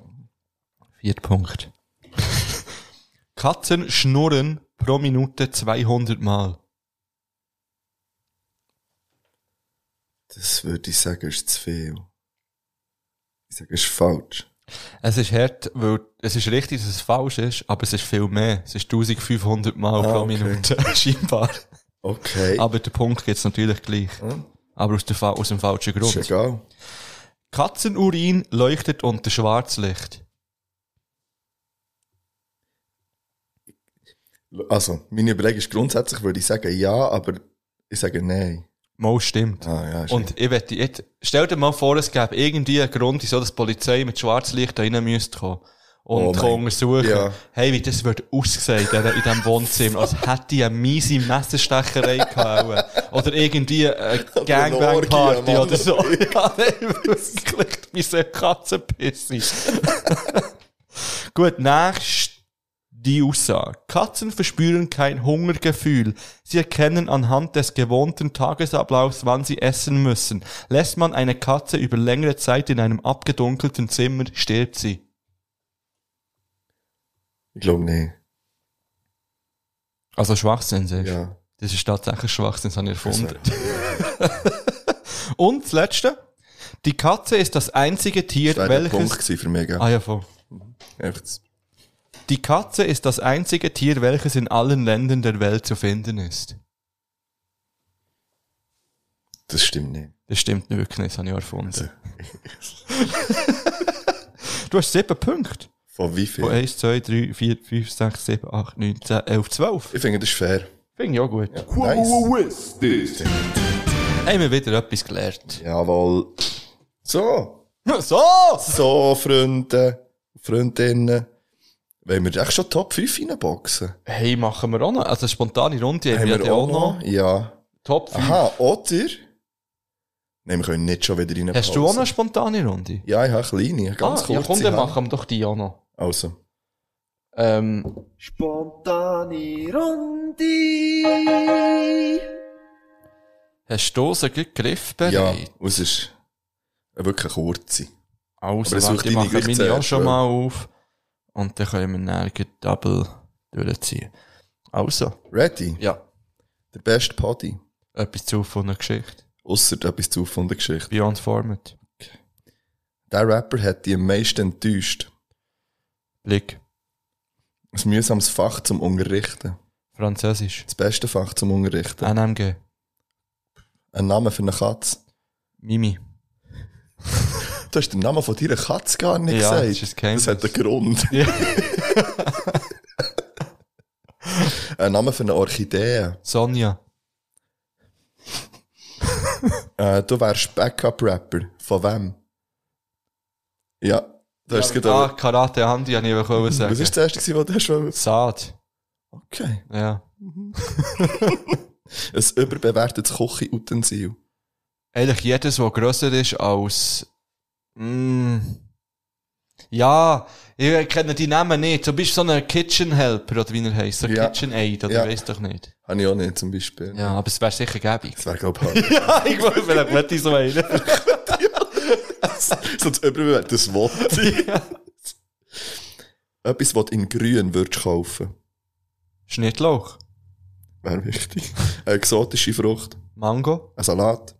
Vierter Punkt. Katzen schnurren pro Minute 200 Mal. Das würde ich sagen, ist zu viel. Ich sage, ist falsch. Es ist hart, weil es ist richtig, dass es falsch ist, aber es ist viel mehr. Es ist 1500 Mal Ah, pro okay. Minute, scheinbar. Okay. Aber der Punkt geht es natürlich gleich. Hm? Aber aus, der, fa- aus dem falschen Ist Grund. egal. Katzenurin leuchtet unter Schwarzlicht. Also, meine Überlegung ist grundsätzlich, würde ich sagen, ja, aber ich sage nein. Mal stimmt. Ah, ja, ist Und ich wette jetzt, stell dir mal vor, es gäbe irgendwie einen Grund, wieso das Polizei mit Schwarzlicht da rein müsste kommen. Oh Und mein- kann untersuchen, Ja. hey, wie das wird aussehen in dieser- in diesem Wohnzimmer, als hätte ich eine miese Messerstecherei gehauen. Oder irgendwie eine Gangbang-Party Mann. oder so. Ja, nein, wirklich, wie so eine Katzenpisse. Gut, nächste Aussage. Katzen verspüren kein Hungergefühl. Sie erkennen anhand des gewohnten Tagesablaufs, wann sie essen müssen. Lässt man eine Katze über längere Zeit in einem abgedunkelten Zimmer, stirbt sie. Ich glaube nicht. Also Schwachsinn, siehst du? Ja. Das ist tatsächlich Schwachsinn, das habe ich erfunden. Das Und das Letzte. Die Katze ist das einzige Tier, Das wäre der welches... Punkt gewesen für mich, gell? Ah ja, voll. Einfach das- Die Katze ist das einzige Tier, welches in allen Ländern der Welt zu finden ist. Das stimmt nicht. Das stimmt Also. wirklich nicht, das habe ich erfunden. du hast sieben Punkte. Oh, Von wie viel? Von e- 1, 2, 3, 4, 5, 6, 7, 8, 9, 10, 11, 12. Ich finde, das ist fair. Finde ich auch gut. Ja, nice. Haben wir wieder etwas gelernt. Jawohl. So. So! So, Freunde, Freundinnen. Wollen wir echt schon Top 5 reinboxen? Hey, machen wir auch noch. Also, eine spontane Runde haben, Haben wir ja auch noch. Ja. Top 5. Aha, oder? Nein, wir können nicht schon wieder reinboxen. Hast du auch noch eine spontane Runde? Ja, ich habe eine kleine, eine ganz ah, kurze. ja, komm, dann habe ich. machen wir doch die auch noch. Also. Ähm, Spontane Runde. hast du so gut Griff Ja, bereit? und es ist eine wirklich kurze. Also, Aber warte, es sucht ich deine mache gleich meine auch zuerst, schon weil- mal auf. Und dann können wir dann gleich Double durchziehen. Also, Ready? ja, Der beste Paddy. etwas zu von einer Geschichte. Ausser etwas zu von der Geschichte. Beyond Format. Der Rapper hat die am meisten enttäuscht. Blick. Ein mühsames Fach zum Unterrichten. Französisch. Das beste Fach zum Unterrichten. NMG. Ein Name für eine Katze. Mimi. Du hast den Namen von deiner Katze gar nicht Ja, das ist ein gesagt. Geheimnis. Das hat einen Grund. Ja. ein Name für eine Orchidee. Sonja. Äh, du wärst Backup-Rapper. Von wem? Ja, du hast es ah, gedacht. Karate Handy, habe ich eben wollen sagen. Was war das erste, gewesen, was du hast? wollen? Saat. Okay. Ja. Ein überbewertetes Kochutensil. Eigentlich jedes, was grösser ist als. Mm, ja, ich kenne die Namen nicht. Du bist so ein Kitchen Helper oder wie er heisst. So Ja. Kitchen Aid oder Ja. Genau. ich weiß doch nicht. Habe ich auch nicht zum Beispiel. Ja, aber es wäre sicher gäbig. Das wäre, glaube ich, hart. ja, ich wollte vielleicht nicht so meinen. so das überbewertetes Wort. Etwas, was du in grün würdest kaufen. Schnittlauch, Wäre wichtig. Eine exotische Frucht. Mango, Ein Salat.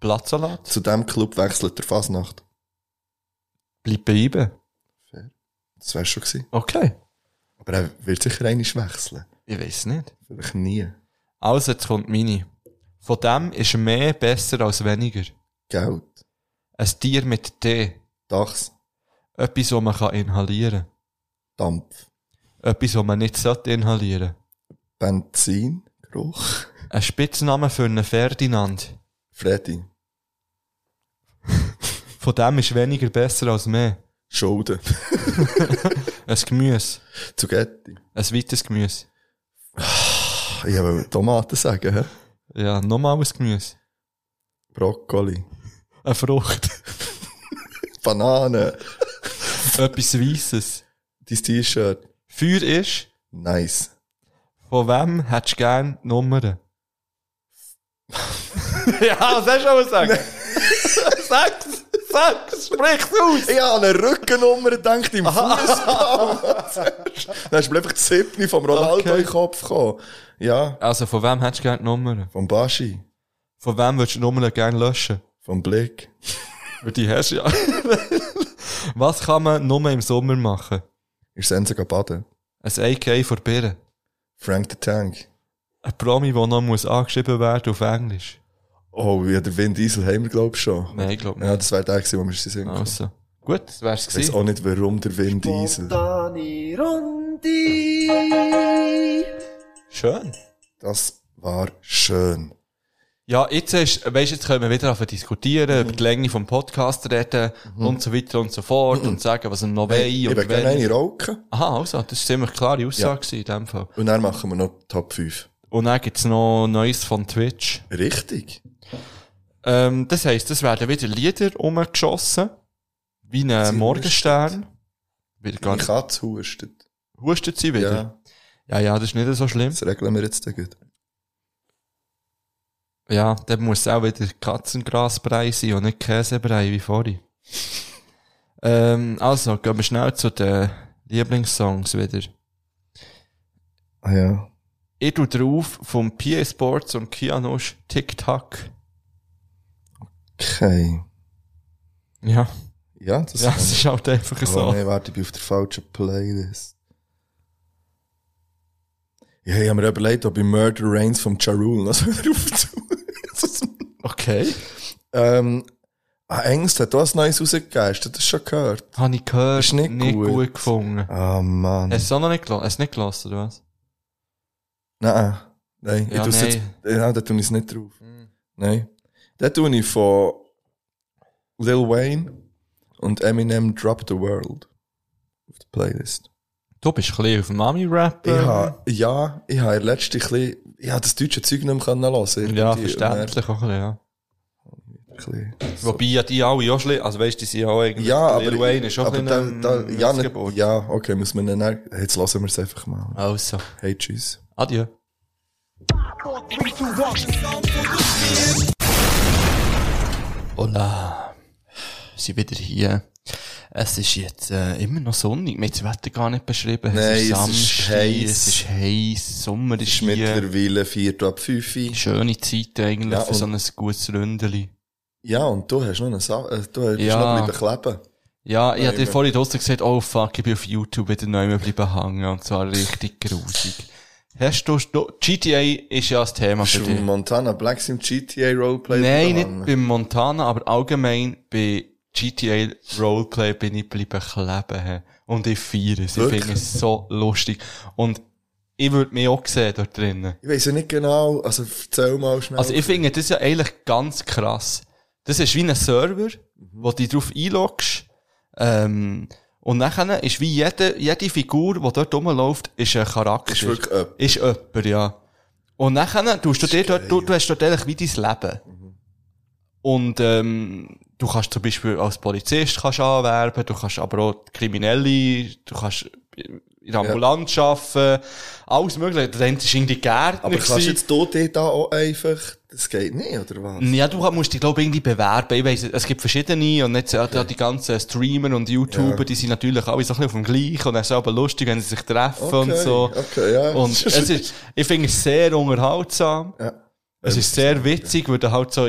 Blattsalat. Zu diesem Club wechselt der Fasnacht. Bleib bleiben. Das wär's schon gewesen. Okay. Aber er wird sicher einiges wechseln. Ich weiß nicht. Vielleicht nie. Also, jetzt kommt meine. Von dem ist mehr besser als weniger. Geld. Ein Tier mit T. Dachs. Etwas, das man kann inhalieren Dampf. kann. Etwas, das man nicht sollte inhalieren Benzin. Geruch. Ein Spitzname für einen Ferdinand. Freddy. Von dem ist weniger besser als mehr. Schulden. Ein Gemüse. Zugetti. Ein weites Gemüse. Ich wollte Tomaten sagen. hä? Ja, nochmal ein Gemüse. Brokkoli. Eine Frucht. Banane. Etwas Weisses. Dein T-Shirt. Feuer ist, Nice. von wem hättest du gern Nummern? ja, was hast du auch sagen? sag's, sag's, sprich's aus! Ich habe eine Rückennummer gedacht im Fußball. Dann ist mir einfach die Siebni vom Ronaldo Okay. in den Kopf gekommen. Ja. Also, von wem hättest du gern Nummern? Vom Baschi. Von wem würdest du Nummern gern löschen? Vom Blick. Weil die hast du ja. was kann man nur im Sommer machen? Ist Sense baden. Ein AK vor Birnen. Frank the Tank. Ein Promi, der noch muss angeschrieben werden auf Englisch. Oh, ja, der Vin Diesel haben wir, glaube ich, schon. Nein, ich glaube Ja, nicht. das wäre der gewesen, wo wir sie singen. konnten. Also. Gut, das wär's Ich weiß gewesen. auch nicht, warum der Vin Diesel. Spontane Runde. Schön. Das war schön. Ja, jetzt ist, weißt, jetzt können wir wieder anfangen zu diskutieren, über die Länge vom Podcast reden und so weiter und so fort und sagen, was er noch Mhm. Hey, will ich und will gerne wenn. eine rauchen. Aha, also, das ist ziemlich klare Aussage gewesen in dem Fall. Und dann machen wir noch Top 5. Und dann gibt's noch Neues von Twitch. Richtig. Ähm, das heisst, es werden wieder Lieder umgeschossen. Wie ein Sie Morgenstern. Wieder gar Die nicht. Katze hustet. Hustet sie wieder? Ja, Ja. ja, das ist nicht so schlimm. das regeln wir jetzt dann gut. Ja, dann muss es auch wieder Katzengrasbrei sein und nicht Käsebrei wie vorhin. ähm, also, gehen wir schnell zu den Lieblingssongs wieder. Ah ja. Ich tu drauf vom PA Sports und Kianush TikTok. Okay. Ja, Ja, das ja, kann es ich. ist halt einfach Oh, so. nein, warte, ich bin auf der falschen Playlist. Ja, ich habe mir überlegt, ob ich Murder Reigns vom Charul noch so drauf tue. Okay. ähm, Ah, Engst hat auch ein neues rausgegeben. Hast du das schon gehört? Habe ich gehört. Ist nicht, Nicht gut. gut gefunden. Ah, Mann. Hast du es auch noch nicht gelassen? Hast du nicht gelassen, oder was? Nein, nein. Ja, ich tu's nein. Hm. Jetzt, ja, da tue ich es nicht drauf. Nein. Da tue ich von Lil Wayne und Eminem Drop the World auf die Playlist. Du bist ein bisschen auf dem Ami-Rap. Ich ha, ja, ich habe letzte bisschen, ich habe das deutsche Zeug nicht mehr hören lassen. Ja, Irgendwie. verständlich auch ein bisschen, ja. Ein bisschen- Wobei ja die alle auch schli- also weißt du, die sind ja auch eigentlich. Ja, aber, Lil Wayne ist auch aber ein da, bisschen da, ein ja, nicht, Missgeburt. ja, okay, müssen wir dann, jetzt lassen wir es einfach mal. Also. Hey, tschüss. Adieu. Hola. Wir sind Oh wieder hier. Es ist jetzt äh, immer noch sonnig. Wir haben das Wetter gar nicht beschrieben. Nein, es ist Samstag, heiss. Es ist heiß. Sommer ist, Es ist hier. mittlerweile 4 ab 5. Schöne Zeit eigentlich Ja, für so und- ein gutes Ründeli. Ja, und du hast noch einen Sa äh, du hast Ja. noch bleiben kleben. Ja, ich hab dir Bleiben. vorhin draussen gesagt, oh fuck, ich bin auf YouTube wieder neu mehr bleiben hängen. Und zwar richtig grusig. Hast du, du- GTA ist ja das Thema Bist für du dich. im Montana Blacks im GTA Roleplay? Nein, dran? nicht beim Montana, aber allgemein bei GTA Roleplay bin ich geblieben kleben. hä. Und ich feiere es. Ich Wirklich? finde es so lustig. Und ich würde mich auch sehen dort drinnen. Ich weiß ja nicht genau, also erzähl mal schnell. Also ich finde das ja eigentlich ganz krass. Das ist wie ein Server, wo du dich drauf einloggst. Ähm, und nachher ist wie jede, jede Figur, die dort rumläuft, ist ein Charakter. Ist wirklich jemand. Ist jemand, ja. Und nachher tust du dir dort, du, du hast dort eigentlich wie dein Leben. Mhm. Und ähm, du kannst zum Beispiel als Polizist kannst anwerben, du kannst aber auch Kriminelle, du kannst in der Ambulanz arbeiten, alles mögliche. Der eine ist irgendwie Gärtner. aber kannst gewesen. du jetzt dort eh da auch einfach, das geht nicht, oder was? Ja, du musst dich, glaube ich, irgendwie bewerben. Ich weiss, es gibt verschiedene und jetzt okay. die ganzen Streamer und YouTuber, Ja. die sind natürlich alle so ein bisschen auf dem Gleichen und es ist aber lustig, wenn sie sich treffen und Okay, so. okay, ja. Und es ist, ich finde es sehr unterhaltsam. Ja. Es ist sehr witzig, weil du halt so,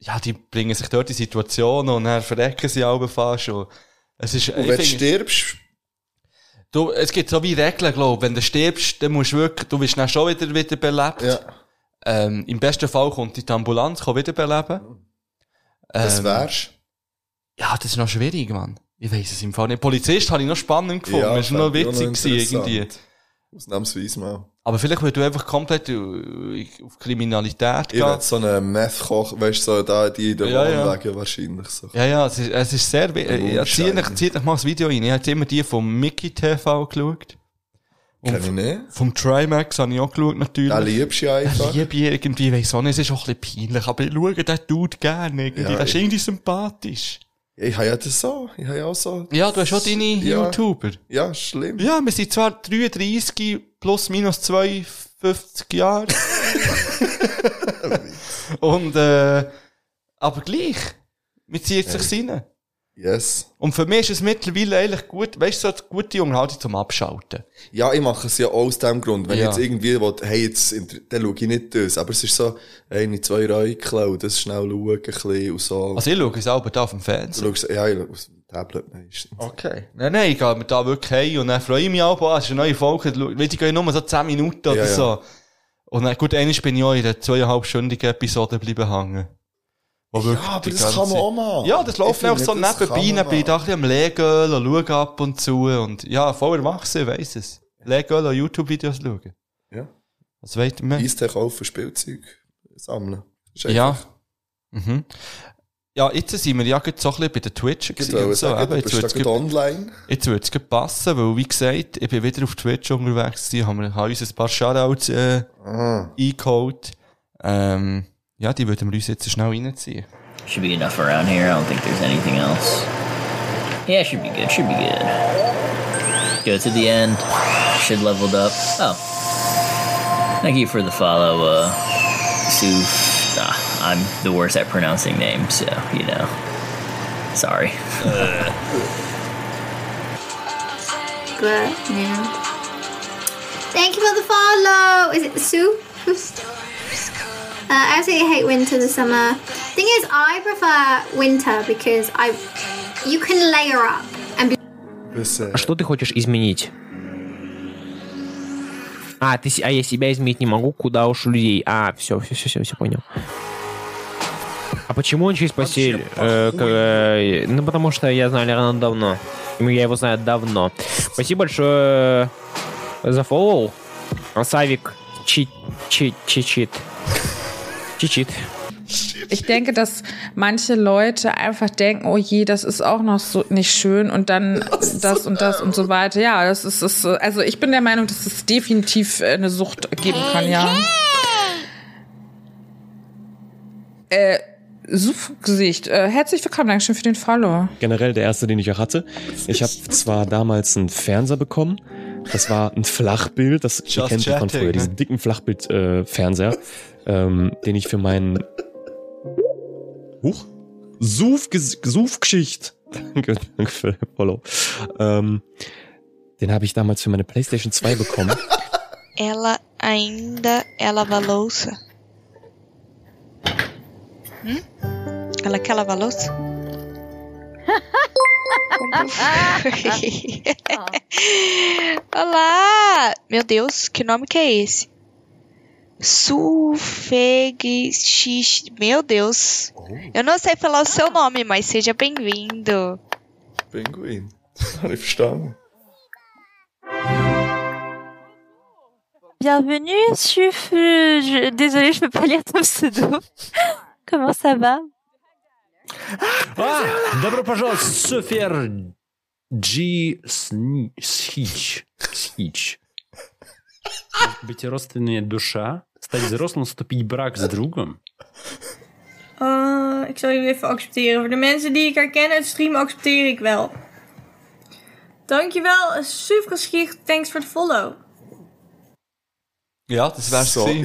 ja, die bringen sich dort in Situationen und dann verrecken sie alle fast und es ist, Und ich wenn du finde- stirbst, Du, es gibt so wie Regeln, glaub. Wenn du stirbst, dann musst du wirklich, du wirst dann schon wieder wiederbelebt. Ja. Ähm, Im besten Fall kommt die Ambulanz, kann wiederbeleben. das Ähm, wärst. Ja, das ist noch schwierig, Mann. Ich weiß es im Fall nicht. Polizist habe ich noch spannend gefunden. Ja, das war noch fand ich auch noch witzig gewesen, irgendwie. interessant. Ausnahmsweise mal. Aber vielleicht, weil du einfach komplett äh, auf Kriminalität Ich gehst. werd so einen Meth-Koch, weißt du, so da, die in der Ja, ja. Wohnwagen wahrscheinlich so. Ja, ja, es ist, es ist sehr, wi- Der äh, ja, zieh Mondschein. dich, zieh dich mal das Video rein. Ich habe jetzt immer die vom Mickey TV geschaut. Kenn ich nicht. Vom Trimax habe ich auch geschaut, natürlich. Den liebst du ja einfach. Den liebe ich irgendwie, weiss auch nicht, es ist auch ein bisschen peinlich, aber ich schaue den Dude gerne irgendwie, Ja, der ist ich- irgendwie sympathisch. Ich habe ja das so. Ich habe ja auch so. Ja, du hast auch deine Ja. YouTuber. Ja, schlimm. Ja, wir sind zwar 33 plus minus 52 Jahre. Und, äh, aber gleich. Wir ziehen sich rein. Yes. Und für mich ist es mittlerweile eigentlich gut, weißt du, so eine gute Unterhaltung zum Abschalten. Ja, ich mache es ja auch aus dem Grund. Wenn Ja. ich jetzt irgendwie will, hey, jetzt, inter- dann schaue ich nicht das. Aber es ist so, eine, zwei Räucheln und das schnell schauen, ein bisschen und so. Also ich schaue es selber da auf dem Fernseher. du schaust, ja, ich schaue aus dem Tablet meistens. Okay. Nein, nein, ich gehe mir da wirklich hin und dann freue ich mich auch, boah, es ist eine neue Folge, weil die gehen nur so 10 Minuten oder Ja, ja. so. Und dann, gut, eigentlich bin ich auch in der zweieinhalbstündigen Episode bleiben hängen. Wo Ja, wirklich aber die das ganze- kann man auch machen. Ja, das läuft Ich einfach so finde, das kann nebenbei, man dann bin ich da ein bisschen am Legöl und schaue ab und zu und ja, voll erwachsen, ich weiss es. Legöl und YouTube-Videos schauen. Ja. Was wollt ihr mehr? Eistee kaufen, Spielzeug sammeln. Ist Ja. einfach- Mhm. Ja, jetzt sind wir ja gerade so ein bisschen bei den Twitch Ich gewesen wollte und so, sagen, eben, du jetzt bist da wird's gerade gerade- online. Jetzt würde es gut passen, weil, wie gesagt, ich bin wieder auf Twitch unterwegs gewesen, haben wir haben uns ein paar Shoutouts äh, Ah. eingeholt. Ähm, ja, die würden wir uns jetzt schnell reinziehen. Should be enough around here. I don't think there's anything else. Yeah, should be good. Should be good. Go to the end. Should leveled up. Oh. Thank you for the follow, uh, Suf. Ah, I'm the worst at pronouncing names, so, you know. Sorry. Thank you for the follow. Is it Sue? Uh, I absolutely hate winter to summer. Thing is, I prefer winter because I you can layer up and be äh, А что ты хочешь изменить? А, ты, с- а я себя изменить не могу, куда уж людей. А, все, все, все, все, все понял. А почему он через постель? Э, к- э, ну, потому что я знаю Лерана давно. Ну, Я его знаю давно. Спасибо большое за фоллоу. А Савик чи- чи- чичит. Чичит. Ich denke, dass manche Leute einfach denken, oh je, das ist auch noch so nicht schön und dann das, und das und so weiter. Ja, das ist, ist äh, also ich bin der Meinung, dass es definitiv äh, eine Sucht geben kann, ja. Äh, Suff-Gesicht. Äh, herzlich willkommen, Dankeschön für den Follow. generell der erste, den ich auch hatte. Ich habe zwar damals einen Fernseher bekommen, das war ein Flachbild, das ihr kennt ihr von chatting, früher, ne? diesen dicken Flachbild-Fernseher, ähm, den ich für meinen Huch? Suf Sufgeschicht. Danke, danke für den Follow. Ähm, den habe ich damals für meine Playstation 2 bekommen. Ela ainda é lava louça? Hum? Ela quer lavar louça? Como foi? Olá! Meu Deus, que nome que é esse? Sufegix. Meu Deus! Eu não sei falar o seu nome, mas seja bem-vindo. Pinguin. Habe ich verstanden. Bienvenue, je, je, désolée, je peux pas lire ton pseudo. Comment ça va А, добро пожаловать, Софер G. Сни- Схич. Схич. Может быть, родственная душа? Стать взрослым, вступить в брак с другом? Eh, ik zal jullie even accepteren. Voor de mensen die ik herken uit stream, accepteer ik wel. Dankjewel, super schier. Thanks voor de follow. Ja, das wär's So so. ja,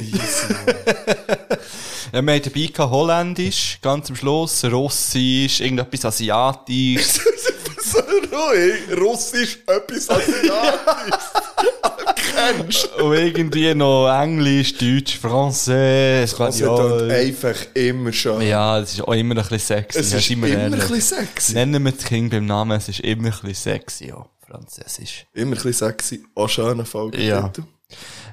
wir hatten dabei gehabt Holländisch, ganz am Schluss, Russisch, irgendetwas Asiatisch. so ruhig. Russisch, etwas Asiatisches. Kennst und irgendwie noch Englisch, Deutsch, Französisch, Französisch Spanisch. tönt einfach immer schon. Ja, es ist auch immer ein bisschen sexy. Es ja, ist seien wir immer ein ehrlich. Ne. bisschen sexy. Nennen wir das Kind beim Namen, es ist immer ein bisschen sexy, ja, Französisch. Immer ein bisschen sexy, auch schöner Folge. Ja.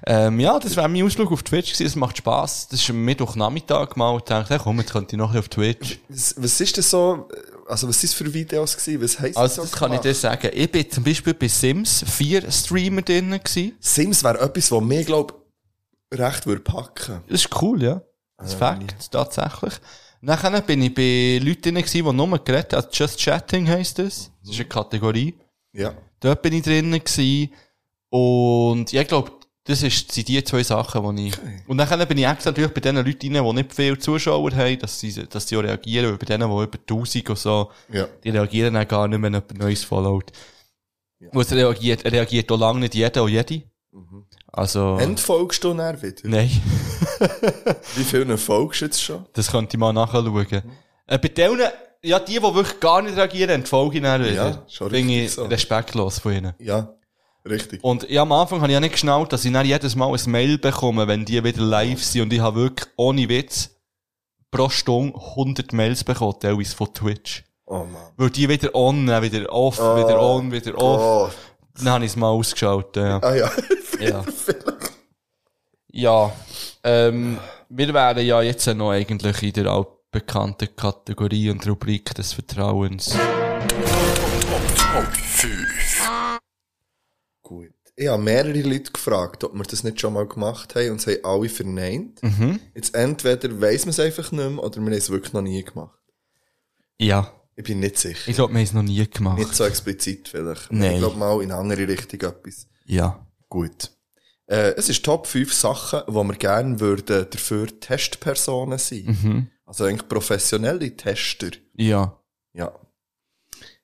Ähm, ja, das wäre mein Ausflug auf Twitch gewesen. Es macht Spass. Das ist am Mittwochnachmittag mal. Ich dachte, hey, komm, jetzt könnte ich noch ein bisschen auf Twitch. Was, was ist das so, also was sind für Videos gewesen? Was heisst Also, so das kann ich gemacht? dir sagen. Ich bin zum Beispiel bei Sims 4 Streamer drinnen gewesen. Sims wäre etwas, was mir, glaube recht würde packen. Das ist cool, ja. Das ist Ja, Fakt, tatsächlich. Nachher bin ich bei Leuten drin, gewesen, die nur geredet haben. Just Chatting heisst das. Das ist eine Kategorie. Ja. Dort bin ich drinnen gewesen. Und ja, ich glaube, das ist, sind die zwei Sachen, die ich... Und nachher bin ich extra natürlich bei den Leuten rein, die nicht viel Zuschauer haben, dass sie, dass die auch reagieren. Weil bei denen, die über 1000 und so, Ja. die reagieren dann gar nicht, wenn jemand Neues followt. Ja. Und es reagiert, reagiert auch lange nicht jeder und jede. Mhm. Also... Entfolgst du dann wieder? Nein. Wie vielen folgst du jetzt schon? Das könnte ich mal nachschauen. Mhm. Äh, bei denen, ja, die, die wirklich gar nicht reagieren, entfolge ich dann wieder. Ja, schon Bin ich respektlos von ihnen. Ja, richtig. Und ja, am Anfang habe ich ja nicht geschnallt, dass ich dann jedes Mal ein Mail bekomme, wenn die wieder live sind. Und ich habe wirklich, ohne Witz, pro Stunde 100 Mails bekommen, teilweise von Twitch. Oh Mann. Weil die wieder on, dann wieder off, Oh wieder on, wieder off. Dann habe ich es mal ausgeschaltet, ja. Ah ja. Oh. ja. Ja, ähm, wir wären ja jetzt noch eigentlich in der altbekannten Kategorie und Rubrik des Vertrauens. Gut. Ich habe mehrere Leute gefragt, ob wir das nicht schon mal gemacht haben und es haben alle verneint. Mhm. Jetzt entweder weiss man es einfach nicht mehr oder wir haben es wirklich noch nie gemacht. Ja. Ich bin nicht sicher. Ich glaube, wir haben es noch nie gemacht. Nicht so explizit vielleicht. Nein. Ich glaube mal in eine andere Richtung etwas. Ja. Gut. Äh, es ist Top 5 Sachen, wo wir gerne würden dafür Testpersonen sein. Mhm. Also eigentlich professionelle Tester. Ja. Ja.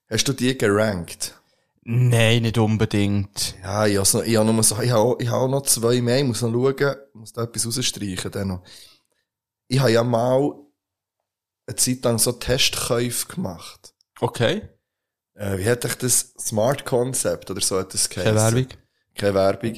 Hast du die gerankt? Nein, nicht unbedingt. Ja, ich habe ich hab nur so, ich hab, auch- ich hab auch noch zwei mehr, ich muss noch schauen, muss da etwas rausstreichen. Dann noch. Ich habe ja mal eine Zeit lang so Testkäufe gemacht. Okay. Äh, wie hat euch das Smart Concept oder so hat das Keine geheissen? Werbung. Keine Werbung.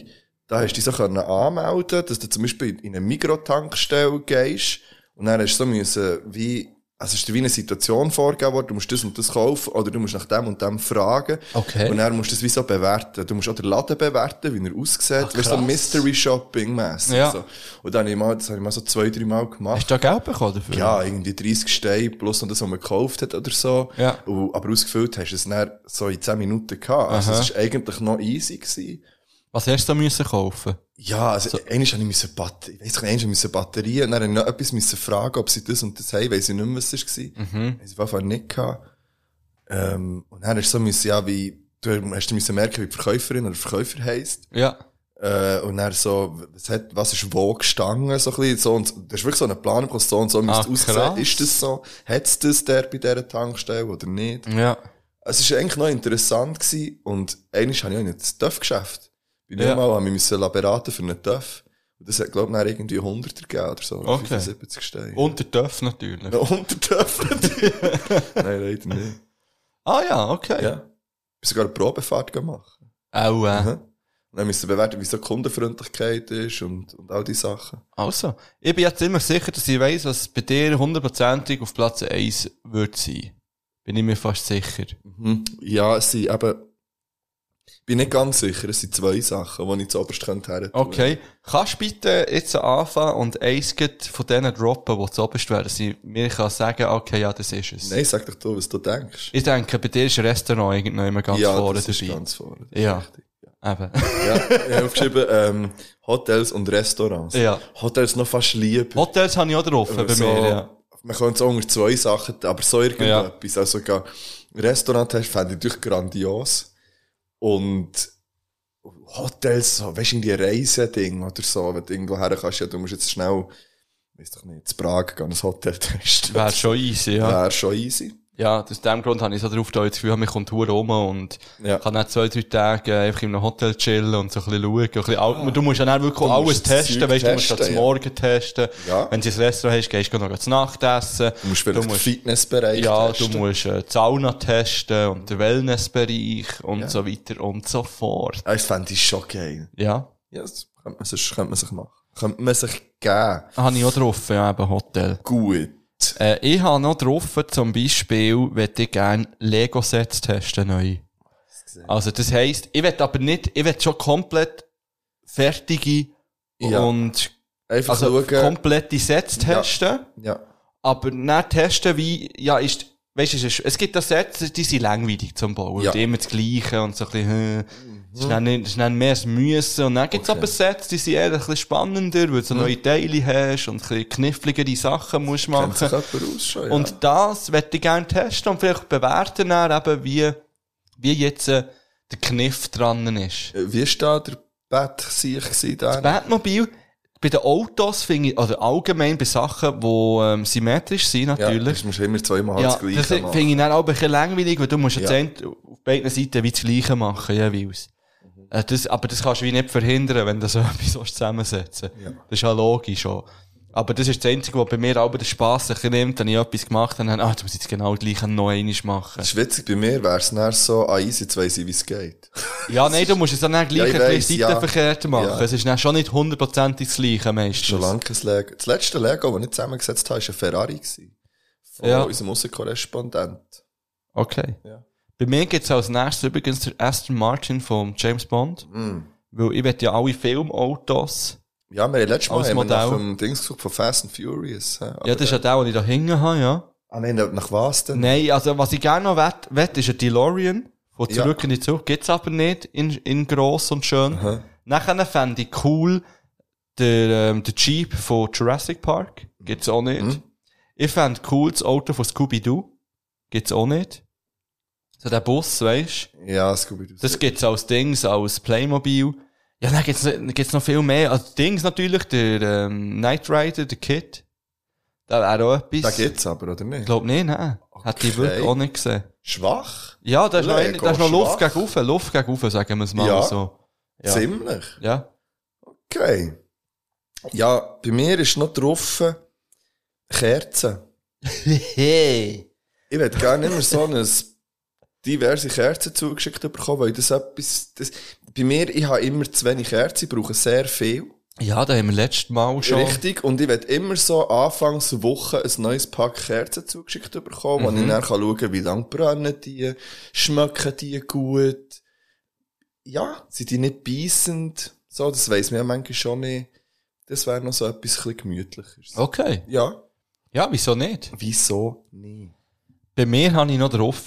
Da hast du dich so können anmelden dass du zum Beispiel in eine Mikrotankstelle gehst und dann hast du so müssen, wie also es ist dir wie eine Situation vorgegeben worden, du musst das und das kaufen oder du musst nach dem und dem fragen. Okay. Und dann musst du das wie so bewerten. Du musst auch den Laden bewerten, wie er aussieht. Weißt du, so krass. Mystery Shopping mässig Ja. so. Und dann habe ich mal, das habe ich mal so zwei, drei Mal gemacht. Hast du da Geld bekommen dafür? Ja, irgendwie 30 Steine plus noch das, was man gekauft hat oder so. Ja. Und, aber ausgefüllt hast du es dann so in 10 Minuten gehabt. Also Aha. es war eigentlich noch easy. Gewesen. Was hast du da müssen kaufen? Ja, also so. einmal musste ich müssen Bat- ich weiss nicht, einmal musste ich Batterien und dann habe ich noch etwas müssen fragen, ob sie das und das haben, weiss ich nicht mehr, was es war. Mhm. Weiss ich auf jeden Fall nicht. Gehabt. Ähm, und dann hast du so müssen, ja, wie, du hast dir müssen merken, wie die Verkäuferin oder Verkäufer heisst. Ja. Äh, und dann so, was, hat, was ist wo gestanden, so ein bisschen, so und so. Das ist wirklich so ein Plan, bekommst, so und so müsste Ah, es aussehen. krass. Ist das so? Hat es das der bei dieser Tankstelle oder nicht? Ja. Es war eigentlich noch interessant gewesen, und einmal habe ich auch in ein Töff-Geschäft. Bin Ja. ja. mal, habe ich mich beraten für einen Töff. Und das hat, glaube ich, dann irgendwie 100 gegeben oder so. Okay. 75 Steine. Und der Töff natürlich. Ja, und der Töff natürlich. Nein, leider nicht. Ah ja, okay. Ja. Ich sogar eine Probefahrt gemacht. Auch, äh. Mhm. Und dann müssen wir bewerten, wie so Kundenfreundlichkeit ist und, und all diese Sachen. Also, ich bin jetzt immer sicher, dass ich weiss, was bei dir hundertprozentig auf Platz 1 wird sein. Bin ich mir fast sicher. Mhm. Ja, es sind eben, ich bin nicht ganz sicher, es sind zwei Sachen, die ich zuoberst könnte her Okay. Kannst du bitte jetzt anfangen und eins gleich von denen droppen, die zu oberst wären? dass ich Mir kann sagen, okay, ja, das ist es. Nein, sag doch du, was du denkst. Ich denke, bei dir ist Restaurant irgendwie immer ganz Ja, vorne das ist dabei. ganz vorne, das ist Ja. Eben. Ja, ich habe aufgeschrieben, ähm, Hotels und Restaurants. Ja. Hotels noch fast lieber. Hotels habe ich auch drauf, bei so, mir, ja. Man könnte es auch unter zwei Sachen, aber so irgendetwas. Also, gar- Restaurant hast, fände ich natürlich grandios. Und Hotels, so, weißt du, irgendwie Reiseding oder so, wenn du irgendwo her kannst, ja, du musst jetzt schnell, weiß doch nicht, zu Prag gehen, ein Hotel testen. Wäre schon easy, ja. Wäre schon easy. Ja, aus dem Grund habe ich so drauf, da jetzt das Gefühl, mich kommt hure rum und Ja. kann dann zwei, drei Tage einfach in einem Hotel chillen und so ein bisschen schauen. Ein bisschen, all- Ja. Du musst ja dann wirklich Du musst alles das Zeug testen, weißt du, du musst testen, das ja. Morgen testen. Ja. Wenn du ins Restaurant hast, gehst du noch zu Nacht essen. Du musst vielleicht den Fitnessbereich ja, testen. du musst äh, die Sauna testen und den Wellnessbereich und Ja. so weiter und so fort. Ah, Das fände ich schon geil. Ja. Ja, das könnte man, sich- könnte man sich machen. Könnte man sich geben. Habe ich auch drauf, ja, eben Hotel. Gut. Äh, ich habe noch drauf, zum Beispiel, möchte ich gerne Lego-Sets testen, neu. Also, das heisst, ich will aber nicht, ich will schon komplett fertige Ja. und Einfach also schauen. komplette Sets Ja. testen. Ja. Aber nicht testen, wie, ja, ist, weißt du, es ist- es gibt da Sets, die sind langweilig zum Bauen. Ja. Mhm. Und immer das Gleiche und so ein bisschen, äh, es ist dann nicht- es ist dann mehr das Müssen. Und dann gibt es Okay. aber Sets, die sind eher ein bisschen spannender, weil du so Mhm. neue Teile hast und ein bisschen kniffligere Sachen musst machen. sich jemand aus schon, ja. Und das möchte ich gerne testen und vielleicht bewerten dann eben, wie, wie jetzt äh, der Kniff dran ist. Wie ist da der Bett sich da? Das Batmobil, bei den Autos finde ich, oder allgemein bei Sachen, die ähm, symmetrisch sind natürlich. Ja, das musst du immer zweimal Ja, das Gleiche das finde machen. ich dann auch ein bisschen langweilig, weil du musst ja, Ja. ja. auf beiden Seiten wie das Gleiche machen, jeweils. Mhm. Äh, Das, aber das kannst du wie nicht verhindern, wenn du so etwas so zusammensetzen Ja. Das ist ja logisch auch. Aber das ist das Einzige, was bei mir auch den Spass ein bisschen nimmt, wenn ich etwas gemacht habe, dann, ah, du musst jetzt genau das Gleiche noch einmal machen. Das ist witzig, bei mir wäre es dann so, ah, easy, jetzt weiss ich, wie es geht. Ja, nein, du musst es dann auch Ja, gleich ich ein weiss, bisschen ja. seitenverkehrt machen. Ja. Es ist dann schon nicht hundertprozentig das Gleiche meistens. Schon lange kein Lego. Das letzte Lego, das ich zusammengesetzt habe, war ein Ferrari. gewesen. Von Ja. unserem Außenkorrespondent. Okay. Ja. Bei mir gibt es als nächstes übrigens den Aston Martin von James Bond. Mm. Weil ich will ja alle Filmautos. Ja, wir haben letztes Mal Als haben wir nach Modell. dem Dings gesucht von Fast and Furious. hä? Aber Ja, das ist ja der, den ich da hinten habe, ja. Ah, nein, nach was denn? Nein, also was ich gerne noch wett, wett ist ein DeLorean. Von Ja. zurück in die Zukunft gibt's aber nicht in, in gross und schön. Aha. Nachher fände ich cool der, ähm, der Jeep von Jurassic Park. Gibt's auch nicht. Mhm. Ich fände cool das Auto von Scooby-Doo. Gibt's auch nicht. So der Bus, weißt du? Ja, Scooby-Doo. Das gibt's als Dings, als Playmobil. Ja, dann gibt's, noch- gibt's noch viel mehr. Also Dings natürlich, der ähm, Knight Rider, der Kid. Da wäre auch etwas. Da gibt es aber, oder nicht? Ich glaube nicht, nein. Hätte ich wirklich auch nicht gesehen. Schwach? Ja, da ist noch, ein, Lego da ist noch Luft schwach. gegen rauf, Luft gegen rauf, sagen wir es mal Ja. so. Ziemlich. Ja. Okay. Ja, bei mir ist noch drauf äh, Kerzen. hey. Ich hätte gerne immer so eine diverse Kerzen zugeschickt bekommen, weil das etwas, das, bei mir, ich habe immer zu wenig Kerzen, ich brauche sehr viel. Ja, da haben wir letztes Mal schon. Richtig, und ich werde immer so anfangs Woche ein neues Pack Kerzen zugeschickt bekommen, wo Mhm. ich dann kann schauen kann, wie lange brennen die, schmecken die gut, ja, sind die nicht beißend, so, das weiss man ja manchmal schon mehr. Das wäre noch so etwas ein bisschen gemütliches. Okay. Ja. Ja, wieso nicht? Wieso nicht? Bei mir habe ich noch drauf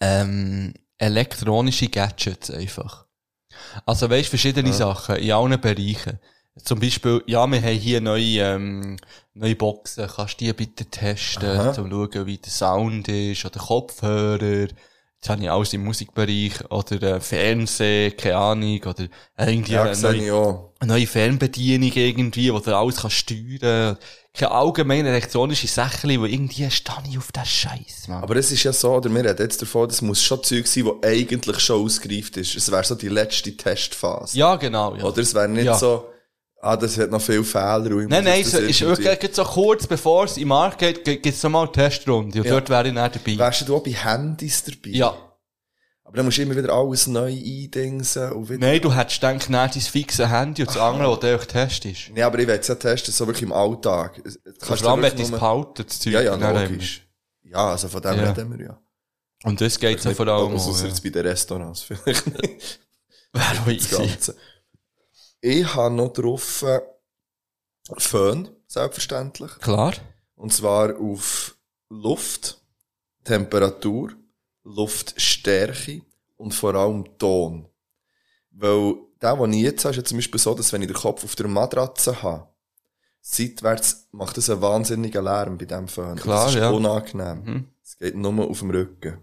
ähm, elektronische Gadgets einfach. Also weißt verschiedene Ja. Sachen in allen Bereichen. Zum Beispiel, ja, wir haben hier neue, ähm, neue Boxen, kannst du die bitte testen, Aha. zum schauen, wie der Sound ist, oder Kopfhörer, jetzt habe ich alles im Musikbereich, oder äh, Fernsehen, keine Ahnung, oder irgendwie Ja, eine, sehe ich neue, auch. eine neue Fernbedienung irgendwie, wo du alles kannst steuern Keine allgemeine elektronische Sachen, wo irgendwie stehe ich auf den Scheiß. Aber es ist ja so, oder wir reden jetzt davon, das muss schon Zeug sein, das eigentlich schon ausgereift ist. Es wäre so die letzte Testphase. Ja, genau. Ja. Oder es wäre nicht Ja. so, ah, das hat noch viele Fehler. und ich Nein, muss nein, das es ist irgendwie- wirklich gerade so kurz bevor es in den Markt geht, gibt es nochmal eine Testrunde. Und Ja. dort wäre ich dann dabei. Wärst du auch bei Handys dabei? Ja. Aber dann musst du immer wieder alles neu eindingsen. Und wieder Nein, du hättest gedacht, nein, dein fixe Handy und das andere, das du echt testest. Nein, aber ich will es ja testen, so wirklich im Alltag. Es- es- Vor du allem, wenn wirklich du es nur- behalten, das Zeug, Ja, ja, dann logisch. Ja, also von dem Ja. reden wir ja. Und das geht so vor allem. Also, auch, ja. ja. jetzt bei den Restaurants vielleicht nicht. Wäre auch Das easy. Ganze. Ich habe noch drauf äh, Föhn, selbstverständlich. Klar. Und zwar auf Luft, Temperatur, Luftstärke und vor allem Ton. Weil der, den ich jetzt habe, ist ja zum Beispiel so, dass wenn ich den Kopf auf der Matratze habe, seitwärts macht das einen wahnsinnigen Lärm bei diesem Föhn. Und Klar, das ist ja. unangenehm. Mhm. Es geht nur auf dem Rücken.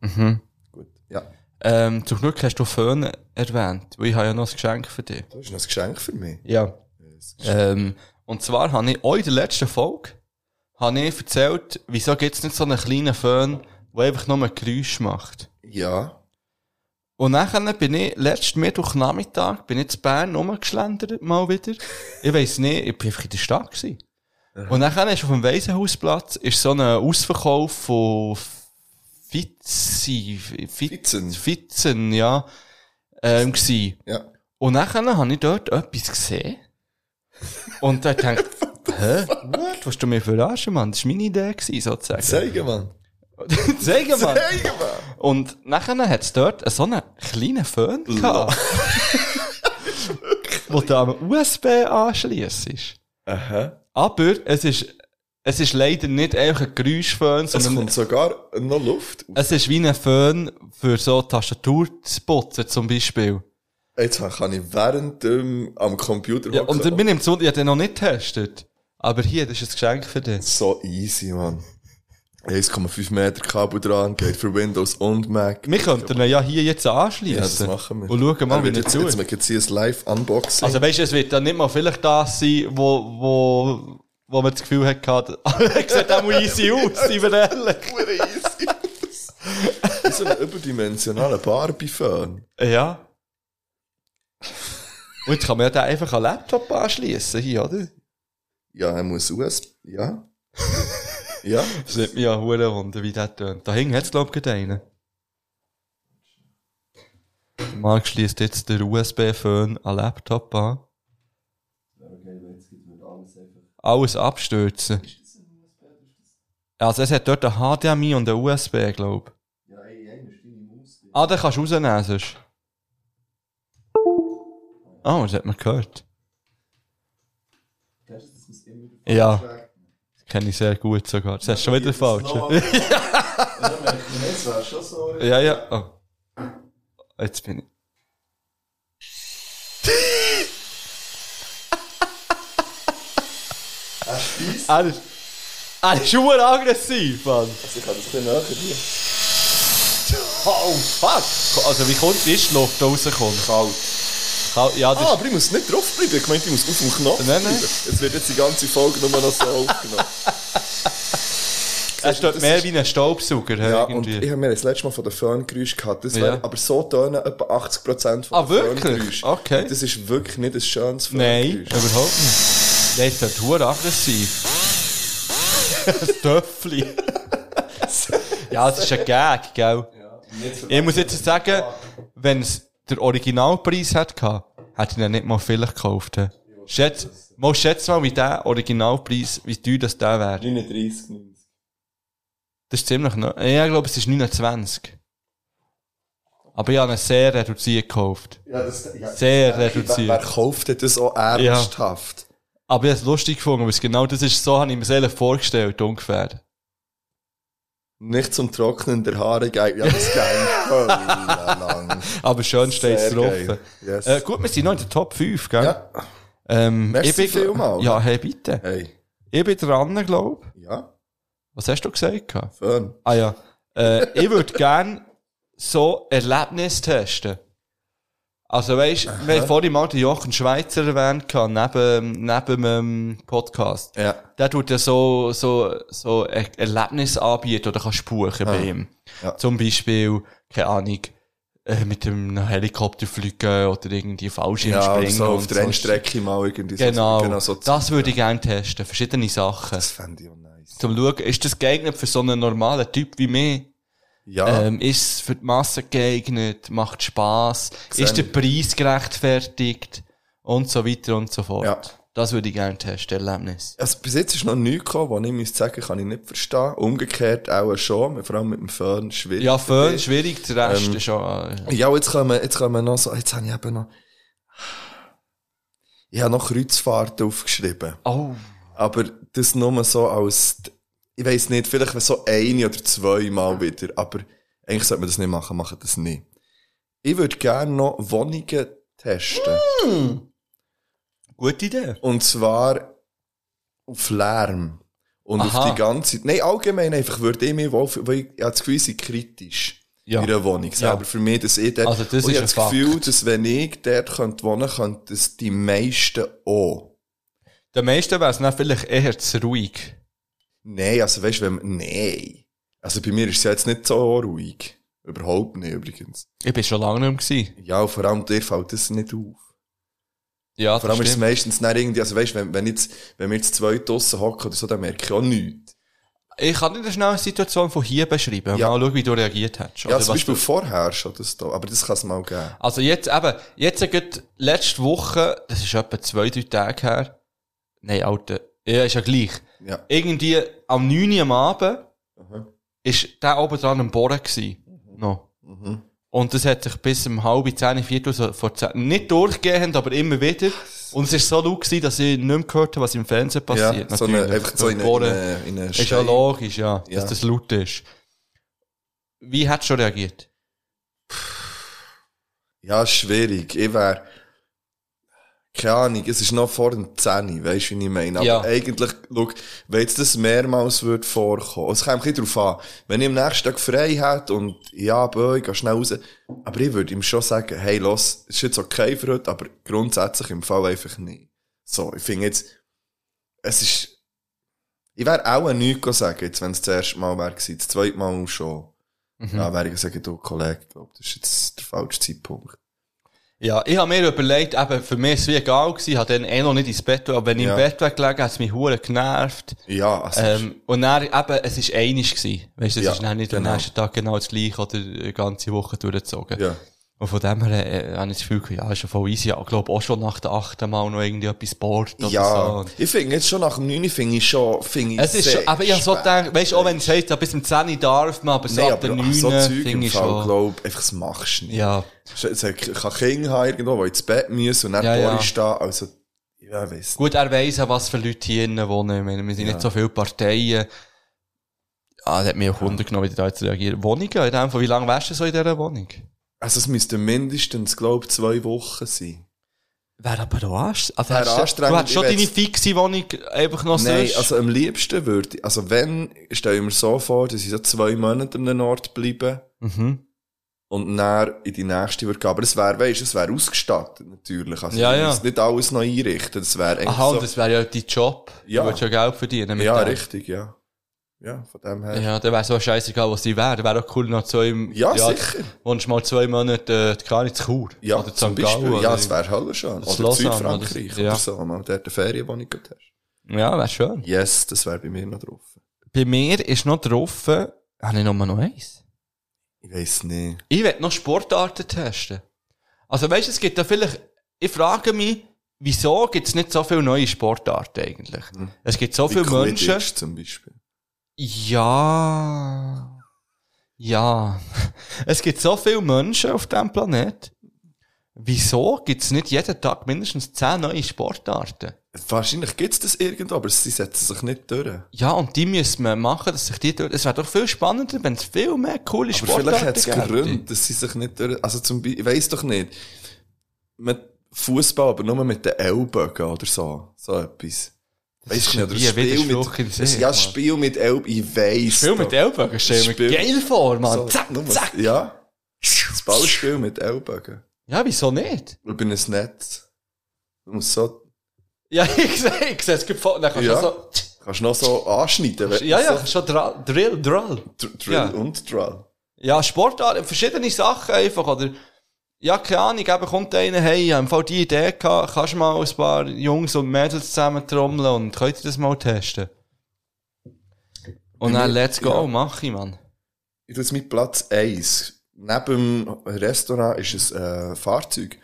Mhm. Gut, ja. Ähm, zum Glück hast du Föhn erwähnt, weil ich habe ja noch ein Geschenk für dich. Das ist noch ein Geschenk für mich. Ja. Ähm, und zwar habe ich auch in der letzten Folge habe ich erzählt, wieso gibt es nicht so einen kleinen Föhn, der einfach nur ein Geräusch macht. Ja. Und nachher bin ich letzten Mittwochnachmittag bin ich zu Bern rumgeschlendert, mal wieder. Ich weiss nicht, ich war einfach in der Stadt. Gewesen. Und nachher ist auf dem Waisenhausplatz ist so ein Ausverkauf von Fitzi, Fitzen. Fitzen, ja. Ähm, gsi. Ja. Und nachher habe ich dort etwas gesehen. Und da dachte ich, hä? What? Was du mir verarschen, Mann? Das war meine Idee, gewesen, sozusagen. Zeige, Mann. Zeige, Mann. Zeige, Mann. Und nachher hat es dort so einen kleinen Föhn gehabt. wo du am USB anschliessest. Aha. Aber es ist, es ist leider nicht einfach ein Geräuschföhn, Es sondern kommt sogar noch Luft. es ist wie ein Föhn für so Tastatur zu putzen, zum Beispiel. Jetzt kann ich während dem am Computer Ja, und hocken. mir nimmt es ich habe den noch nicht getestet. Aber hier, das ist ein Geschenk für dich. So easy, Mann. 1,5 Meter Kabel dran, geht für Windows und Mac. Wir könnten ihn ja hier jetzt anschließen. Ja, das machen wir. Und schauen mal, Er wie wird er jetzt, zu jetzt, wir können sie ein Live-Unboxing. Also weißt du, es wird dann nicht mal vielleicht das sein, wo, wo, wo man das Gefühl hat, gehabt, er sieht auch mal easy aus, seien wir ehrlich. Wie so ein überdimensionaler Barbie-Fan. Ja. Und jetzt kann man ja den einfach an den Laptop anschließen hier, oder? Ja, er muss USB. Ja. ja. Das nimmt mich ja hure Wunder, wie das tönt. Da hinten hat es, glaube ich, gerade einen. Der Marc schließt jetzt den USB-Phone an den Laptop an. Alles abstürzen. Also es hat dort ein HDMI und ein USB, glaube ich. Ah, den kannst du rausnehmen sonst. Ah, das hat man gehört. Ja. Das kenne ich sehr gut sogar. Das hast du schon wieder falsch. ja, ja. Oh. Jetzt bin ich. Er ist, er ist super aggressiv, Mann. Also ich kann das ein bisschen näher hier. Oh, fuck. Also wie kommt die Luft da rauskommt? Kalt. Kalt, ja, das Ah, aber ich muss nicht draufbleiben. Ich meinte, ich muss auf dem Knopf Nein, nein. bleiben. Es wird jetzt die ganze Folge nur noch so aufgenommen. es steht mehr wie ein Staubsauger. hä, Ja, und irgendwie. ich habe mir das letzte Mal von den Föhngeräuschen gehabt. Das Ja. wäre aber so tönen etwa 80% von Ah, den wirklich? Föhngeräuschen. Okay. Das ist wirklich nicht ein schönes Nein, Föhngeräusch. überhaupt nicht. Der ist dort hure aggressiv. Ein Töffli. ja, es ist ein Gag, gell? ich muss jetzt sagen, wenn es der Originalpreis hätte gehabt, Hätte ich ihn nicht mal vielleicht gekauft. hä? Schätz, mal schätz mal, wie der Originalpreis, wie teuer das der wäre. 39, 90. Das ist ziemlich neu. Ja, ich glaube, es ist 29. Aber ich habe ihn sehr reduziert gekauft. Ja, das- ja, sehr das- reduziert. Wer- wer kauft denn das auch ernsthaft? Aber ich habe es lustig gefunden, weil es genau das ist, so habe ich mir selber vorgestellt, ungefähr. Nicht zum Trocknen der Haare geil. Ja, das geht Aber schön steht es Sehr drauf. geil. Yes. Äh, gut, wir sind noch in der Top 5, gell? Ja. Ähm, Merci ich bin, vielmals. Ja, hey, bitte. Ich bin dran, glaube ich. Ja. Was hast du gesagt? Fön. Ah ja. Äh, ich würde gerne so Erlebnis testen. Also weißt, wir haben vorhin mal den Jochen Schweizer erwähnt, gehabt, neben, neben dem Podcast. Ja. Der tut ja so, so, so ein Erlebnis anbieten oder kannst buchen Ah. bei ihm. Ja. Zum Beispiel, keine Ahnung, äh, mit dem Helikopter fliegen oder irgendwie Fallschirm Ja, oder springen. so auf und der Rennstrecke mal irgendwie so- Genau, genau so das würde ich gerne testen. Verschiedene Sachen. Das fände ich auch nice. Zum Schauen, ist das geeignet für so einen normalen Typ wie mich? Ja. Ähm, ist es für die Masse geeignet? Macht Spaß? Sehe Ist der ich. Preis gerechtfertigt? Und so weiter und so fort. Ja. Das würde ich gerne testen, Erlebnis. Also bis jetzt ist noch nichts gekommen, was ich müsste sagen, kann ich nicht verstehen. Umgekehrt auch schon, vor allem mit dem Föhn schwierig. Ja, Föhn, schwierig, der Rest Ähm, ist äh, schon- Ja, und jetzt kommen, jetzt kommen noch so, jetzt habe ich eben noch, ich habe noch Kreuzfahrten aufgeschrieben. Oh. Aber das nur so als, ich weiss nicht, vielleicht so eine oder zweimal wieder, aber eigentlich sollte man das nicht machen, machen das nie. Ich würde gerne noch Wohnungen testen. Gute Idee. Und zwar auf Lärm. Und Aha. auf die ganze, nein, allgemein einfach würde ich mich wohl, weil ich, ich habe das Gefühl, ich sei kritisch Ja. in einer Wohnung. Ja. Aber für mich, dass ich dort, Also das und ich ist habe das ein Fakt. Gefühl, dass wenn ich dort könnte wohnen könnte, dass die meisten auch. Der meisten wäre es dann vielleicht eher zu ruhig. Nein, also weißt du, wenn man, nein. Also bei mir ist es ja jetzt nicht so ruhig. Überhaupt nicht, übrigens. Ich bin schon lange nicht mehr. Ja, und vor allem dir fällt das nicht auf. Ja, Vor das allem ist es stimmt. meistens nicht irgendwie, also weißt du, wenn, wenn, jetzt, wenn wir jetzt zwei draussen hocken oder so, dann merke ich auch nichts. Ich kann dir schnell eine Situation von hier beschreiben. Ja. Mal schauen, wie du reagiert hast. Oder Ja, zum also was Beispiel du- vorher schon das da, aber das kann es mal geben. Also jetzt eben, jetzt gerade letzte Woche, das ist etwa zwei, drei Tage her. Nein, Alter, ja, ist ja gleich. Ja. Irgendwie am 9 Uhr am Abend Aha. ist der oben dran am Bohren gewesen. Noch. Mhm. Und das hat sich bis um halb zehn, viertel so vor zehn, nicht durchgehend, aber immer wieder. Und es ist so laut gewesen, dass ich nicht mehr gehört habe, was im Fernsehen passiert. so eine- natürlich. einfach so in eine- Bohren in eine- in eine Ist ja Stein- logisch, ja, Ja. dass das laut ist. Wie hat schon reagiert? Ja, schwierig. Ich wäre, keine Ahnung, es ist noch vor dem 10, weißt du, wie ich meine? Aber Ja. eigentlich, schau, wenn jetzt das mehrmals würde vorkommen, es kommt ein bisschen darauf an, wenn ich am nächsten Tag frei hätte und ja, boi, ich gehe schnell raus, aber ich würde ihm schon sagen, hey, los, ist jetzt okay für heute, aber grundsätzlich im Fall einfach nicht. So, ich finde jetzt, es ist, ich wäre auch nichts gesagt, jetzt, wenn es das erste Mal wäre, gewesen, das zweite Mal auch schon. Mhm. Ja, wäre ich gesagt, du Kollege, ich glaube, das ist jetzt der falsche Zeitpunkt. Ja, ich habe mir überlegt, eben, für mich war es wie egal, gewesen, ich habe dann eh noch nicht ins Bett, wollen, aber wenn ich Ja. im Bett weggelegen hat es mich hure genervt. Ja, also- ähm, Und dann eben, es ist einig gewesen. Weißt du, es Ja, ist dann nicht genau. am nächsten Tag genau das gleiche oder die ganze Woche durchgezogen. Ja. Und von dem her äh, habe ich das Gefühl, gehabt, ja, ist ja voll easy. Ich glaube auch schon nach der achten Mal noch irgendwie etwas Sport oder so. Ja, Und- ich finde jetzt schon nach dem 9 finde ich schon, finde ich es ist sehr schon, aber ich habe so spät. gedacht, weißt du, auch wenn es heißt, ja, bis zum 10 Uhr darf man, aber so Nein, ab der aber 9 so Zeug im finde ich Fall, schon. glaub, einfach, das machst du nicht. Ja. Es hat- ich kann Kinder haben irgendwo, die ins Bett müssen und dann Ja, ja, ja. ja. stehen, also, ja, weiss Gut, er weiss auch, was für Leute hier drinnen wohnen. Ich meine, wir sind Ja. nicht so viele Parteien. Ah, das hat mich auch wundern genommen, wie die da jetzt reagieren. Wohnungen, in dem Fall, wie lange wärst du so in dieser Wohnung? Also, es müssten mindestens, glaube ich, zwei Wochen sein. Wäre aber auch anstrengend. Also, Wäre hast du- anstrengend, Du hast schon ich deine werd's- fixe Wohnung einfach noch Nein, sonst. also am liebsten würde ich, also wenn, stelle ich mir so vor, dass ich so zwei Monate an einem Ort bleibe Mhm. und dann in die nächste würde gehen. Aber es wäre, weißt du, es wäre ausgestattet natürlich. Also Ja, ich ja. muss nicht alles neu einrichten, das wäre eigentlich Aha, so. und das wäre ja dein Job. Ja. Du würdest ja Geld verdienen. mit ja, dem. richtig, ja. Ja, von dem her. Ja, dann wäre es auch scheißegal, was sie wäre. Wäre auch cool, noch zwei, Ja, sicher. Wohnst mal zwei Monate, äh, gar nicht zu Chur. Ja, Oder zum St. Gallen Beispiel. oder Ja, es wäre Hölle schon. Das Oder Lausanne Südfrankreich oder- oder, ja. so, mal dort eine Ferien, die ich gerade hast. Ja, wäre schön. Yes, das wäre bei mir noch drauf. Bei mir ist noch drauf, äh, habe ich noch mal noch eins? Ich weiss nicht. Ich will noch Sportarten testen. Also weißt du, es gibt da vielleicht ich frage mich, wieso gibt es nicht so viele neue Sportarten eigentlich? Es gibt so Hm. viele Wie Quidditch Menschen. zum Beispiel. Ja. Ja. Es gibt so viele Menschen auf diesem Planet. Wieso gibt es nicht jeden Tag mindestens zehn neue Sportarten? Wahrscheinlich gibt es das irgendwo, aber sie setzen sich nicht durch. Ja, und die müssen wir machen, dass sich die durch. Es wäre doch viel spannender, wenn es viel mehr coole Aber vielleicht Sportarten hat es gäbe. Gründe, dass sie sich nicht durch... Also zum Beispiel, ich weiss doch nicht. Mit Fußball, aber nur mit den Ellbogen oder so. So etwas. Das Weißt ist du nicht, oder wie ein Spiel Widerspruch in mit, sich, Ja, Mann. Spiel mit Ellbogen, ich weiss. Spiel mit doch. Ellbogen, stell mir Spiel- geil vor, Mann. Zack, nur- zack. Ja. Das Ballspiel mit Ellbogen. Ja, wieso nicht? Über ein Netz. Du musst so... Ja, ich sehe, ich sehe, es gibt Fotos, dann kannst du ja. so, Kannst noch so anschneiden. wenn- ja, ja, so- schon Dra- Drill, Drill. Drill ja. und Drill. Ja, Sportarten, verschiedene Sachen einfach, oder? Ja, keine Ahnung, eben kommt einer, hey, ich habe im Fall die Idee gehabt, kannst du mal ein paar Jungs und Mädels zusammen trommeln und könnt ihr das mal testen? Und dann let's go, mach ich, Mann. Ich tue es mit Platz 1. Neben dem Restaurant ist es ein Fahrzeug.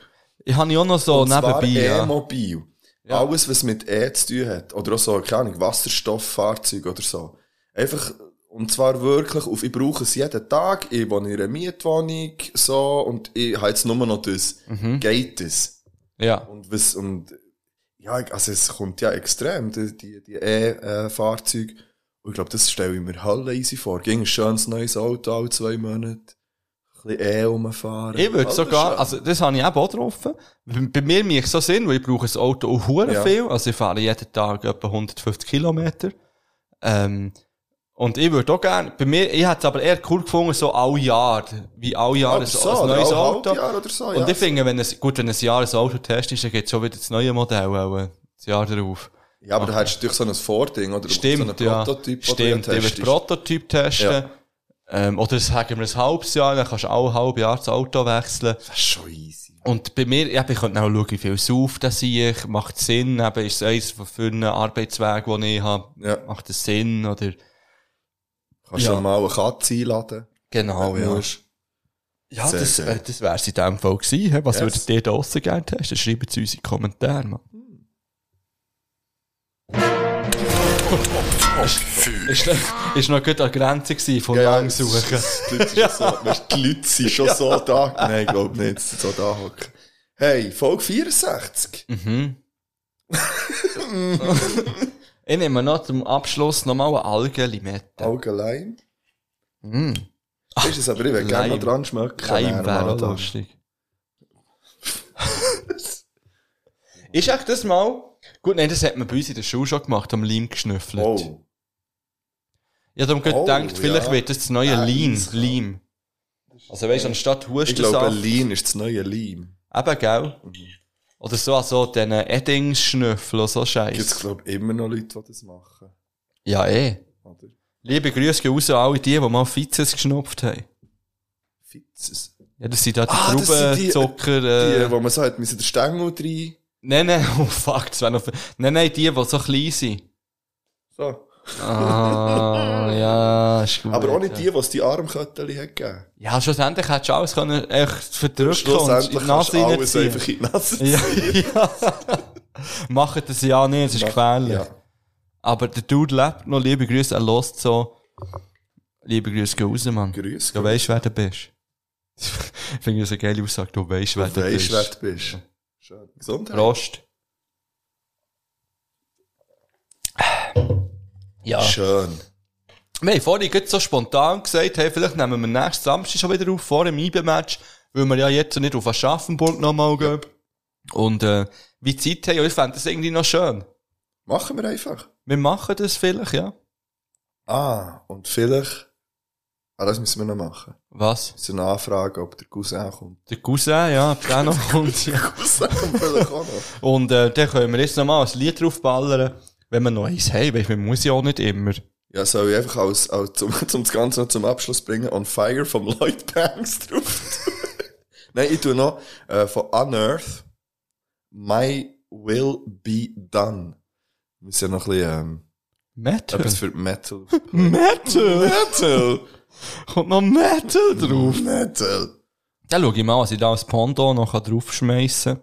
Ich habe auch noch so Und zwar nebenbei, ja. E-Mobil. Alles, was mit E zu tun hat. Oder auch so, keine Ahnung, Wasserstofffahrzeug oder so. Einfach, und zwar wirklich auf, ich brauche es jeden Tag, ich wohne in einer Mietwohnung, so, und ich habe jetzt nur noch das. Mhm. Geht es? Ja. Und was, und, ja, also es kommt ja extrem, die, die, die E-Fahrzeuge. Und ich glaube, das stelle ich mir hell easy vor. Ging ein schönes neues Auto alle zwei Monate. Ein bisschen E rumfahren. Ich würde Alles sogar, schön. also das habe ich eben auch getroffen. Bei, bei mir macht es so Sinn, weil ich brauche ein Auto auch hure Ja. viel. Also ich fahre jeden Tag etwa 150 Kilometer. Ähm, und ich würde auch gerne, bei mir, ich hätte es aber eher cool gefunden, so alle Jahr, wie alle Jahr ein, Oder so, ein oder neues alle Auto. Halbjahr oder so, und ja. ich finde, wenn es, gut, wenn ein Jahr ein Auto testest, dann gibt es schon wieder das neue Modell, auch, äh, das Jahr darauf. Ja, aber da hättest du natürlich so ein Vording oder Stimmt, so einen ja. Prototyp, den du Stimmt, ja ich würde testest. Prototyp testen. Ja. Ähm, oder sagen wir ein halbes Jahr, dann kannst du alle halbe Jahr das Auto wechseln. Das ist schon easy. Und bei mir, eben, ich könnte auch schauen, wie viel Sauf das ich, macht Sinn, eben, ist es eins von vielen Arbeitswegen, die ich habe, macht das Sinn, oder? Kannst du mal eine Katze einladen? Genau, Wenn du ja. musst. Ja, Sehr das, schön. äh, das wär's in dem Fall gewesen. hä? Was Yes. würdet ihr da draussen gerne testen? Schreibt es uns in die Kommentare, Mann. Ist, ist noch gut an der Grenze gewesen von ja, lang suchen. Die Leute sind schon so, weißt, du, die Leute sind schon so da. Nein, ich glaube nicht, dass sie so da hocken. Hey, Folge 64. Mhm. ich nehme noch zum Abschluss nochmal eine Algenlimette. Algenleim? Mm. Ist es aber, ich will gerne noch dran schmecken. Leim Dann wäre mal auch da. lustig. ist echt das mal... Gut, nein, das hat man bei uns in der Schule schon gemacht, am Leim geschnüffelt. Oh. Ich habe darum Oh, gerade gedacht, vielleicht ja. wird das das neue Ah, Leim. eins. Leim. Also weißt du, anstatt Ich Hustensaft... glaube, Lean Mhm. ist das neue Leim. Eben, gell? Oder so, also diesen Eddings-Schnüffel und so Scheiße. Gibt es, glaube ich, immer noch Leute, die das machen. Ja, eh. Oder? Liebe Grüße gehen raus an alle die, die mal Fizes geschnupft haben. Fizes? Ja, das sind da die Ah, das sind die- Traubenzucker... Die, Äh, wo man so hat, müssen den Stängel rein. nein, nein, oh fuck, das wäre noch... Nein, nein, die, die so klein sind. So. Ah, ja, ist gut. Aber ohne ja. die, die es die Armkötteli hat gegeben. Ja, schlussendlich hättest du alles können, echt verdrücken und in Schlussendlich die kannst Nase du alles reinziehen. einfach in die Nase Ja, ziehen. Macht das ja nicht, es ist gefährlich. Aber der Dude lebt noch, liebe Grüße, er lost so. Liebe Grüße gehen raus, Mann. Grüße. Du weißt, wer du bist. Ich finde das eine geile Aussage, du weißt, wer Du du, weißt, wer bist. du bist. Schön. Gesundheit. Prost. Ja. Schön. Wir haben vorhin gerade so spontan gesagt, hey, vielleicht nehmen wir nächsten Samstag schon wieder auf, vor dem IB-Match, weil wir ja jetzt nicht auf Aschaffenburg nochmal gehen. Und, äh, wie Zeit haben, und ich fände das irgendwie noch schön. Machen wir einfach. Wir machen das vielleicht, ja. Ah, und vielleicht. Ah, das müssen wir noch machen. Was? So eine Anfrage, ob der Cousin kommt. Der Cousin, ja, ob der noch kommt. Ja. Und äh, dann können wir jetzt nochmal ein Lied draufballern, wenn wir noch eins haben, weil man muss ja auch nicht immer. Ja, soll ich einfach als, als, zum, zum das Ganze noch zum Abschluss bringen, On Fire vom Lloyd Banks drauf. Nein, ich tue noch äh, von Unearth, My Will Be Done. Wir müssen ja noch ein bisschen ähm, Metal? etwas für Metal. Metal? Metal! Kommt noch Metal drauf? Metal! Dann schau ich mal, was ich da als Pondo noch draufschmeissen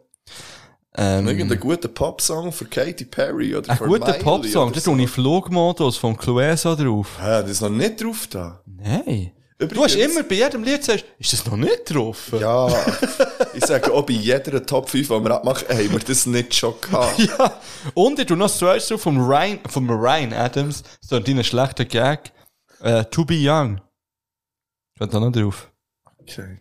kann. Ähm, Irgendeinen guten Popsong für Katy Perry oder Ein für guter Miley Popsong, oder da tue ich Flugmodus vom Clueso drauf. Hä, das ist noch nicht drauf da. Nein. du hast immer bei jedem Lied sagst, ist das noch nicht drauf? Ja. ich sage auch bei jeder Top 5, die wir abmachen, haben wir das nicht schon gehabt. ja. Und ich tue noch zwei drauf vom Ryan, vom Ryan Adams, so ein deiner schlechter Gag. Äh, to be young. Steht da noch drauf. Okay.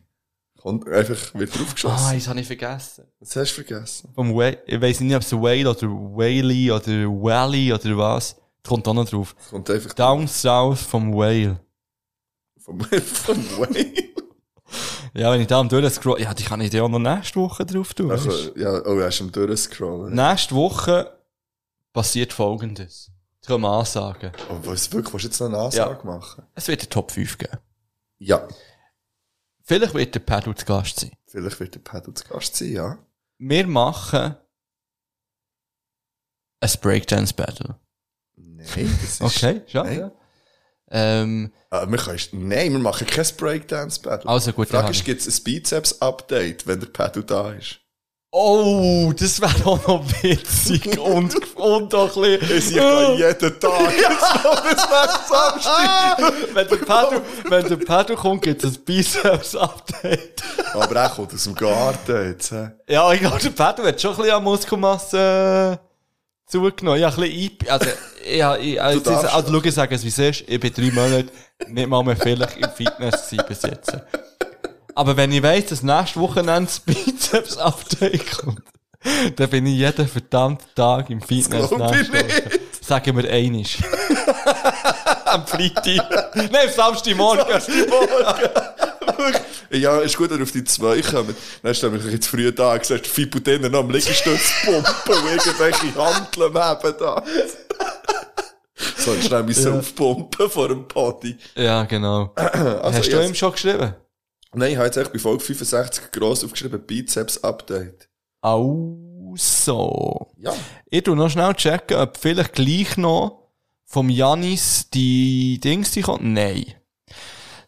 Kommt einfach wird draufgeschossen. Ah, das habe ich vergessen. Das hast du vergessen. Vom Wa ich weiß nicht, ob es Whale oder Whaley oder Wally oder was. Das kommt da noch drauf. Kommt einfach Down South vom Whale. Vom, vom Whale? ja, wenn ich da am durchscroll, ja, die kann ich dir auch noch nächste Woche drauf tun. Ach, weisst du? ja, oh, hast du am durchscrollen. Nächste Woche passiert folgendes. Ich kann Ansagen. Oh, was, wirklich? Willst du jetzt noch eine Ansage machen? Es wird eine Top 5 geben. Ja. Vielleicht wird der Pedro zu Gast sein. Vielleicht wird der Pedro zu Gast sein, ja. Wir machen ein Breakdance Battle. Nein, das ist... Okay, ja. Nein. ja. Ähm, Ah, wir können, nein, wir machen kein Breakdance-Battle. Also gut, Die Frage dann ist, hab gibt es ein Bizeps-Update, wenn der Pedro da ist? Oh, das wäre auch noch witzig und, und auch ein bisschen. Es ist ja jeden Tag. Ah! wenn der Pedro, wenn der Pedro kommt, gibt es ein Biceps-Update. Aber er kommt aus dem Garten jetzt. hä? Ja, ich glaube, der Pedro hat schon ein bisschen an Muskelmasse äh, zugenommen. Ja, ein bisschen einge- also, ich, hab- ich, also, darfst also, also, schau, ich sage es, wie es ist. Ich bin drei Monate nicht mal mehr vielleicht im Fitness gewesen bis jetzt. Aber wenn ich weiss, dass nächstes Wochenende das Bizeps-Update kommt, dann bin ich jeden verdammten Tag im Fitness. glaub ich Sagen wir einisch. Am Freitag. Nein, am Samstagmorgen. Ja, ist gut, wenn ihr auf die zwei kommt. Dann ist nämlich jetzt früh da und gesagt, Fibu drinnen noch am Liegestütz pumpen und irgendwelche Handeln haben da. Sonst nehme ich so Ja. aufpumpen vor dem Party. Ja, genau. Also, Hast du jetzt- ihm schon geschrieben? Nein, ich habe jetzt echt bei Folge 65 gross aufgeschrieben, Bizeps-Update. Also. Ja. Ich tu noch schnell checken, ob vielleicht gleich noch vom Janis die Dings die kommt. Nein.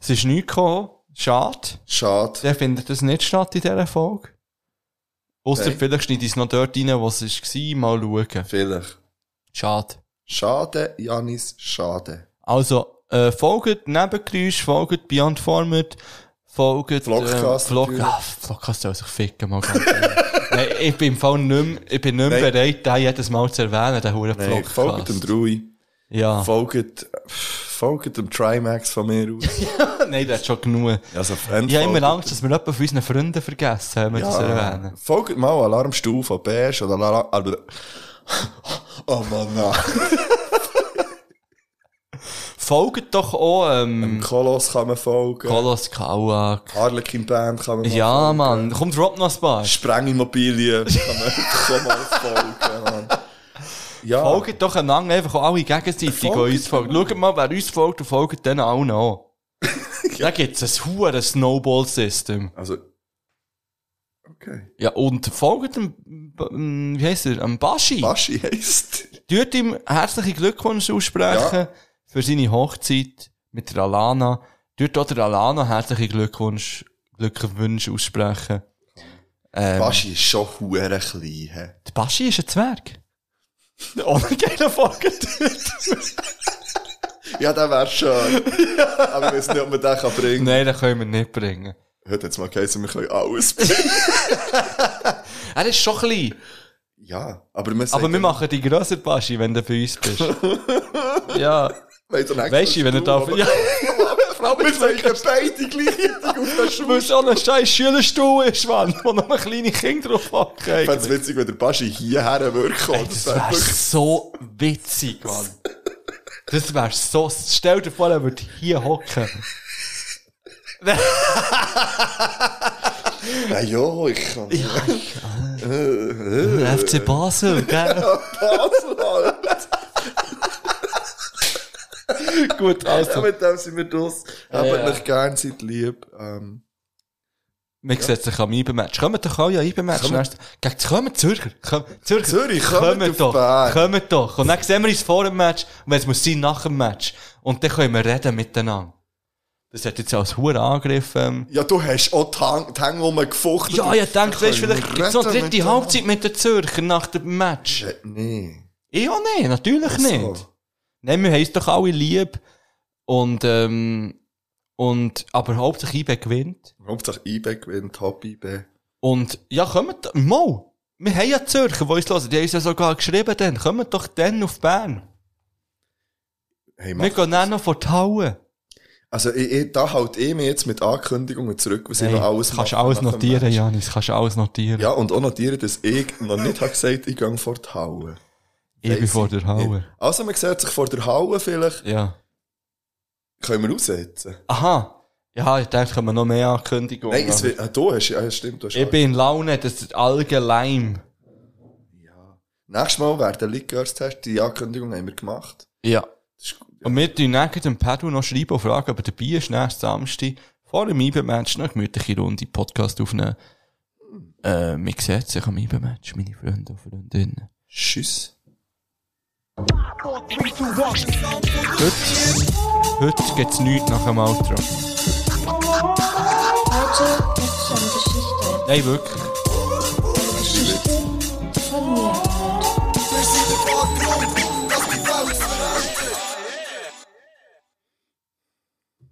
Es ist nichts gekommen. Schade. Schade. Der findet das nicht statt in dieser Folge. Ausser Okay. vielleicht schneide ich es noch dort rein, wo es war. Mal schauen. Vielleicht. Schade. Schade, Janis, schade. Also, äh, folgt Nebengeräusch, folgt Beyond Format, folgt... Vlogcast Äh, Vlog natürlich. ah, Vlogcast soll sich ficken, mal ganz ehrlich. Nein, ich bin im Fall nicht, mehr- ich bin nicht mehr Nein. bereit, den jedes Mal zu erwähnen, den hohen Nein, Vlogcast. folgt dem Drui. Ja. Folgt, folgt dem Trimax von mir aus. Nein, der hat schon genug. Also, Ich habe immer Angst, dass wir jemanden von unseren Freunden vergessen, wenn wir das erwähnen. Folgt mal Alarmstufe von Bärsch oder Alarm... aber- Ah, Oh Mann, nein. Folgt doch auch... Ähm, Kolos kann man folgen. Kolos Kauak. Harlequin Band kann man mal Ja, folgen. Mann. Komm, drop noch ein paar. Sprengimmobilien kann man schon mal folgen, Mann. Ja. Folgt doch einander einfach auch alle gegenseitig an uns folgen. Schaut mal, wer uns folgt und folgt denen allen an. Da gibt es ein hohes Snowball-System. Also. Okay. Ja, und folgt dem, ähm, wie heisst er, am Baschi. Baschi heisst. Tut ihm herzliche Glückwünsche aussprechen für seine Hochzeit mit der Alana. Tut auch der Alana herzliche Glückwunsch, Glückwünsche aussprechen. Ähm, Baschi ist schon hure klein. hä? Der Baschi ist ein Zwerg. Ohne keine Folge. Ja, der wär schön. Aber wir wissen nicht, ob man den kann bringen Nein, den können wir nicht bringen. kann. Heute jetzt mal geheißen, wir können alles bringen. Er ist schon klein. Ja, aber wir Aber wir machen die grösser Baschi, wenn du bei uns bist. ja. Weißt du, Weißt du, wenn du da. Ja, wir zeigen beide gleichzeitig auf den weil es auch ein scheiß Schülerstuhl ist, Mann, wo noch kleine Kinder drauf Ich abgehen. fände es witzig, wenn der Baschi hierher würde kommen. Das wär Das wirklich- wäre so witzig, Mann. Das wäre so. Stell dir vor, er würde hier hocken. Na ja, ich kann. Ja, ich FC Basel, gell? Gut, also. Ja, mit dem sind wir draus. Habt Ja. mich gern, seid lieb. Ähm, Man sieht sich am IBE-Match. Kommt doch alle an IBE-Match. Kommen- Nächstes- Gegen die- Kommen Zürcher. Kommen- Zürcher. Zürich, kommt auf doch. Bern. Kommen doch. Und dann sehen wir uns vor dem Match. Und wenn es muss sein, nach dem Match. Und dann können wir reden miteinander. Das hat jetzt als Huren Angriff. Ähm. Ja, du hast auch die Hang- die Hänge rumgefochten. Ja, ich denke, weißt du, vielleicht gibt's noch eine dritte Hand. Halbzeit mit den Zürcher nach dem Match. Nee. Also, Ich auch nicht, natürlich nicht. Nein, wir haben es doch alle lieb. Und, ähm, und, aber hauptsächlich IB gewinnt. Hauptsache IB gewinnt, Top IB. Und, ja, kommt, mal. Wir haben ja Zürcher, die uns hören. Die haben uns ja sogar geschrieben dann. Kommt doch dann auf Bern. Hey, wir gehen dann noch vor die Halle. Also, ich, ich, da halt ich mich jetzt mit Ankündigungen zurück, was ich Nein, noch alles kannst mache alles nach dem notieren, Match. Janis, kannst alles notieren. Ja, und auch notieren, dass ich noch nicht habe gesagt ich gehe vor die Halle. ich bin weiss vor der Halle. Also, man sieht sich vor der Halle vielleicht. Ja. Können wir aussetzen? Aha. Ja, ich denke, können wir noch mehr Ankündigungen. Nein, es machen. wird, ah, du hast, ja, stimmt, du hast Ich bin in Laune, das ist allgemein. Nächstes Mal werden Lickers-Test, die Ankündigung haben wir gemacht. Ja. Und wir tun neben dem Pedro noch schreiben und fragen, ob er dabei ist, nächsten Samstag, vor dem IBE-Match, noch eine gemütliche Runde Podcast aufnehmen. Äh, wir sehen sich am IBE-Match, meine Freunde und Freundinnen. Tschüss. Heute, heute gibt's nichts nach dem Outro. Heute gibt's schon Geschichte. Nein, wirklich. Geschichte von mir.